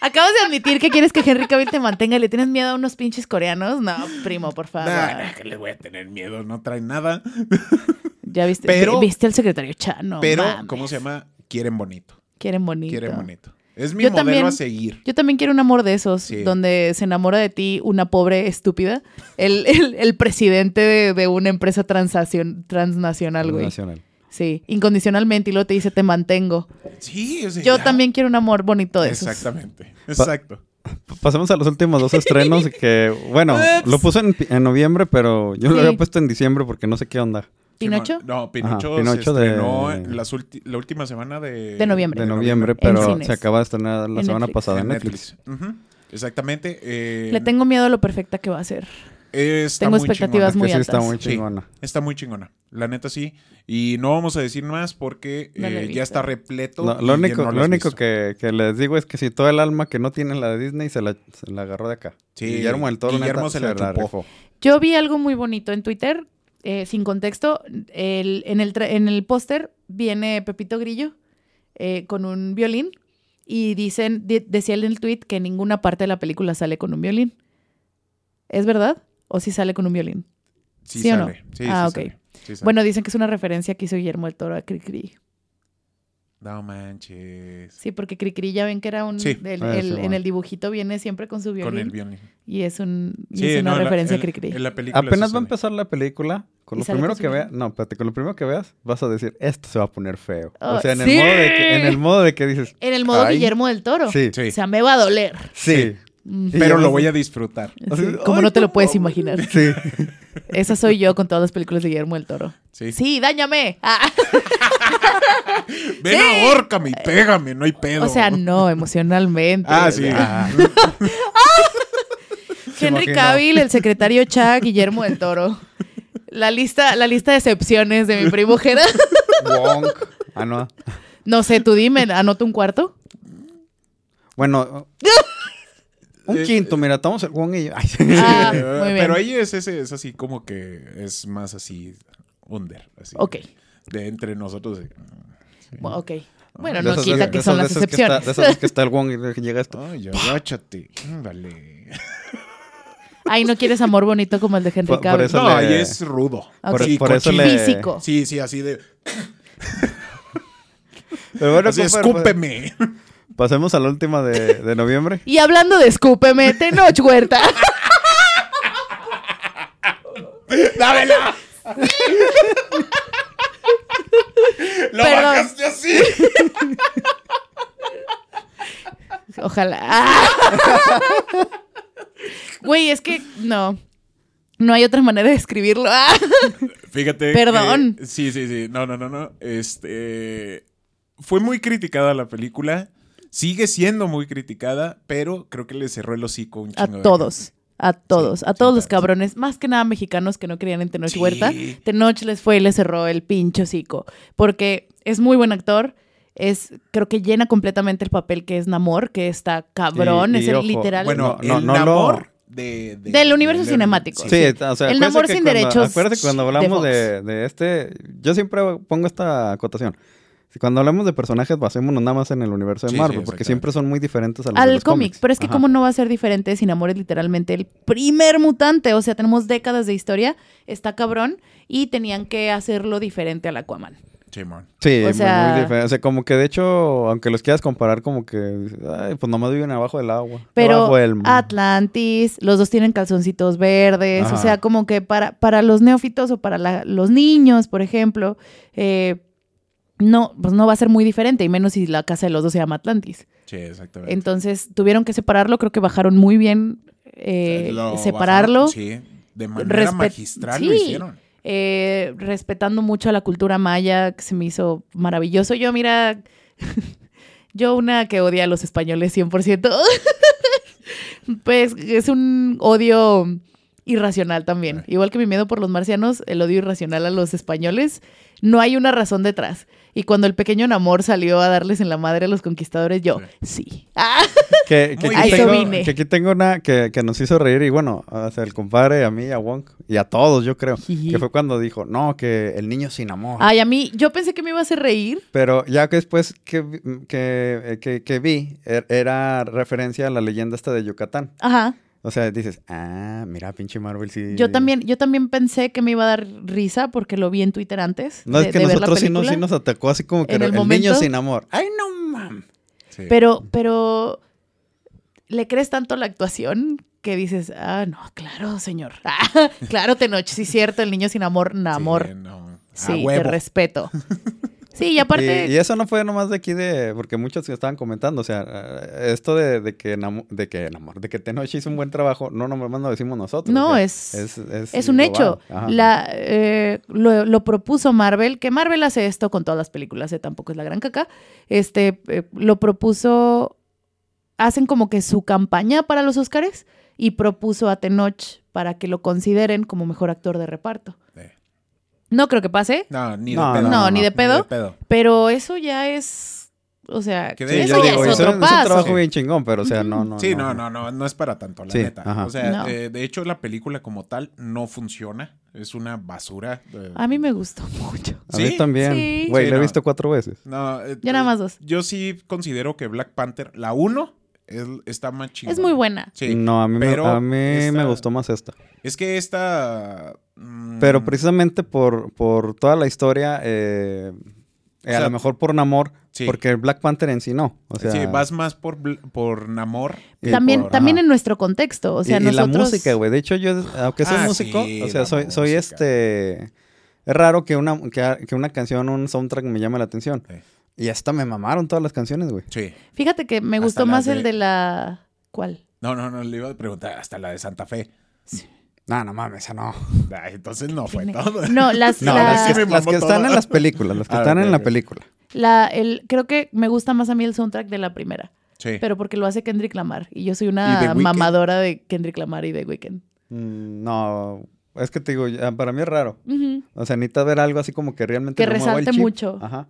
Speaker 2: Acabas de admitir que quieres que Henry Cavill te mantenga y le tienes miedo a unos pinches coreanos. No, primo, por favor.
Speaker 3: Nah, nah, que le voy a tener miedo, no trae nada.
Speaker 2: Ya viste,
Speaker 3: Pero-
Speaker 2: viste al secretario Chano.
Speaker 3: Pero,
Speaker 2: mames.
Speaker 3: ¿cómo se llama? Quieren bonito.
Speaker 2: Quieren bonito.
Speaker 3: Quieren bonito. Es mi
Speaker 2: Yo
Speaker 3: modelo
Speaker 2: también-
Speaker 3: a seguir.
Speaker 2: Yo también quiero un amor de esos,
Speaker 3: Sí.
Speaker 2: donde se enamora de ti una pobre estúpida, el, el- el presidente de, de una empresa transacion- transnacional, güey.
Speaker 1: Nacional.
Speaker 2: Sí, incondicionalmente y luego te dice te mantengo.
Speaker 3: Sí, o sea,
Speaker 2: Yo
Speaker 3: ya.
Speaker 2: también quiero un amor bonito de esos.
Speaker 3: Exactamente. Exacto.
Speaker 1: P- Pasemos a los últimos dos estrenos que, bueno,
Speaker 3: Ups.
Speaker 1: lo puse en, pi- en noviembre, pero yo
Speaker 2: Sí.
Speaker 1: lo había puesto en diciembre porque no sé qué onda.
Speaker 2: ¿Pinocho?
Speaker 3: Simón. No, Pinocho,
Speaker 1: Ajá, Pinocho
Speaker 3: se
Speaker 1: de-
Speaker 3: estrenó en las ulti- la última semana de...
Speaker 2: De noviembre.
Speaker 1: De noviembre,
Speaker 2: En
Speaker 1: pero
Speaker 2: cines.
Speaker 1: se acaba de estrenar la
Speaker 2: En
Speaker 1: semana
Speaker 2: Netflix.
Speaker 1: pasada en
Speaker 3: En
Speaker 1: Netflix.
Speaker 3: Ujú. Exactamente. eh,
Speaker 2: Le tengo miedo a lo perfecta que va a ser.
Speaker 3: eh, está
Speaker 2: tengo
Speaker 3: muy
Speaker 2: expectativas
Speaker 3: chingona.
Speaker 2: muy
Speaker 1: que sí está
Speaker 2: altas.
Speaker 1: muy
Speaker 3: Sí.
Speaker 1: chingona.
Speaker 3: Está muy chingona. La neta sí. Y no vamos a decir más porque
Speaker 2: No la he
Speaker 3: eh,
Speaker 2: visto.
Speaker 3: ya está repleto.
Speaker 1: Lo,
Speaker 3: y
Speaker 1: lo
Speaker 3: ya
Speaker 1: único,
Speaker 3: no la
Speaker 1: lo
Speaker 3: has
Speaker 1: único
Speaker 3: visto.
Speaker 1: que, que les digo es que si toda el alma que no tiene la de Disney se la, se la agarró de acá.
Speaker 3: Sí,
Speaker 1: Guillermo del Toro
Speaker 3: Guillermo
Speaker 1: neta,
Speaker 3: se la chupó.
Speaker 1: rifó.
Speaker 2: Yo vi algo muy bonito en Twitter, eh, sin contexto. El- en el, tra- en el póster viene Pepito Grillo eh, con un violín y dicen, di- decía en el tweet que en ninguna parte de la película sale con un violín. ¿Es verdad? ¿O si sale con un violín?
Speaker 3: Sí,
Speaker 2: ¿Sí o no?
Speaker 3: sale. Sí,
Speaker 2: Ah,
Speaker 3: sí
Speaker 2: ok.
Speaker 3: sale. Sí sale.
Speaker 2: Bueno, dicen que es una referencia que hizo Guillermo del Toro a Cricri.
Speaker 3: No manches.
Speaker 2: Sí, porque Cricri ya ven que era un...
Speaker 3: Sí.
Speaker 2: el-
Speaker 1: Ah,
Speaker 2: el-
Speaker 1: sí, bueno.
Speaker 2: en el dibujito viene siempre con su violín.
Speaker 3: Con el violín.
Speaker 2: Y es, un, y
Speaker 3: Sí,
Speaker 2: es una
Speaker 3: no, en la-
Speaker 2: referencia
Speaker 3: en-
Speaker 2: a Cricri.
Speaker 3: en la película
Speaker 1: Apenas
Speaker 3: sí
Speaker 1: va a
Speaker 3: sale.
Speaker 1: empezar la película, con
Speaker 2: Y
Speaker 1: lo
Speaker 2: sale
Speaker 1: primero
Speaker 2: con su
Speaker 1: que veas,
Speaker 2: vieja.
Speaker 1: no, espérate, con lo primero que veas, vas a decir, esto se va a poner feo.
Speaker 2: Ah,
Speaker 1: o sea, en,
Speaker 2: ¡sí!
Speaker 1: el modo de que, en el modo de que dices,
Speaker 2: En el modo
Speaker 1: Ay.
Speaker 2: Guillermo del Toro.
Speaker 1: sí, sí,
Speaker 3: Sí.
Speaker 2: O sea, me va a doler. Mm.
Speaker 1: Y
Speaker 3: Pero
Speaker 1: yo-
Speaker 3: lo voy a disfrutar.
Speaker 1: Así,
Speaker 2: Sí, como
Speaker 1: "Ay,
Speaker 2: no te lo
Speaker 1: por
Speaker 2: puedes
Speaker 1: favor".
Speaker 2: imaginar.
Speaker 1: Sí.
Speaker 2: Esa soy yo con todas las películas de Guillermo del Toro.
Speaker 3: Sí.
Speaker 2: Sí, dáñame. Ah.
Speaker 3: Ven,
Speaker 2: Sí.
Speaker 3: ahórcame y pégame, no hay pedo.
Speaker 2: o sea, no, emocionalmente.
Speaker 3: Ah, sí.
Speaker 1: Ah, se
Speaker 2: Henry
Speaker 1: imaginó.
Speaker 2: Cavill, el secretario Cha, Guillermo del Toro. La lista, la lista de excepciones de mi primo Jera.
Speaker 1: Wonk. Ah, no.
Speaker 2: No sé, tú dime, anoto un cuarto.
Speaker 1: Bueno.
Speaker 3: Eh,
Speaker 1: Un quinto, mira, estamos el Wong y yo. Ay, sí.
Speaker 2: Ah,
Speaker 3: Eh,
Speaker 2: muy bien.
Speaker 3: Pero ahí es ese, es así como que es más así under. Así,
Speaker 2: Ok,
Speaker 3: De entre nosotros. eh,
Speaker 2: bu- ok. Bueno,
Speaker 1: De
Speaker 2: no
Speaker 1: esas
Speaker 2: quita
Speaker 1: veces-
Speaker 2: que
Speaker 1: de
Speaker 2: son
Speaker 1: esas
Speaker 2: las
Speaker 1: veces que está-
Speaker 2: excepciones.
Speaker 1: de esas veces que está el Wong y que llega esto.
Speaker 3: Ay, agáchate. Vale.
Speaker 2: Ay, no quieres amor bonito como el de Henry
Speaker 1: Por- por
Speaker 2: Cavill.
Speaker 1: eso-
Speaker 3: No, ahí
Speaker 1: le-
Speaker 3: es rudo.
Speaker 2: Ok.
Speaker 3: Sí,
Speaker 1: Por eso
Speaker 3: cochino.
Speaker 1: le-
Speaker 2: Físico.
Speaker 3: Sí, sí, así de.
Speaker 1: Pero bueno,
Speaker 3: así,
Speaker 1: compadre,
Speaker 3: escúpeme.
Speaker 1: pues, pasemos a la última de, de noviembre.
Speaker 2: Y hablando de escúpeme, Tenoch Huerta.
Speaker 3: ¡Dámela! ¡Lo
Speaker 2: Perdón.
Speaker 3: bajaste así!
Speaker 2: Ojalá. ¡Ah! Güey, es que no. No hay otra manera de escribirlo. ¡Ah!
Speaker 3: Fíjate.
Speaker 2: Perdón.
Speaker 3: que- sí, sí, sí. No, no, no, no. Este. Fue muy criticada la película. Sigue siendo muy criticada, pero creo que le cerró el hocico un
Speaker 2: A
Speaker 3: chingo de
Speaker 2: todos. A todos,
Speaker 3: Sí,
Speaker 2: a todos
Speaker 3: sí,
Speaker 2: los
Speaker 3: sí.
Speaker 2: cabrones, más que nada mexicanos que no creían en Tenoch
Speaker 3: Sí.
Speaker 2: Huerta. Tenoch les fue y les cerró el pincho hocico. Porque es muy buen actor. Es, creo que llena completamente el papel que es Namor, que está cabrón,
Speaker 1: Y-
Speaker 2: es
Speaker 1: y
Speaker 2: el
Speaker 1: ojo,
Speaker 3: gente.
Speaker 2: literal.
Speaker 3: Bueno,
Speaker 1: No, no,
Speaker 3: el
Speaker 1: no lo-
Speaker 3: amor de, de-
Speaker 2: Del universo
Speaker 3: del-
Speaker 2: cinemático.
Speaker 1: Sí,
Speaker 3: Sí.
Speaker 1: o sea, acuérdate
Speaker 2: amor
Speaker 1: que
Speaker 2: sin
Speaker 1: cuando-
Speaker 2: derechos
Speaker 1: Acuérdate que cuando
Speaker 2: de
Speaker 1: hablamos
Speaker 2: Fox.
Speaker 1: de, de este, yo siempre pongo esta acotación. Si Cuando hablamos de personajes, basémonos nada más en el universo de
Speaker 3: Sí, sí,
Speaker 1: Marvel, porque
Speaker 3: exactamente.
Speaker 1: siempre son muy diferentes a los de
Speaker 2: Al
Speaker 1: los
Speaker 2: cómic,
Speaker 1: cómics.
Speaker 2: pero es que
Speaker 1: Ajá.
Speaker 2: cómo no va a ser diferente si Namor es literalmente el primer mutante, o sea, tenemos décadas de historia, está cabrón y tenían que hacerlo diferente al Aquaman.
Speaker 3: Simón.
Speaker 1: Sí,
Speaker 2: o
Speaker 1: muy-
Speaker 2: sea-
Speaker 1: muy diferente. O sea, como que de hecho, aunque los quieras comparar, como que, ay, pues nomás viven abajo del agua.
Speaker 2: Pero
Speaker 1: debajo del mar.
Speaker 2: Atlantis, los dos tienen calzoncitos verdes,
Speaker 1: Ajá.
Speaker 2: o sea, como que para, para los neófitos o para la- los niños, por ejemplo, eh, no, pues no va a ser muy diferente, y menos si la casa de los dos se llama Atlantis.
Speaker 3: Sí, exactamente.
Speaker 2: Entonces tuvieron que separarlo, creo que bajaron muy bien eh,
Speaker 3: Lo
Speaker 2: separarlo.
Speaker 3: bajaron, sí, de manera
Speaker 2: Respe-
Speaker 3: magistral lo
Speaker 2: sí.
Speaker 3: hicieron.
Speaker 2: eh, respetando mucho a la cultura maya, que se me hizo maravilloso. Yo, mira, yo una que odia a los españoles 100%, pues es un odio irracional también. Igual que mi miedo por los marcianos, el odio irracional a los españoles, no hay una razón detrás. Y cuando el pequeño Namor salió a darles en la madre a los conquistadores, yo, sí. Ah,
Speaker 1: Que, que
Speaker 3: Muy
Speaker 1: aquí
Speaker 3: bien. A eso
Speaker 1: tengo,
Speaker 2: vine.
Speaker 1: que aquí tengo una que, que nos hizo reír y bueno, o sea, el compadre, a mí, a Wong y a todos, yo creo.
Speaker 2: Jiji.
Speaker 1: Que fue cuando dijo, no, que el niño sin amor.
Speaker 2: Ay, a mí, yo pensé que me iba a hacer reír.
Speaker 1: Pero ya que después que, vi- que, eh, que- que vi, er- era referencia a la leyenda esta de Yucatán.
Speaker 2: Ajá.
Speaker 1: O sea, dices, ah, mira, pinche Marvel sí.
Speaker 2: Yo también, yo también pensé que me iba a dar risa porque lo vi en Twitter antes.
Speaker 1: No,
Speaker 2: de-
Speaker 1: es que
Speaker 2: de ver la
Speaker 1: nosotros sí nos, sí
Speaker 2: película.
Speaker 1: nos atacó así como que
Speaker 2: En
Speaker 1: el,
Speaker 2: el
Speaker 1: niño
Speaker 2: momento.
Speaker 1: sin amor. Ay, no, mam.
Speaker 3: Sí.
Speaker 2: Pero, pero le crees tanto la actuación que dices, ah, no, claro, señor. Ah, claro, Tenoch, sí, cierto, el niño sin amor,
Speaker 3: Sí,
Speaker 2: Namor.
Speaker 3: no. A
Speaker 2: Sí, te
Speaker 3: huevo.
Speaker 2: respeto. Sí, y aparte,
Speaker 1: Y, y eso no fue nomás de aquí de, porque muchos se estaban comentando, o sea, eh, esto de, de que Namo- de que Namor, de que Tenoch hizo un buen trabajo, no nomás lo decimos nosotros.
Speaker 2: No,
Speaker 1: o sea,
Speaker 2: es- es un
Speaker 1: global.
Speaker 2: hecho.
Speaker 1: Ajá.
Speaker 2: La, eh, lo, lo propuso Marvel, que Marvel hace esto con todas las películas, eh, tampoco es la gran caca. Este, eh, lo propuso, hacen como que su campaña para los Óscares y propuso a Tenoch para que lo consideren como mejor actor de reparto.
Speaker 3: Eh.
Speaker 2: No creo que pase,
Speaker 3: No, ni de
Speaker 1: No,
Speaker 3: pedo.
Speaker 2: no, ni de pedo,
Speaker 3: pedo.
Speaker 2: pero eso ya es, o sea,
Speaker 3: Que de-
Speaker 1: Sí,
Speaker 2: eso
Speaker 1: yo
Speaker 2: ya
Speaker 1: digo,
Speaker 2: es
Speaker 1: hizo-
Speaker 2: otro
Speaker 1: es un
Speaker 2: paso.
Speaker 1: trabajo bien chingón, pero o sea, no, no.
Speaker 3: Sí, no, no, no, no es para tanto, la
Speaker 1: Sí,
Speaker 3: neta.
Speaker 1: ajá.
Speaker 3: O sea,
Speaker 2: No.
Speaker 3: eh, de hecho, la película como tal no funciona. Es una basura. eh,
Speaker 2: A mí me gustó mucho.
Speaker 1: A mí
Speaker 3: Sí.
Speaker 1: también.
Speaker 2: Sí.
Speaker 1: Güey,
Speaker 3: Sí,
Speaker 1: lo he
Speaker 3: no.
Speaker 1: visto cuatro veces.
Speaker 3: no, eh,
Speaker 2: Yo nada
Speaker 3: eh,
Speaker 2: más dos.
Speaker 3: Yo sí considero que Black Panther, la 1, está más chingona.
Speaker 2: Es muy buena.
Speaker 3: Sí.
Speaker 1: no, a mí, me,
Speaker 3: pero
Speaker 1: a mí me
Speaker 3: esta-
Speaker 1: gustó más esta.
Speaker 3: Es que esta. mm,
Speaker 1: Pero precisamente por, por toda la historia, eh, eh,
Speaker 3: O
Speaker 1: a
Speaker 3: sea,
Speaker 1: lo mejor por Namor,
Speaker 3: sí.
Speaker 1: porque Black Panther en sí no. O sea,
Speaker 3: sí, vas más por, Bl- por Namor.
Speaker 1: y
Speaker 2: También,
Speaker 1: Eh, por-
Speaker 2: también
Speaker 1: ajá.
Speaker 2: en nuestro contexto, o sea,
Speaker 1: y, y
Speaker 2: nosotros...
Speaker 1: la música, güey. De hecho, yo, aunque soy
Speaker 3: Ah,
Speaker 1: músico,
Speaker 3: sí,
Speaker 1: o sea,
Speaker 3: la
Speaker 1: soy, soy
Speaker 3: música.
Speaker 1: este. Es raro que una, que, que una canción, un soundtrack me llame la atención.
Speaker 3: Sí.
Speaker 1: Y hasta me mamaron todas las canciones, güey.
Speaker 3: Sí.
Speaker 2: Fíjate que me
Speaker 3: Hasta
Speaker 2: gustó
Speaker 3: las
Speaker 2: más
Speaker 3: de-
Speaker 2: el de la. ¿Cuál?
Speaker 3: No, no, no, le iba a preguntar hasta la de Santa Fe.
Speaker 1: No, no mames, esa no.
Speaker 3: Ay, entonces no fue
Speaker 2: Tiene-
Speaker 3: todo.
Speaker 2: No, las.
Speaker 1: No,
Speaker 2: la-
Speaker 1: las
Speaker 3: es
Speaker 1: que,
Speaker 3: me
Speaker 1: las que
Speaker 3: mamó
Speaker 1: están
Speaker 3: toda.
Speaker 1: en las películas, las que
Speaker 3: Ah,
Speaker 1: están
Speaker 3: ok,
Speaker 1: en la
Speaker 3: ok.
Speaker 1: película.
Speaker 2: la- el, creo que me gusta más a mí el soundtrack de la primera,
Speaker 3: Sí.
Speaker 2: pero porque lo hace Kendrick Lamar. Y yo soy
Speaker 3: ¿Y The
Speaker 2: una
Speaker 3: Weeknd?
Speaker 2: mamadora de Kendrick Lamar y de Weeknd.
Speaker 1: Mm, No, es que te digo, ya, para mí es raro.
Speaker 2: Ujú.
Speaker 1: O sea, necesitas ver algo así como que realmente
Speaker 2: Que
Speaker 1: le mueva el
Speaker 2: resalte
Speaker 1: chip.
Speaker 2: mucho.
Speaker 1: Ajá.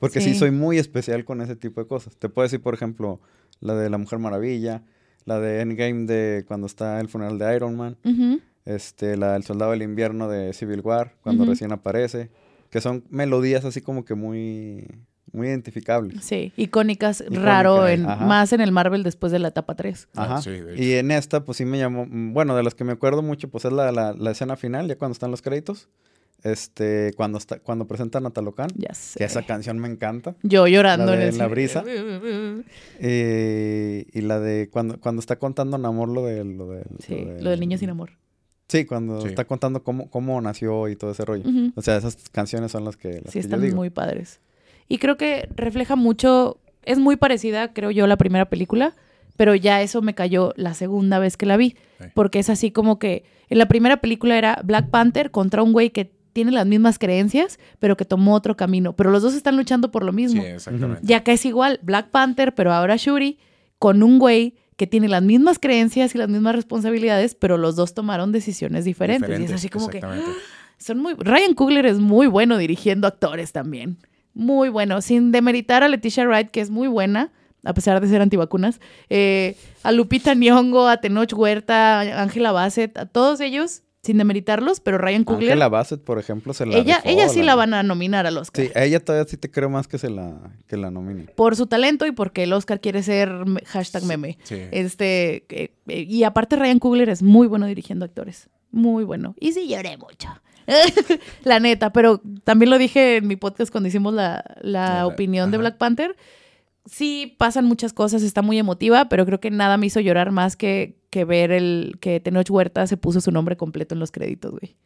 Speaker 1: Porque sí.
Speaker 2: Sí.
Speaker 1: soy muy especial con ese tipo de cosas. Te puedo decir, por ejemplo, la de La Mujer Maravilla, la de Endgame de cuando está el funeral de Iron Man,
Speaker 2: Ujú.
Speaker 1: este, la del Soldado del Invierno de Civil War, cuando
Speaker 2: Ujú.
Speaker 1: recién aparece, que son melodías así como que muy, muy identificables.
Speaker 2: Sí, icónicas,
Speaker 1: Icónica,
Speaker 2: raro, en,
Speaker 1: ajá.
Speaker 2: más en el Marvel después de la etapa 3.
Speaker 3: Ah,
Speaker 1: Ajá.
Speaker 3: sí, de hecho.
Speaker 1: y en esta, pues sí me llamó. mm, Bueno, de las que me acuerdo mucho, pues es la, la, la escena final, ya cuando están los créditos. Este, cuando está, cuando presentan a Talocan.
Speaker 2: Ya sé.
Speaker 1: Que esa canción me encanta.
Speaker 2: Yo llorando
Speaker 1: La de
Speaker 2: en el
Speaker 1: En la
Speaker 2: cine.
Speaker 1: brisa. Eh, y la de cuando, cuando está contando Namor lo de lo, del-
Speaker 2: Sí, lo del niño sin amor.
Speaker 1: Sí, cuando
Speaker 3: Sí.
Speaker 1: está contando cómo, cómo nació y todo ese rollo.
Speaker 2: Ujú.
Speaker 1: O sea, esas canciones son las que, las
Speaker 2: Sí,
Speaker 1: que yo
Speaker 2: están
Speaker 1: digo.
Speaker 2: muy padres. Y creo que refleja mucho Es muy parecida, creo yo, a la primera película, pero ya eso me cayó la segunda vez que la vi,
Speaker 3: Sí.
Speaker 2: porque es así como que en la primera película era Black Panther contra un güey que tiene las mismas creencias, pero que tomó otro camino, pero los dos están luchando por lo
Speaker 3: Sí,
Speaker 2: mismo.
Speaker 3: exactamente.
Speaker 2: Ya que es igual, Black Panther, pero ahora Shuri, con un güey que tiene las mismas creencias y las mismas responsabilidades, pero los dos tomaron decisiones diferentes. y
Speaker 3: Diferente,
Speaker 2: es así como que
Speaker 3: exactamente.
Speaker 2: son muy... Ryan Coogler es muy bueno dirigiendo actores también. Muy bueno. Sin demeritar a Leticia Wright, que es muy buena, a pesar de ser antivacunas. eh, a Lupita Nyong'o, a Tenoch Huerta, a Angela Bassett, a todos ellos, sin demeritarlos, pero Ryan Coogler...
Speaker 1: Angela Bassett, por ejemplo, se la
Speaker 2: ella,
Speaker 1: rifó,
Speaker 2: ella sí la van a nominar al Oscar.
Speaker 1: Sí, a ella todavía sí te creo más que se la, que la nomine.
Speaker 2: por su talento y porque el Oscar quiere ser me- hashtag meme.
Speaker 3: Sí.
Speaker 2: Este, eh, eh, y aparte Ryan Coogler es muy bueno dirigiendo actores. Muy bueno. Y sí lloré mucho. la neta, pero también lo dije en mi podcast cuando hicimos la, la
Speaker 3: Ajá.
Speaker 2: opinión de Black Panther. Sí pasan muchas cosas, está muy emotiva, pero creo que nada me hizo llorar más que, que ver el que Tenoch Huerta se puso su nombre completo en los créditos, güey.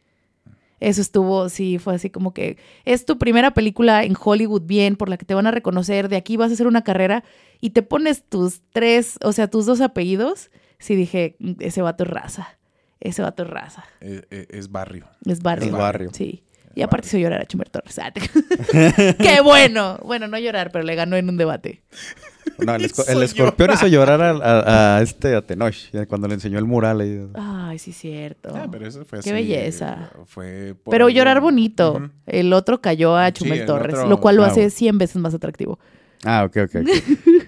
Speaker 2: Eso estuvo, sí, fue así como que es tu primera película en Hollywood bien, por la que te van a reconocer, de aquí vas a hacer una carrera y te pones tus tres, o sea, tus dos apellidos. Sí dije, "Mm, ese vato es raza, ese vato es raza,
Speaker 3: Eh, eh, es barrio.
Speaker 2: es barrio.
Speaker 1: Es barrio.
Speaker 2: Sí. Y aparte hizo llorar a Chumber Torres. Ah, te- ¡Qué bueno! Bueno, no llorar, pero le ganó en un debate.
Speaker 1: No, el, esco-
Speaker 3: Hizo
Speaker 1: el escorpión
Speaker 3: llorar.
Speaker 1: hizo llorar a, a- a este, a Tenoch, eh, cuando le enseñó el mural. ahí.
Speaker 2: Ay, sí, cierto.
Speaker 3: Ah,
Speaker 2: pero,
Speaker 3: pero eso fue
Speaker 2: Qué
Speaker 3: así,
Speaker 2: belleza.
Speaker 3: eh, Fue por algo-
Speaker 2: llorar bonito.
Speaker 3: Ujú.
Speaker 2: El otro cayó a Chumel
Speaker 3: el
Speaker 2: Torres,
Speaker 3: otro-
Speaker 2: lo cual lo
Speaker 1: ah,
Speaker 2: hace
Speaker 1: bueno.
Speaker 2: 100 veces más atractivo.
Speaker 1: Ah, ok, ok. ok.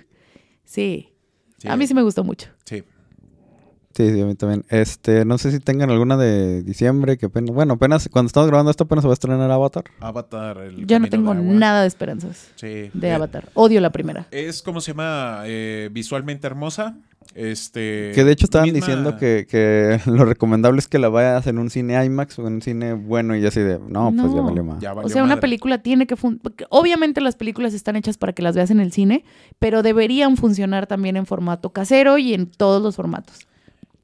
Speaker 2: Sí. A mí sí me gustó mucho.
Speaker 3: Sí.
Speaker 1: Sí, sí, a mí también. Este, no sé si tengan alguna de diciembre, que apenas... Bueno, apenas, cuando estamos grabando esto, apenas se va a estrenar Avatar.
Speaker 3: Avatar. El
Speaker 2: Yo no
Speaker 3: Camino
Speaker 2: tengo
Speaker 3: de agua. Ah,
Speaker 2: nada de esperanzas
Speaker 3: Sí.
Speaker 2: de
Speaker 3: Eh,
Speaker 2: Avatar. Odio la primera.
Speaker 3: Es como se llama Eh, visualmente hermosa. Este.
Speaker 1: Que de hecho estaban
Speaker 3: misma-
Speaker 1: diciendo que, que lo recomendable es que la vayas en un cine IMAX o en un cine bueno y yo así de, no, pues ya
Speaker 2: No.
Speaker 1: valió más.
Speaker 3: Ya valió
Speaker 2: O sea, una
Speaker 3: madre.
Speaker 2: película tiene que... fun- porque Obviamente las películas están hechas para que las veas en el cine, pero deberían funcionar también en formato casero y en todos los formatos.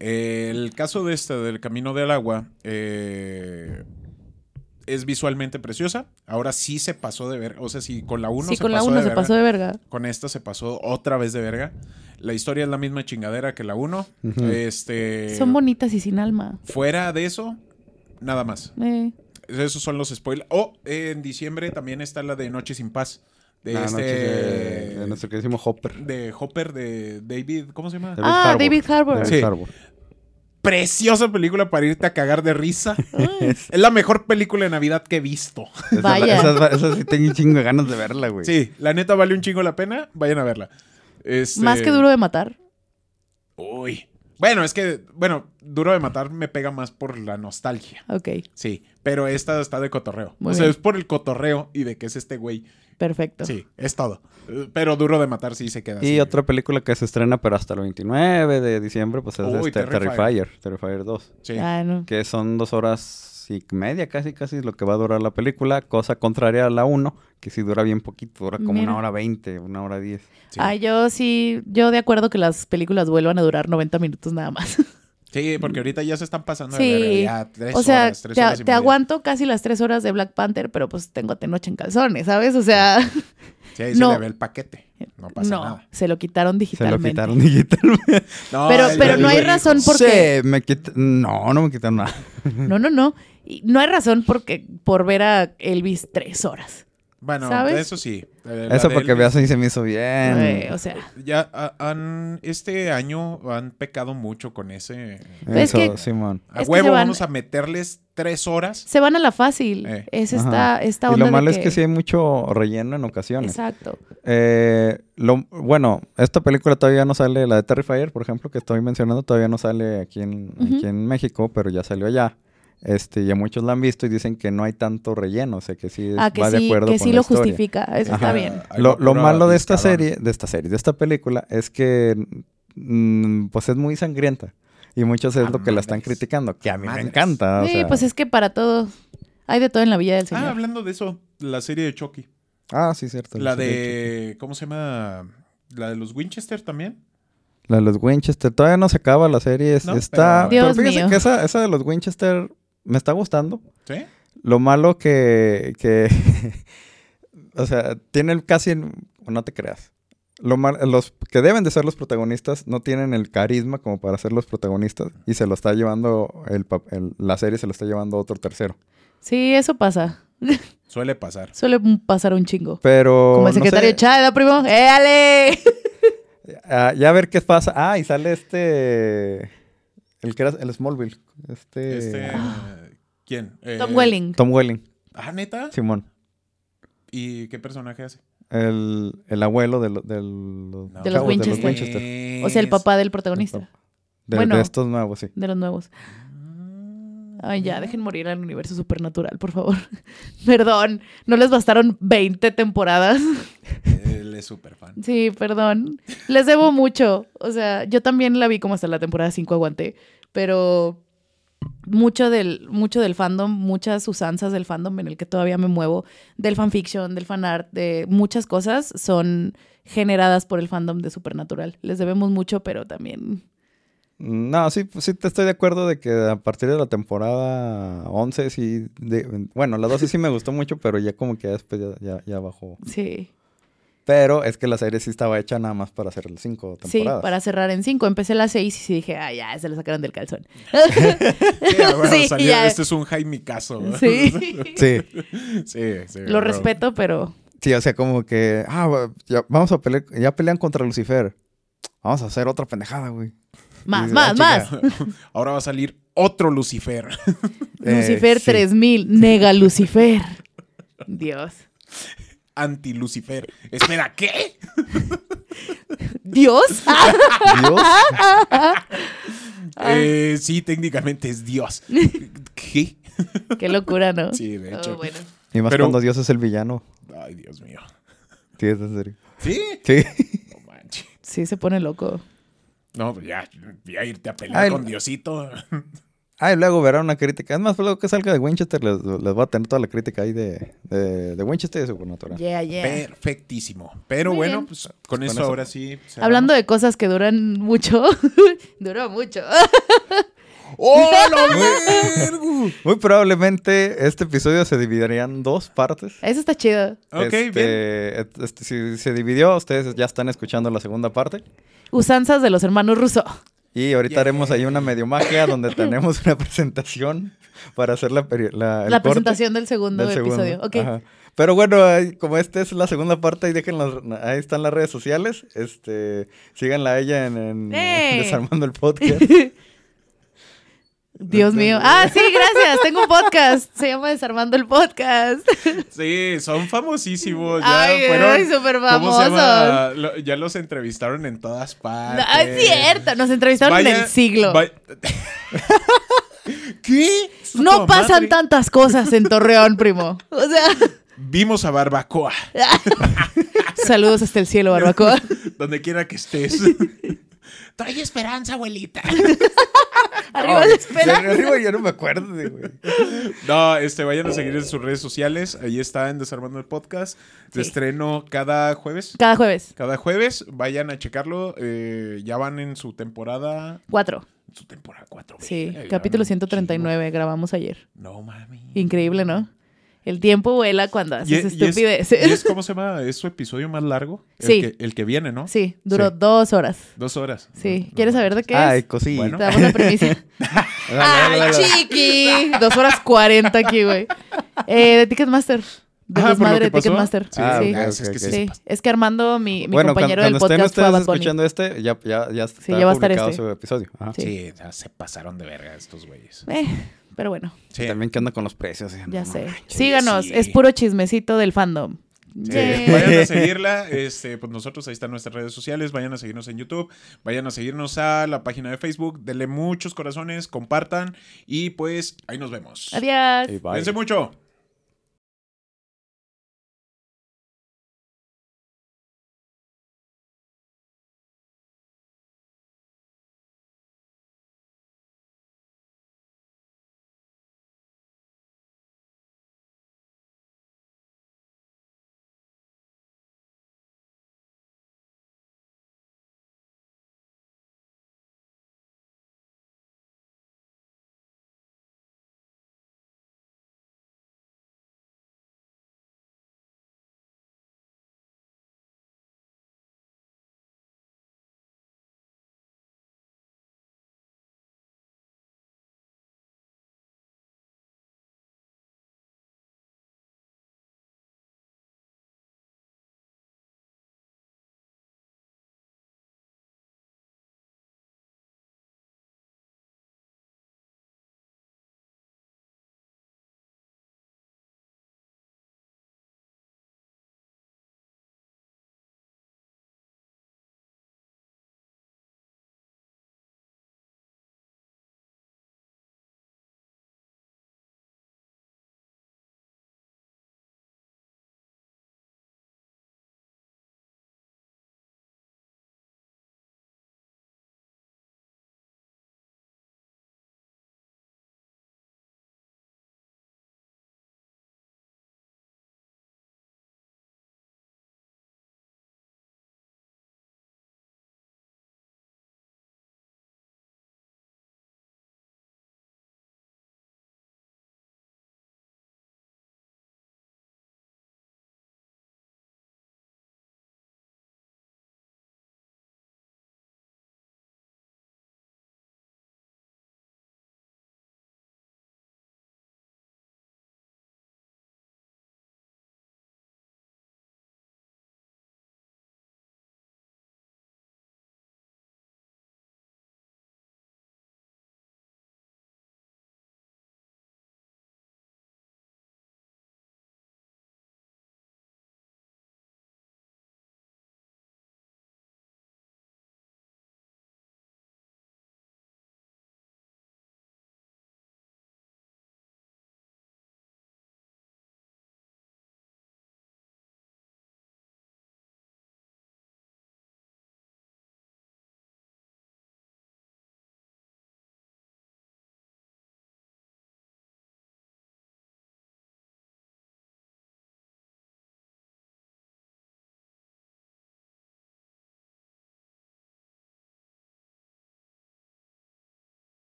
Speaker 3: El caso de esta, del Camino del Agua, eh, es visualmente preciosa. Ahora sí se pasó de verga. O sea, si con la 1
Speaker 2: sí,
Speaker 3: se
Speaker 2: con la
Speaker 3: pasó
Speaker 2: uno
Speaker 3: de
Speaker 2: se
Speaker 3: verga,
Speaker 2: pasó de verga.
Speaker 3: con esta se pasó otra vez de verga. La historia es la misma chingadera que la 1.
Speaker 1: Ujú.
Speaker 3: Este.
Speaker 2: Son bonitas y sin alma.
Speaker 3: Fuera de eso, nada más.
Speaker 2: Eh,
Speaker 3: Esos son los spoilers. Oh, eh, en diciembre también está la de Noche sin Paz. De
Speaker 1: Ah,
Speaker 3: este.
Speaker 1: no, entonces, eh, de nuestro queridísimo Hopper.
Speaker 3: de Hopper, de David. ¿Cómo se llama?
Speaker 1: David
Speaker 2: Ah,
Speaker 1: Harbour.
Speaker 2: David Harbour.
Speaker 1: David
Speaker 3: Sí.
Speaker 1: Harbour.
Speaker 3: Preciosa película para irte a cagar de risa. Es la mejor película de Navidad que he visto.
Speaker 1: Esa-
Speaker 2: Vaya.
Speaker 1: Esa, esa sí tengo un chingo de ganas de verla, güey.
Speaker 3: Sí, la neta vale un chingo la pena. Vayan a verla. Este-
Speaker 2: Más que duro de matar.
Speaker 3: Uy. Bueno, es que, bueno, Duro de Matar me pega más por la nostalgia.
Speaker 2: Ok,
Speaker 3: Sí, pero esta está de cotorreo.
Speaker 2: Muy
Speaker 3: o sea,
Speaker 2: bien.
Speaker 3: es por el cotorreo y de que es este güey.
Speaker 2: perfecto.
Speaker 3: Sí, es todo. Eh, Pero Duro de Matar sí se queda.
Speaker 1: Y
Speaker 3: así.
Speaker 1: otra película que se estrena, pero hasta el 29 de diciembre, pues es
Speaker 3: Uy,
Speaker 1: este,
Speaker 3: Terrifier.
Speaker 1: Terrifier, Terrifier 2.
Speaker 3: Sí.
Speaker 2: Ah, no.
Speaker 1: que son dos horas y media casi, casi lo que va a durar la película, cosa contraria a la 1, que sí dura bien poquito, dura como
Speaker 2: Mira.
Speaker 1: una hora 20, una hora 10.
Speaker 3: Sí.
Speaker 2: Ah, yo sí, yo de acuerdo que las películas vuelvan a durar 90 minutos nada más.
Speaker 3: Sí, porque ahorita ya se están pasando
Speaker 2: Sí.
Speaker 3: de verga, ya tres
Speaker 2: o sea,
Speaker 3: horas, tres
Speaker 2: te,
Speaker 3: horas y
Speaker 2: te
Speaker 3: media.
Speaker 2: aguanto casi las tres horas de Black Panther, pero pues tengo a Tenoch en calzones, ¿sabes? O sea,
Speaker 3: Sí, ahí se
Speaker 2: No.
Speaker 3: le ve el paquete. No pasa
Speaker 2: no,
Speaker 3: nada.
Speaker 2: se lo quitaron
Speaker 1: Se lo
Speaker 2: digitalmente.
Speaker 1: quitaron digitalmente.
Speaker 3: No,
Speaker 2: Pero-
Speaker 3: el-
Speaker 2: pero
Speaker 3: el
Speaker 2: no hay
Speaker 3: güey pues, dijo,
Speaker 2: razón por qué.
Speaker 1: Se me quit- No, no me quitaron nada.
Speaker 2: No, no, no. Y no hay razón porque, por ver a Elvis tres horas.
Speaker 3: Bueno,
Speaker 2: ¿sabes?
Speaker 3: eso sí. Eh, la
Speaker 1: Eso
Speaker 3: de
Speaker 1: porque
Speaker 3: Elvis.
Speaker 1: veas ahí se me hizo
Speaker 3: Em.
Speaker 1: bien.
Speaker 2: Eh, o sea,
Speaker 3: Ya ah, han, este año han pecado mucho con ese.
Speaker 2: Pues es
Speaker 1: Eso,
Speaker 2: que-
Speaker 1: Simón.
Speaker 3: A
Speaker 2: Es que
Speaker 3: huevo,
Speaker 2: se van-
Speaker 3: vamos a meterles tres horas.
Speaker 2: se van a la fácil.
Speaker 3: Eh,
Speaker 2: es
Speaker 1: Ajá.
Speaker 2: esta, esta
Speaker 1: y
Speaker 2: onda
Speaker 1: lo malo
Speaker 2: de
Speaker 1: es que sí hay mucho relleno en ocasiones.
Speaker 2: Exacto.
Speaker 1: Eh, lo, bueno, esta película todavía no sale, la de Terrifier, por ejemplo, que estoy mencionando, todavía no sale aquí en,
Speaker 2: Ujú.
Speaker 1: aquí en México, pero ya salió allá. Este, y a muchos la han visto y dicen que no hay tanto relleno, o sea que sí es-
Speaker 2: Ah, que
Speaker 1: va de
Speaker 2: sí,
Speaker 1: acuerdo con
Speaker 2: que sí
Speaker 1: la
Speaker 2: lo
Speaker 1: historia.
Speaker 2: justifica. Eso
Speaker 1: Ajá.
Speaker 2: está bien.
Speaker 3: Hay
Speaker 1: Lo, lo
Speaker 3: locura
Speaker 1: malo de esta
Speaker 3: descarada.
Speaker 1: serie, de esta serie, de esta película, es que mm, pues es muy sangrienta. Y muchos es
Speaker 3: A
Speaker 1: lo que la están
Speaker 3: madres.
Speaker 1: criticando, que a mí
Speaker 3: Madres.
Speaker 1: me encanta. Ah, o
Speaker 2: Sí,
Speaker 1: sea.
Speaker 2: pues es que para todo. Hay de todo en la Villa del
Speaker 3: Ah,
Speaker 2: Señor.
Speaker 3: hablando de eso, la serie de Chucky.
Speaker 1: Ah, sí, cierto.
Speaker 3: La
Speaker 1: sí,
Speaker 3: de. ¿Cómo se llama? La de los Winchester también.
Speaker 1: La de los Winchester. Todavía no se acaba la serie. es-
Speaker 3: No,
Speaker 1: está.
Speaker 2: pero-
Speaker 1: Pero,
Speaker 2: Dios
Speaker 1: fíjense
Speaker 2: mío.
Speaker 1: que esa, esa de los Winchester me está gustando.
Speaker 3: ¿Sí?
Speaker 1: Lo malo que. que o sea, tiene el casi. No te creas. lo mar- los que deben de ser los protagonistas no tienen el carisma como para ser los protagonistas y se lo está llevando, el, pa- el- la serie se lo está llevando otro tercero.
Speaker 2: Sí, eso pasa.
Speaker 3: Suele pasar.
Speaker 2: Suele pasar un chingo.
Speaker 1: Pero...
Speaker 2: Como el
Speaker 1: no sé,
Speaker 2: secretario Chávez, primo? ¡Eh, ale!
Speaker 1: ah, ya a ver qué pasa. Ah, y sale este... El que era el Smallville. Este...
Speaker 3: Este, ¿Quién? Eh,
Speaker 2: Tom Welling.
Speaker 1: Tom Welling,
Speaker 3: Ah, neta.
Speaker 1: Simón.
Speaker 3: ¿Y qué personaje hace?
Speaker 1: El, el abuelo de, lo- de los
Speaker 3: No,
Speaker 2: De los
Speaker 1: chavos,
Speaker 2: Winchester. O sea, el papá del protagonista.
Speaker 1: De,
Speaker 2: Bueno.
Speaker 1: de estos nuevos, sí.
Speaker 2: De los nuevos.
Speaker 3: Mm.
Speaker 2: Ay, ya, dejen morir al universo supernatural, por favor. perdón, no les bastaron 20 temporadas.
Speaker 3: Él es súper fan.
Speaker 2: Sí, perdón. Les debo mucho. O sea, yo también la vi como hasta la temporada 5 aguanté, pero mucho del, mucho del fandom, muchas usanzas del fandom en el que todavía me muevo, del fanfiction, del fanart, de muchas cosas son generadas por el fandom de Supernatural. Les debemos mucho, pero también
Speaker 1: No, sí, sí te estoy de acuerdo de que a partir de la temporada 11 sí... de- bueno, la 12 sí me gustó mucho, pero ya como que después ya, ya, ya bajó.
Speaker 2: sí.
Speaker 1: Pero es que la serie sí estaba hecha nada más para hacer las cinco
Speaker 2: Sí,
Speaker 1: temporadas.
Speaker 2: para cerrar en 5. Empecé las 6 y sí dije, ah, ya, se lo sacaron del calzón.
Speaker 3: Sí, ah, bueno,
Speaker 2: Sí,
Speaker 3: salió-
Speaker 2: ya.
Speaker 3: Este es un Jaime Caso.
Speaker 2: sí.
Speaker 1: Sí,
Speaker 3: sí, sí,
Speaker 2: Lo
Speaker 3: bro.
Speaker 2: respeto, pero
Speaker 1: sí, o sea, como que... Ah, va- ya, vamos a pelear... Ya pelean contra Lucifer. Vamos a hacer otra pendejada, güey.
Speaker 2: más,
Speaker 1: Sí,
Speaker 2: más,
Speaker 3: Ah,
Speaker 2: más.
Speaker 3: chinga. Ahora va a salir otro Lucifer.
Speaker 1: Eh,
Speaker 2: Lucifer
Speaker 1: sí.
Speaker 2: 3000, nega Lucifer. Dios.
Speaker 3: Anti-Lucifer. Espera, ¿qué?
Speaker 2: ¿Dios? Ah,
Speaker 1: Dios.
Speaker 3: Eh, sí, técnicamente es Dios. ¿Qué?
Speaker 2: qué locura, ¿no?
Speaker 3: Sí, de hecho.
Speaker 2: Oh, bueno.
Speaker 1: Y más
Speaker 3: Pero-
Speaker 1: cuando Dios es el villano.
Speaker 3: Ay, Dios mío.
Speaker 1: Sí, es en serio.
Speaker 3: ¿Sí?
Speaker 1: Sí.
Speaker 3: No manches.
Speaker 2: Sí, se pone loco.
Speaker 3: No, pues ya, ya irte a pelear
Speaker 1: Ay,
Speaker 3: con
Speaker 1: no.
Speaker 3: Diosito.
Speaker 1: Ah, y luego verá una crítica. Es más, luego que salga de Winchester, les, les va a tener toda la crítica ahí de, de, de Winchester y de Supernatural.
Speaker 2: Yeah, yeah.
Speaker 3: Perfectísimo. Pero
Speaker 2: Muy
Speaker 3: bueno,
Speaker 2: bien.
Speaker 3: pues con eso
Speaker 1: eso.
Speaker 3: ahora sí. cerramos.
Speaker 2: Hablando de cosas que duran mucho, duró mucho.
Speaker 3: ¡Oh, la vergu!
Speaker 1: Muy probablemente este episodio se dividiría en dos partes.
Speaker 2: Eso está chido.
Speaker 3: Ok,
Speaker 1: Este,
Speaker 3: bien.
Speaker 1: et- este, si se dividió, ustedes ya están escuchando la segunda parte.
Speaker 2: Usanzas de los hermanos Russo.
Speaker 1: Y ahorita
Speaker 3: Yeah.
Speaker 1: haremos ahí una medio magia donde tenemos una presentación para hacer la, peri- la, el
Speaker 2: La
Speaker 1: corte
Speaker 2: presentación del segundo
Speaker 1: del segundo.
Speaker 2: episodio. Ok.
Speaker 1: Ajá. Pero bueno, ahí- como esta es la segunda parte, ahí, dejen las- ahí están las redes sociales. Este, síganla a ella en, en-
Speaker 2: ¡Ey!
Speaker 1: Desarmando el Podcast.
Speaker 2: Dios mío. Ah, sí, gracias. Tengo un podcast. Se llama Desarmando el Podcast.
Speaker 3: Sí, son famosísimos. Ya
Speaker 2: Ay,
Speaker 3: fueron-
Speaker 2: ay, súper
Speaker 3: ¿cómo se llama?
Speaker 2: famosos.
Speaker 3: Lo- ya los entrevistaron en todas
Speaker 2: No,
Speaker 3: partes.
Speaker 2: Ah, es cierto. Nos entrevistaron en
Speaker 3: Vaya-
Speaker 2: el siglo.
Speaker 3: va- ¿Qué?
Speaker 2: No
Speaker 3: Puta
Speaker 2: pasan
Speaker 3: madre.
Speaker 2: tantas cosas en Torreón, primo. O sea,
Speaker 3: Vimos a Barbacoa,
Speaker 2: saludos hasta el cielo, Barbacoa.
Speaker 3: donde quiera que estés. Trae esperanza, abuelita.
Speaker 2: Arriba la
Speaker 1: Ya,
Speaker 2: espera.
Speaker 1: arriba ya no me acuerdo, de, güey.
Speaker 3: No, este, vayan a seguir en sus redes sociales. Ahí está en Desarmando el Podcast. De
Speaker 2: Sí.
Speaker 3: estreno cada jueves.
Speaker 2: Cada jueves,
Speaker 3: Cada jueves, vayan a checarlo. eh, ya van en su temporada.
Speaker 2: cuatro.
Speaker 3: Su temporada 4.
Speaker 2: Sí, capítulo 139, grabamos ayer.
Speaker 3: No mami.
Speaker 2: Increíble, ¿no? El tiempo vuela cuando
Speaker 3: Y-
Speaker 2: haces
Speaker 3: y es-
Speaker 2: estupideces.
Speaker 3: y es, ¿Cómo se llama? ¿Es su episodio más largo? El
Speaker 2: Sí.
Speaker 3: Que, el que viene, ¿no?
Speaker 2: Sí, duró
Speaker 3: Sí.
Speaker 2: dos horas.
Speaker 3: Dos horas.
Speaker 2: Sí, ¿quieres saber de qué
Speaker 1: Ay,
Speaker 2: es? Ah,
Speaker 1: cosita.
Speaker 3: Bueno.
Speaker 2: Te damos la premisa. ¡Ay, chiqui! Dos horas cuarenta aquí, güey. Eh, de Ticketmaster. De
Speaker 3: Ah,
Speaker 2: los
Speaker 3: por lo
Speaker 2: madre
Speaker 3: que
Speaker 2: de
Speaker 3: pasó.
Speaker 2: Ticketmaster.
Speaker 3: Sí,
Speaker 1: Ah,
Speaker 2: sí.
Speaker 1: ok,
Speaker 3: Ah, es que sí,
Speaker 1: ok,
Speaker 2: Sí, es que Armando, mi, mi
Speaker 1: Bueno, cuando,
Speaker 2: compañero
Speaker 1: cuando
Speaker 2: del
Speaker 1: estén
Speaker 2: podcast, fue a
Speaker 1: ustedes
Speaker 2: Bad Bunny.
Speaker 1: escuchando este, ya, ya, ya está
Speaker 2: ya va a estar
Speaker 1: publicado
Speaker 2: este.
Speaker 1: su episodio. Ajá.
Speaker 2: Sí.
Speaker 3: Sí, ya se pasaron de verga estos güeyes.
Speaker 2: Eh, pero bueno,
Speaker 3: Sí.
Speaker 1: También que anda con los precios. eh, no
Speaker 2: ya
Speaker 1: mames.
Speaker 2: sé. Síganos,
Speaker 3: sí.
Speaker 2: es puro chismecito del fandom.
Speaker 3: Sí,
Speaker 2: Yay.
Speaker 3: Vayan a seguirla, este, pues nosotros ahí están nuestras redes sociales, vayan a seguirnos en YouTube, vayan a seguirnos a la página de Facebook, denle muchos corazones, compartan y pues ahí nos vemos.
Speaker 2: Adiós.
Speaker 1: Y bye.
Speaker 3: Cuídense mucho.